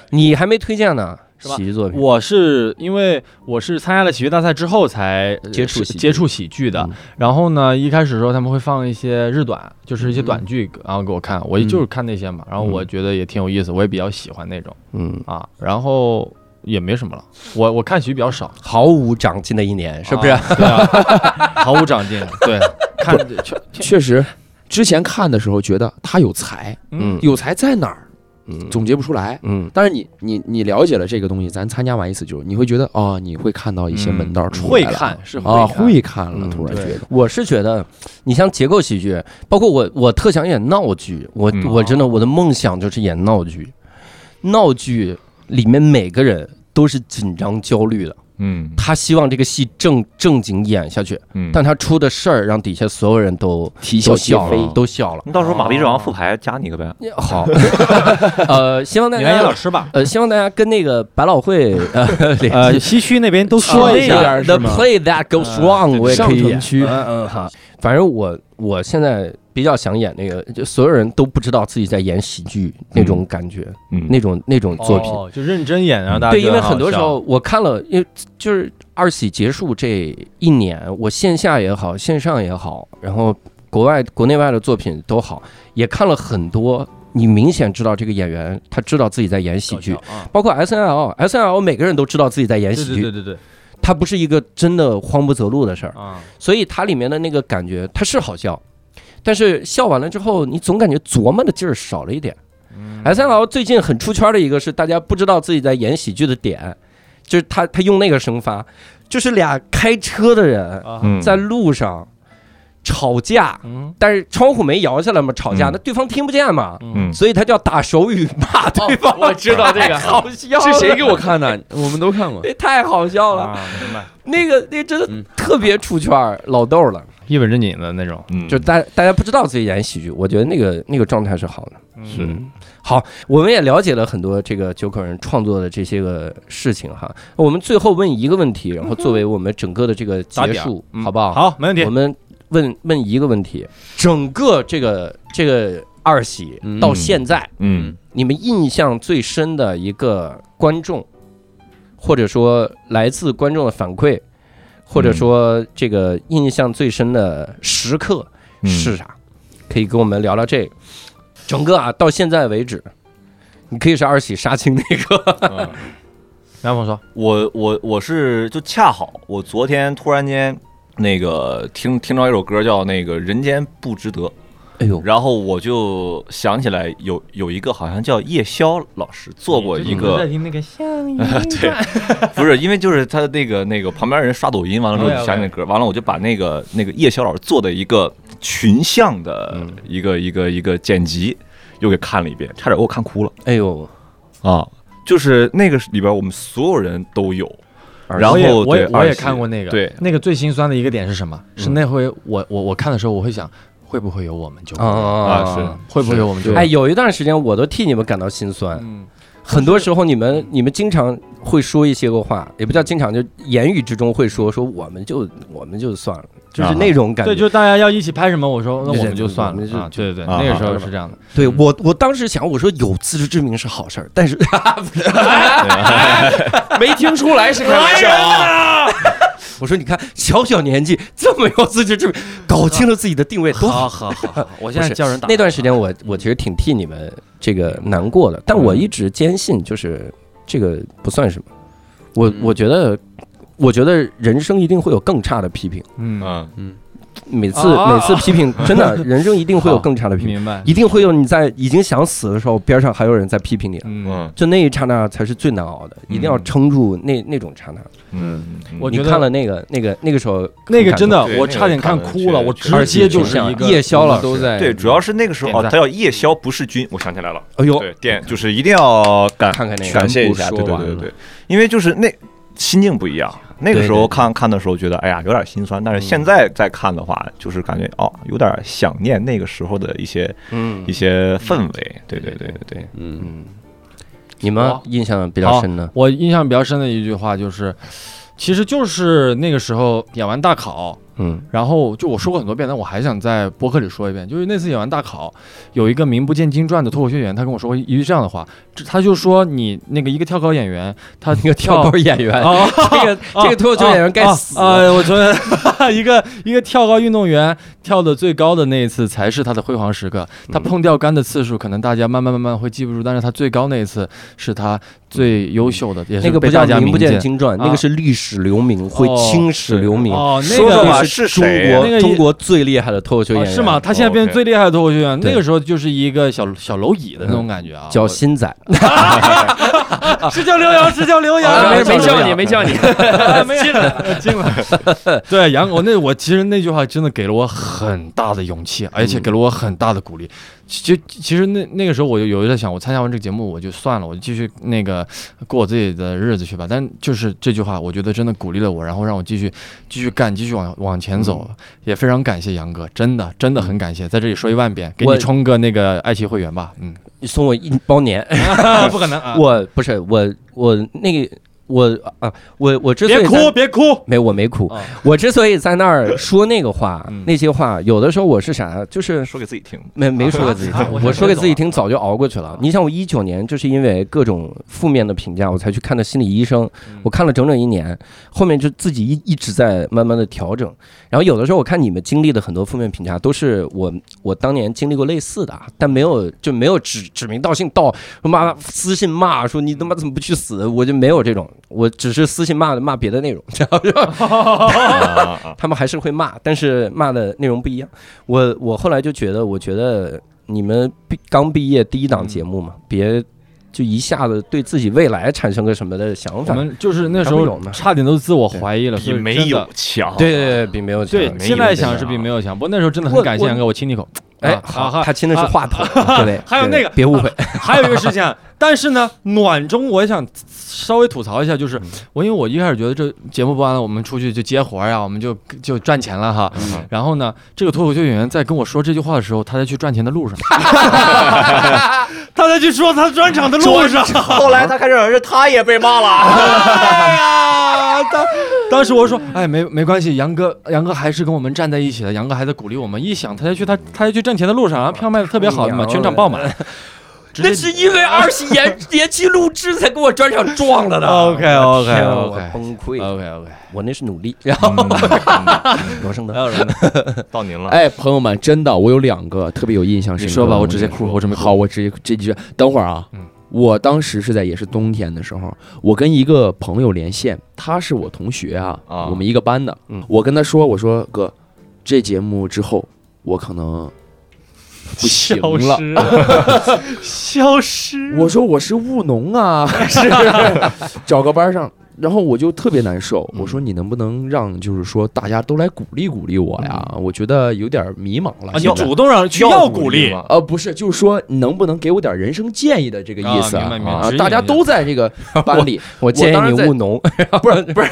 S1: 你还没推荐呢，
S2: 是吧
S1: 喜剧作品。
S2: 我是因为我是参加了喜剧大赛之后才呃
S1: 接触
S2: 是
S1: 喜剧
S2: 接触喜剧的
S1: 嗯，
S2: 然后呢，一开始的时候他们会放一些日短，就是一些短剧，然后给我看，我
S1: 嗯
S2: 就是看那些嘛，然后我觉得也挺有意思，我也比较喜欢那种
S1: 嗯，
S2: 啊，然后也没什么了，我我看喜剧比较少，
S1: 毫无长进的一年，是不是？
S2: 啊？对啊， 毫无长进， 对，看确
S4: 确实，之前看的时候觉得他有才，
S1: 嗯
S4: 有才在哪儿
S1: 嗯
S4: 总结不出来。
S1: 嗯
S4: 但是你你你了解了这个东西，咱参加完一次就是你会觉得哦，你会看到一些门道出来
S2: 会
S4: 了。
S2: 看是
S4: 啊，
S2: 看
S4: 会看了，
S1: 嗯
S4: 突然觉得
S1: 我是觉得，你像结构喜剧，包括我，我特想演闹剧，我、
S5: 嗯
S1: 我真的我的梦想就是演闹剧。闹剧里面每个人都是紧张焦虑的，
S5: 嗯
S1: 他希望这个戏正正经演下去，
S5: 嗯。
S1: 但他出的事儿让底下所有人都
S4: 啼
S1: 都
S4: 笑皆
S1: 笑
S4: 非
S1: 了，。都笑 了。
S5: 你到时候马屁之王复牌加你一个呗，
S1: 好， 呃，希望大
S6: 你来演老
S1: 家
S6: 师吧。
S1: 呃，希望大家跟那个百老汇呃
S2: 哎
S1: 联
S6: 呃，
S1: 系
S6: 西区那边都
S1: 说
S6: 说
S1: 一
S6: 一
S1: 下
S6: 下
S1: The Play That Goes
S6: 呃
S1: Wrong，我也可以
S4: 上
S1: 演
S4: 城。区
S1: 嗯嗯好，反正我我现在比较想演那个，就所有人都不知道自己在演喜剧那种感觉，
S5: 嗯
S1: 那种那种作品。
S2: 哦就认真演，然后大家
S1: 对，
S2: 觉
S1: 因
S2: 得
S1: 为
S2: 好
S1: 很多时
S2: 笑
S1: 候我看呃了，因为就是二喜结束这一年，我线下也好，线上也好，然后国外、国内外的作品都好，也看了很多。你明显知道这个演员，他知道自己在演喜剧
S2: 搞，笑啊
S1: 包括 S N L，S N L 每个人都知道自己在演
S2: 对
S1: 喜
S2: 对
S1: 剧
S2: 对，对对
S1: 它不是一个真的慌不择路的事儿，
S2: 啊，
S1: 所以它里面的那个感觉它是好笑，但是笑完了之后，你总感觉琢磨的劲儿少了一点。S
S4: 嗯
S1: N L 最近很出圈的一个是大家不知道自己在演喜剧的点，就是他他用那个生发，就是俩开车的人
S2: 啊
S5: 嗯
S1: 在路上吵架，
S2: 嗯
S1: 但是窗户没摇下来嘛，吵架、
S5: 嗯
S1: 那对方听不见嘛，
S5: 嗯
S1: 所以他就要打手语骂对方。
S4: 哦我知道这个
S1: 好笑啊了，
S4: 是谁给我看的？我们都看过。
S1: 那太好笑
S5: 啊
S1: 了，那个那真的
S4: 嗯
S1: 特别出圈儿，老豆儿了。
S2: 一本正经的那种。
S5: 嗯
S1: 就大大家不知道自己演喜剧，我觉得那个那个状态是好的。
S5: 是
S1: 嗯好，我们也了解了很多这个九口人创作的这些个事情哈。我们最后问一个问题，然后作为我们整个的这个
S2: 打
S1: 结
S2: 点儿
S1: 束，好不好？，
S2: 好，没问题
S1: 我。们问问一个问题，整个这个这个二喜
S4: 嗯
S1: 到现在，
S5: 嗯
S1: 你们印象最深的一个观众，或者说来自观众的反馈，或
S5: 嗯
S1: 者说这个印象最深的时刻
S5: 嗯
S1: 是啥？可以跟我们聊聊这个。整个啊，到现在为止，你可以是二喜杀青那 个，
S5: 嗯
S2: 然后我说，
S5: 我我我是就恰好我昨天突然间那个听听到一首歌叫那个人间不值得，
S1: 哎呦，
S5: 然后我就想起来有有一个好像叫叶萧老师做过
S2: 嗯
S5: 一
S2: 就你在
S5: 个，
S2: 听那个像一
S5: 不是因为就是他那个那个旁边人刷抖音完了之后就
S2: OK，OK
S5: 想起那歌，完了我就把那个那个叶萧老师做的一个群像
S2: 嗯
S5: 的一个一个一个剪辑又给看了一遍，差点给我看哭了
S1: 哎呦，
S5: 啊！就是那个里边我们所有人都有，然后
S2: 我也我也
S5: 对
S2: 我也
S5: 二喜
S2: 看过那个，
S5: 对
S2: 那个最心酸的一个点是什么？是那回我我我看的时候，我会想，会不会有我们就
S1: 啊
S5: 啊是
S2: 会不会有我们就
S1: 哎，有一段时间我都替你们感到心酸。
S2: 嗯
S1: 很多时候你们你们经常会说一些个话，也不叫经常，就言语之中会说说我们就我们就算了，
S5: 啊
S1: 就是那种感觉。
S2: 对，就是大家要一起拍什么，我说那
S1: 对
S2: 我们就
S1: 对
S2: 算
S1: 我们就
S2: 了啊，对对对，
S5: 啊
S2: 那个
S5: 啊
S2: 时
S5: 啊
S2: 候是这样的，
S1: 对我我当时想，我说有自知之明是好事儿，但是
S4: 没听出来是开玩笑啊！
S1: 我说你看小小年纪这么有自知之明，搞清了自己的定位多好。
S2: 好好 好，我现在
S1: 不是
S2: 叫人打
S1: 那段时间我我其实挺替你们这个难过的，但我一直坚信就是这个不算什么。我我觉得，我觉得人生一定会有更差的批评。
S2: 嗯，
S5: 嗯，
S1: 每次每次批 评，真的，人生一定会有更差的批评，
S2: 明白。
S1: 一定会有你在已经想死的时候，边上还有人在批评你。
S5: 嗯
S1: 就那一刹那才是最难熬的，一定要撑住那那种刹那。
S5: 嗯，嗯
S2: 我
S1: 你
S2: 觉得
S1: 看了那个那个那个时候，
S2: 那个真的
S5: 对，
S2: 我
S5: 那
S2: 差
S5: 个
S2: 点
S5: 看
S2: 看
S5: 了
S2: 哭
S5: 确
S2: 了，我
S5: 确
S2: 直
S5: 实
S2: 接就是一个嗯
S1: 夜宵了，
S4: 都在
S5: 对，主要是那个时候哦，
S2: 点赞
S5: 他叫夜宵，不是君，我想起来了，
S1: 哎呦，
S5: 对，电就是一定要感
S1: 看看那个
S5: 感谢一下，
S4: 全
S5: 对
S4: 部
S5: 对
S4: 说
S5: 对对
S4: 完
S5: 对，因为就是那心境不一样，那个时
S1: 对对
S5: 候
S1: 对
S5: 看看的时候觉得哎呀有点心酸，但是现在再看的话，就是感觉哦有点想念那个时候的一些
S1: 嗯
S5: 一些氛围，对对对对对，
S4: 嗯，
S1: 嗯，你们
S2: 好
S1: 印象比较深的，
S2: 我印象比较深的一句话就是，其实就是那个时候演完大考，
S1: 嗯
S2: 然后就我说过很多遍，但我还想在播客里说一遍，就是那次演完大考，有一个名不见经传的脱口秀演员，他跟我说过一句这样的话，这他就说你那个一个跳高演员，他
S1: 一个跳高演员，
S2: 啊，
S1: 这个这个脱口秀演员该死
S2: 啊！啊我觉得 一个一个跳高运动员跳的最高的那一次才是他的辉煌时刻。他
S1: 嗯
S2: 碰掉杆的次数，可能大家慢慢慢慢会记不住，但是他最高那一次是他最优秀的，也
S1: 那
S2: 是
S1: 个不
S2: 被
S1: 叫
S2: 大家
S1: 名
S2: 明
S1: 不见
S2: 见。
S1: 经传，那个是历史留名，会青史留名。
S2: 哦，那
S5: 说
S2: 个
S5: 说吧
S1: 那
S5: 是
S1: 中
S5: 谁
S1: 国
S2: 那个
S1: 中国最厉害的脱口秀演
S2: 哦
S1: 员，
S2: 是吗？他现在变成最厉害的脱口秀演员，
S1: 对
S2: 那个时候就是一个小小蝼蚁的那种感觉啊。
S1: 叫
S2: 我
S1: 新仔，
S2: 是叫刘洋，是叫刘
S1: 啊
S2: 洋，
S1: 没没叫你
S2: 哎没叫你， 没进来进来。 对，杨，我那我其实那句话真的给了我很大的勇气，而且给了我很大的鼓励。其实其实那那个时候我就有在想，我参加完这个节目我就算了，我就继续那个过我自己的日子去吧。但就是这句话，我觉得真的鼓励了我，然后让我继续继续干，继续往往前走。也非常感谢杨哥，真的真的很感谢，在这里说一万遍，给
S1: 我
S2: 你充个那个爱奇艺会员吧。嗯，
S1: 你送我一包年，
S2: 不可能啊！
S1: 我不是我我那个我啊我我之所
S6: 别
S1: 以
S6: 哭
S1: 在
S6: 别哭，
S1: 没我没哭，
S2: 啊
S1: 我之所以在那儿说那个话
S2: 嗯
S1: 那些话，有的时候我是啥，就是
S5: 说给自己听，
S1: 没没说给自己听，我说给自己听早就熬过去了。你想，我一九年就是因为各种负面的评价，我才去看的心理医生，我看了整整一年，后面就自己一一直在慢慢的调整。然后有的时候我看你们经历的很多负面评价，都是我我当年经历过类似的啊，但没有就没有指指名道姓到骂私信骂说你他妈怎么不去死，我就没有这种，我只是私信骂的骂别的内容，然后就
S5: 啊啊
S1: 他们还是会骂，但是骂的内容不一样。我我后来就觉得，我觉得你们毕刚毕业第一档节目嘛，别就一下子对自己未来产生个什么的想
S2: 我
S1: 法。
S2: 们就是那时
S1: 还会
S2: 候
S1: 有呢
S2: 差点都自我怀疑了，
S5: 比
S2: 所以
S5: 没
S2: 真的
S5: 有强，
S1: 对对对，呃并没有
S2: 对
S1: 强，
S5: 没
S2: 现在
S5: 有
S2: 想
S5: 的
S2: 是
S5: 啊
S2: 比没有强，不过那时候真的
S1: 我
S2: 很感谢
S1: 我
S2: 杨哥，我亲你一口。
S1: 哎，
S2: 啊
S1: 好，啊
S2: 好，
S1: 他亲的是话筒，各位，
S6: 还有
S1: 对
S6: 那个
S1: 别误会，
S2: 还有一个事情啊，但是呢，暖中我也想稍微吐槽一下，就是我因为我一开始觉得这节目播完了，我们出去就接活儿啊呀，我们就就赚钱了哈。然后呢，这个脱口秀演员在跟我说这句话的时候，他在去赚钱的路上，
S6: 他在去说他专场的路上，
S5: 后来他开始是他也被骂了，
S2: 当时我说，哎，没没关系，杨哥，杨哥还是跟我们站在一起的，杨哥还在鼓励我们。一想他在去他他在去赚钱的路上，然后票卖的特别好的嘛，全场爆满。直接
S1: 那是因为二十延延期录制才给我专场撞了的。
S2: OK OK
S1: 天啊 我
S2: OK
S1: 崩溃，啊
S2: OK OK，
S1: 我那是努力。然后 罗生的，
S5: 嗯到您了，
S4: 哎，朋友们，真的，我有两个特别有印象深刻的。
S2: 啊你说吧我直接哭了我准备哭嗯
S4: 好，我直接这句，等会儿啊。我当时是在也是冬天的时候，我跟一个朋友连线，他是我同学啊，
S5: 啊
S4: 我们一个班的。
S1: 嗯
S4: 我跟他说，我说哥，这节目之后我可能不行
S6: 消
S4: 了。
S6: 失，消失。
S4: 我说我是务农 啊，是找个班上，然后我就特别难受。
S2: 嗯
S4: 我说你能不能让就是说大家都来鼓励鼓励我呀？
S2: 嗯
S4: 我觉得有点迷茫了。
S6: 啊，你
S4: 现在
S6: 主动让去要鼓励，
S2: 啊
S5: 吗？
S4: 呃，不是，就是说能不能给我点人生建议的这个意思
S2: 啊明白明白
S4: 啊
S2: 指引
S4: 大家
S2: 一下
S4: 都在这个班里，
S1: 我建
S4: 当
S1: 议
S4: 然
S1: 你
S4: 在
S1: 务农。
S4: 不是不是，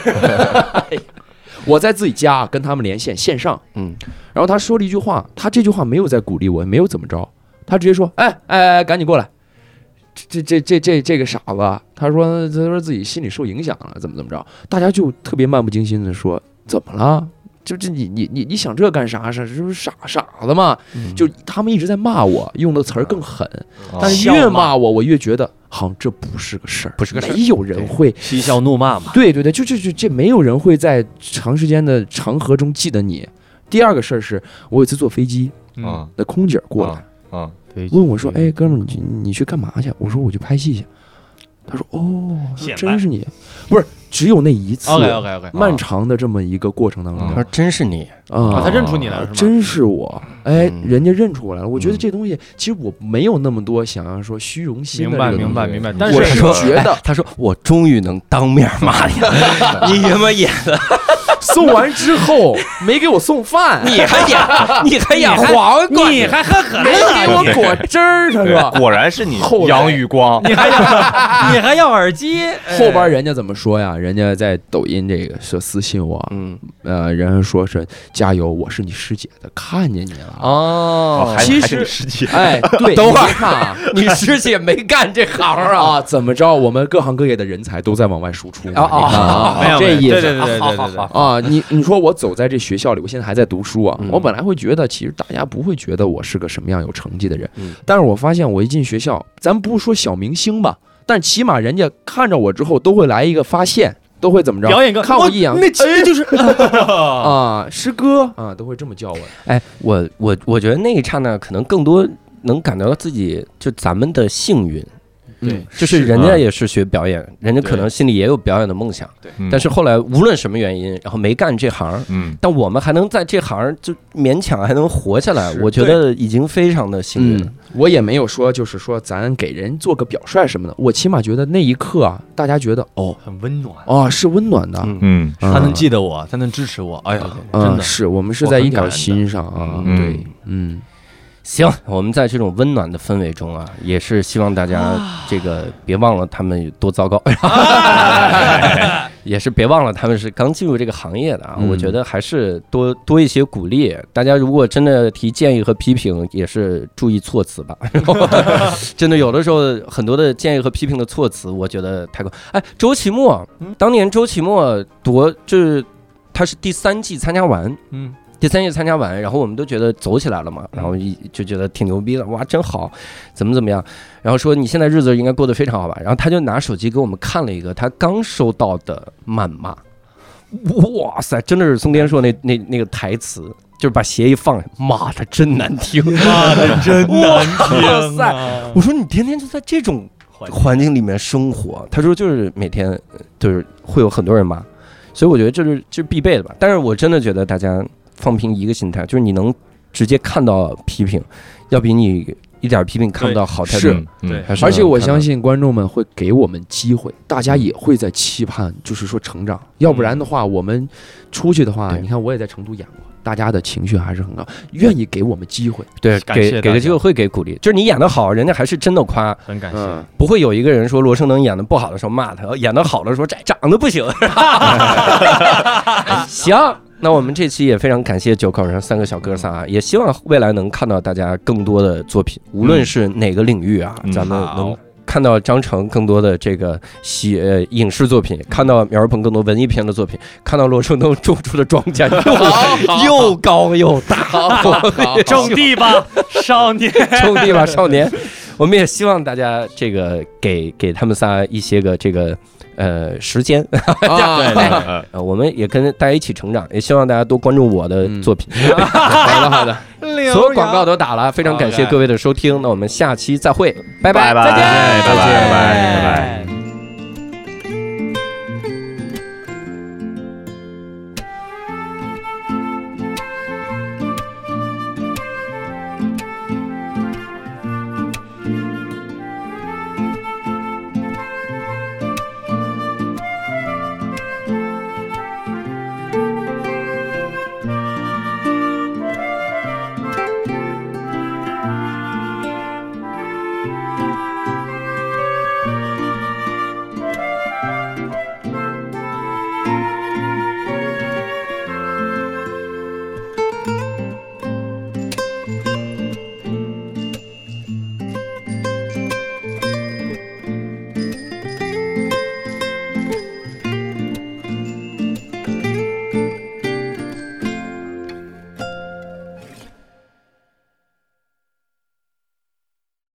S4: 我在自己家跟他们连线线上，
S1: 嗯，
S4: 然后他说了一句话，他这句话没有在鼓励我，没有怎么着，他直接说，哎哎，哎赶紧过来，这这这这这个傻子，他说他说自己心里受影响了，怎么怎么着，大家就特别漫不经心的说，怎么了？就这你你你你想这干啥？是是不是傻傻子嘛？就他们一直在骂我，用的词儿更狠，但是越啊骂我，我越觉得好像这不是个事哦儿，不是个事儿，没有人会
S2: 嬉笑怒骂嘛，
S4: 对对对，就就就这没有人会在长时间的长河中记得你。第二个事儿是我有一次坐飞机，
S5: 啊
S4: 那空姐儿过来、
S5: 啊，
S4: 问我
S1: 嗯
S4: 说：“哎，哥们儿，你你去干嘛去？”我说：“我去拍戏去。”他说：“哦，
S6: 显摆
S4: 真是你，不是只有那一次
S2: OK OK OK，
S4: 漫长的这么一个过程当中
S1: 他说真嗯是你，
S4: 啊
S2: 啊，他认出你来了是吗？
S4: 真是我，哎，
S1: 嗯
S4: 人家认出我来了。我觉得这东西其实我没有那么多想要说虚荣心的
S2: 明白
S4: 这个东西
S2: 明白明白，但
S4: 我
S2: 是
S4: 是觉得
S1: 哎他说我终于能当面骂你了，你他妈演
S4: 送完之后没给我送饭，
S1: 你还演你还演黄
S4: 黄瓜，
S6: 你还喝可
S4: 没
S6: 乐，
S2: 啊
S4: 给我果汁儿，他
S5: 对，
S4: 说。
S5: 果然是你
S4: 后来
S5: 杨宇光，
S6: 你还要你还要耳机，哎
S1: 呃
S4: 后边人家怎么说呀？人家在抖音这个说私信我，
S1: 嗯，
S4: 呃，人家说是加油，我是你师姐的，看见你了啊。
S2: 哦
S5: 哦，还
S4: 其
S5: 还是
S4: 实
S5: 你师姐，
S4: 哎，对，
S1: 等会儿
S4: 你别看啊
S1: 你师姐没干这行 啊，
S4: 啊，怎么着？我们各行各业的人才都在往外输出嘛
S1: 啊啊
S4: 你看啊
S6: 没有
S4: 这
S6: 没有
S4: 意
S6: 对
S4: 思
S6: 对对对对对对，
S4: 啊！你你说我走在这学校里，我现在还在读书啊
S1: 嗯，
S4: 我本来会觉得其实大家不会觉得我是个什么样有成绩的人
S1: 嗯，
S4: 但是我发现我一进学校，咱不说小明星吧，但起码人家看着我之后都会来一个发现，都会怎么着？
S6: 表演个
S4: 看我一眼
S6: 那其实就是
S4: 啊，师哥啊，都会这么叫我。
S1: 哎，我我我觉得那一刹那可能更多能感觉到自己就咱们的幸运，
S4: 对，
S1: 就是人家也是学表演，人家可能心里也有表演的梦想，
S5: 嗯
S1: 但是后来无论什么原因，然后没干这行。
S5: 嗯，
S1: 但我们还能在这行就勉强还能活下来，
S4: 是
S1: 我觉得已经非常的幸运了
S4: 嗯。，我也没有说就是说咱给人做个表率什么的，我起码觉得那一刻啊，大家觉得哦
S2: 很温暖，
S4: 哦是温暖的，
S1: 嗯
S5: 嗯，
S4: 啊
S2: 他能记得我，他能支持我，哎呀，
S4: 嗯
S2: 真的
S4: 是我们是
S2: 我
S4: 在
S2: 很
S4: 一
S2: 感
S4: 条
S2: 恩的
S4: 心上啊，
S5: 嗯
S4: 对，嗯，
S1: 行，我们在这种温暖的氛围中啊，也是希望大家这个别忘了他们有多糟糕， 也是别忘了他们是刚进入这个行业的啊。
S4: 嗯
S1: 我觉得还是多多一些鼓励。大家如果真的提建议和批评，也是注意措辞吧。真的有的时候很多的建议和批评的措辞，我觉得太过。哎，周奇墨，当年周奇墨夺就是他是第三季参加完，
S2: 嗯，
S1: 第三季参加完，然后我们都觉得走起来了嘛，然后一就觉得挺牛逼的，哇，真好，怎么怎么样，然后说你现在日子应该过得非常好吧，然后他就拿手机给我们看了一个他刚收到的谩骂，哇塞，真的是松天硕那那那个台词，就是把鞋一放，妈的真难听，
S6: 妈的真难听啊
S1: 哇塞！我说你天天就在这种环境里面生活，他说就是每天呃就是会有很多人骂，所以我觉得这是这是必备的吧。但是我真的觉得大家放平一个心态，就是你能直接看到批评，要比你一点批评看不到好态度
S4: 是
S5: 嗯，嗯
S6: 对
S1: 还是
S4: 而且
S1: 能
S4: 我
S1: 看到
S4: 相信观众们会给我们机会，大家也会在期盼，就是说成长。要不然的话，我们出去的话，
S1: 对
S4: 你看我也在成都演过，大家的情绪还是很高，愿意给我们机会。
S1: 对
S2: 感谢
S1: 给
S2: 大
S1: 给个
S2: 家
S1: 机会会给鼓励，就是你演的好，人家还是真的夸，
S2: 很感谢。
S4: 嗯，
S1: 不会有一个人说罗生能演的不好的时候骂他，演的好的时候这长得不 行。 行，那我们这期也非常感谢九口人三个小哥仨啊，也希望未来能看到大家更多的作品，无论是哪个领域啊，
S5: 嗯
S1: 咱们能
S5: 好。
S1: 看到张成更多的这个戏呃影视作品，看到苗儿鹏更多文艺片的作品，看到罗生能种出的庄稼 又 又高又大，
S6: 种地吧，少 年。
S1: 种地吧少年。我们也希望大家这个给给他们仨一些个这个呃时间、
S5: 对对呃
S1: 呃，我们也跟大家一起成长，也希望大家多关注我的
S4: 嗯
S1: 作品。 好的好的，所有广告都打了，非常感谢各位的收听，那我们下期再会，拜
S5: 拜拜，
S1: 再见，
S5: 拜拜拜拜拜拜。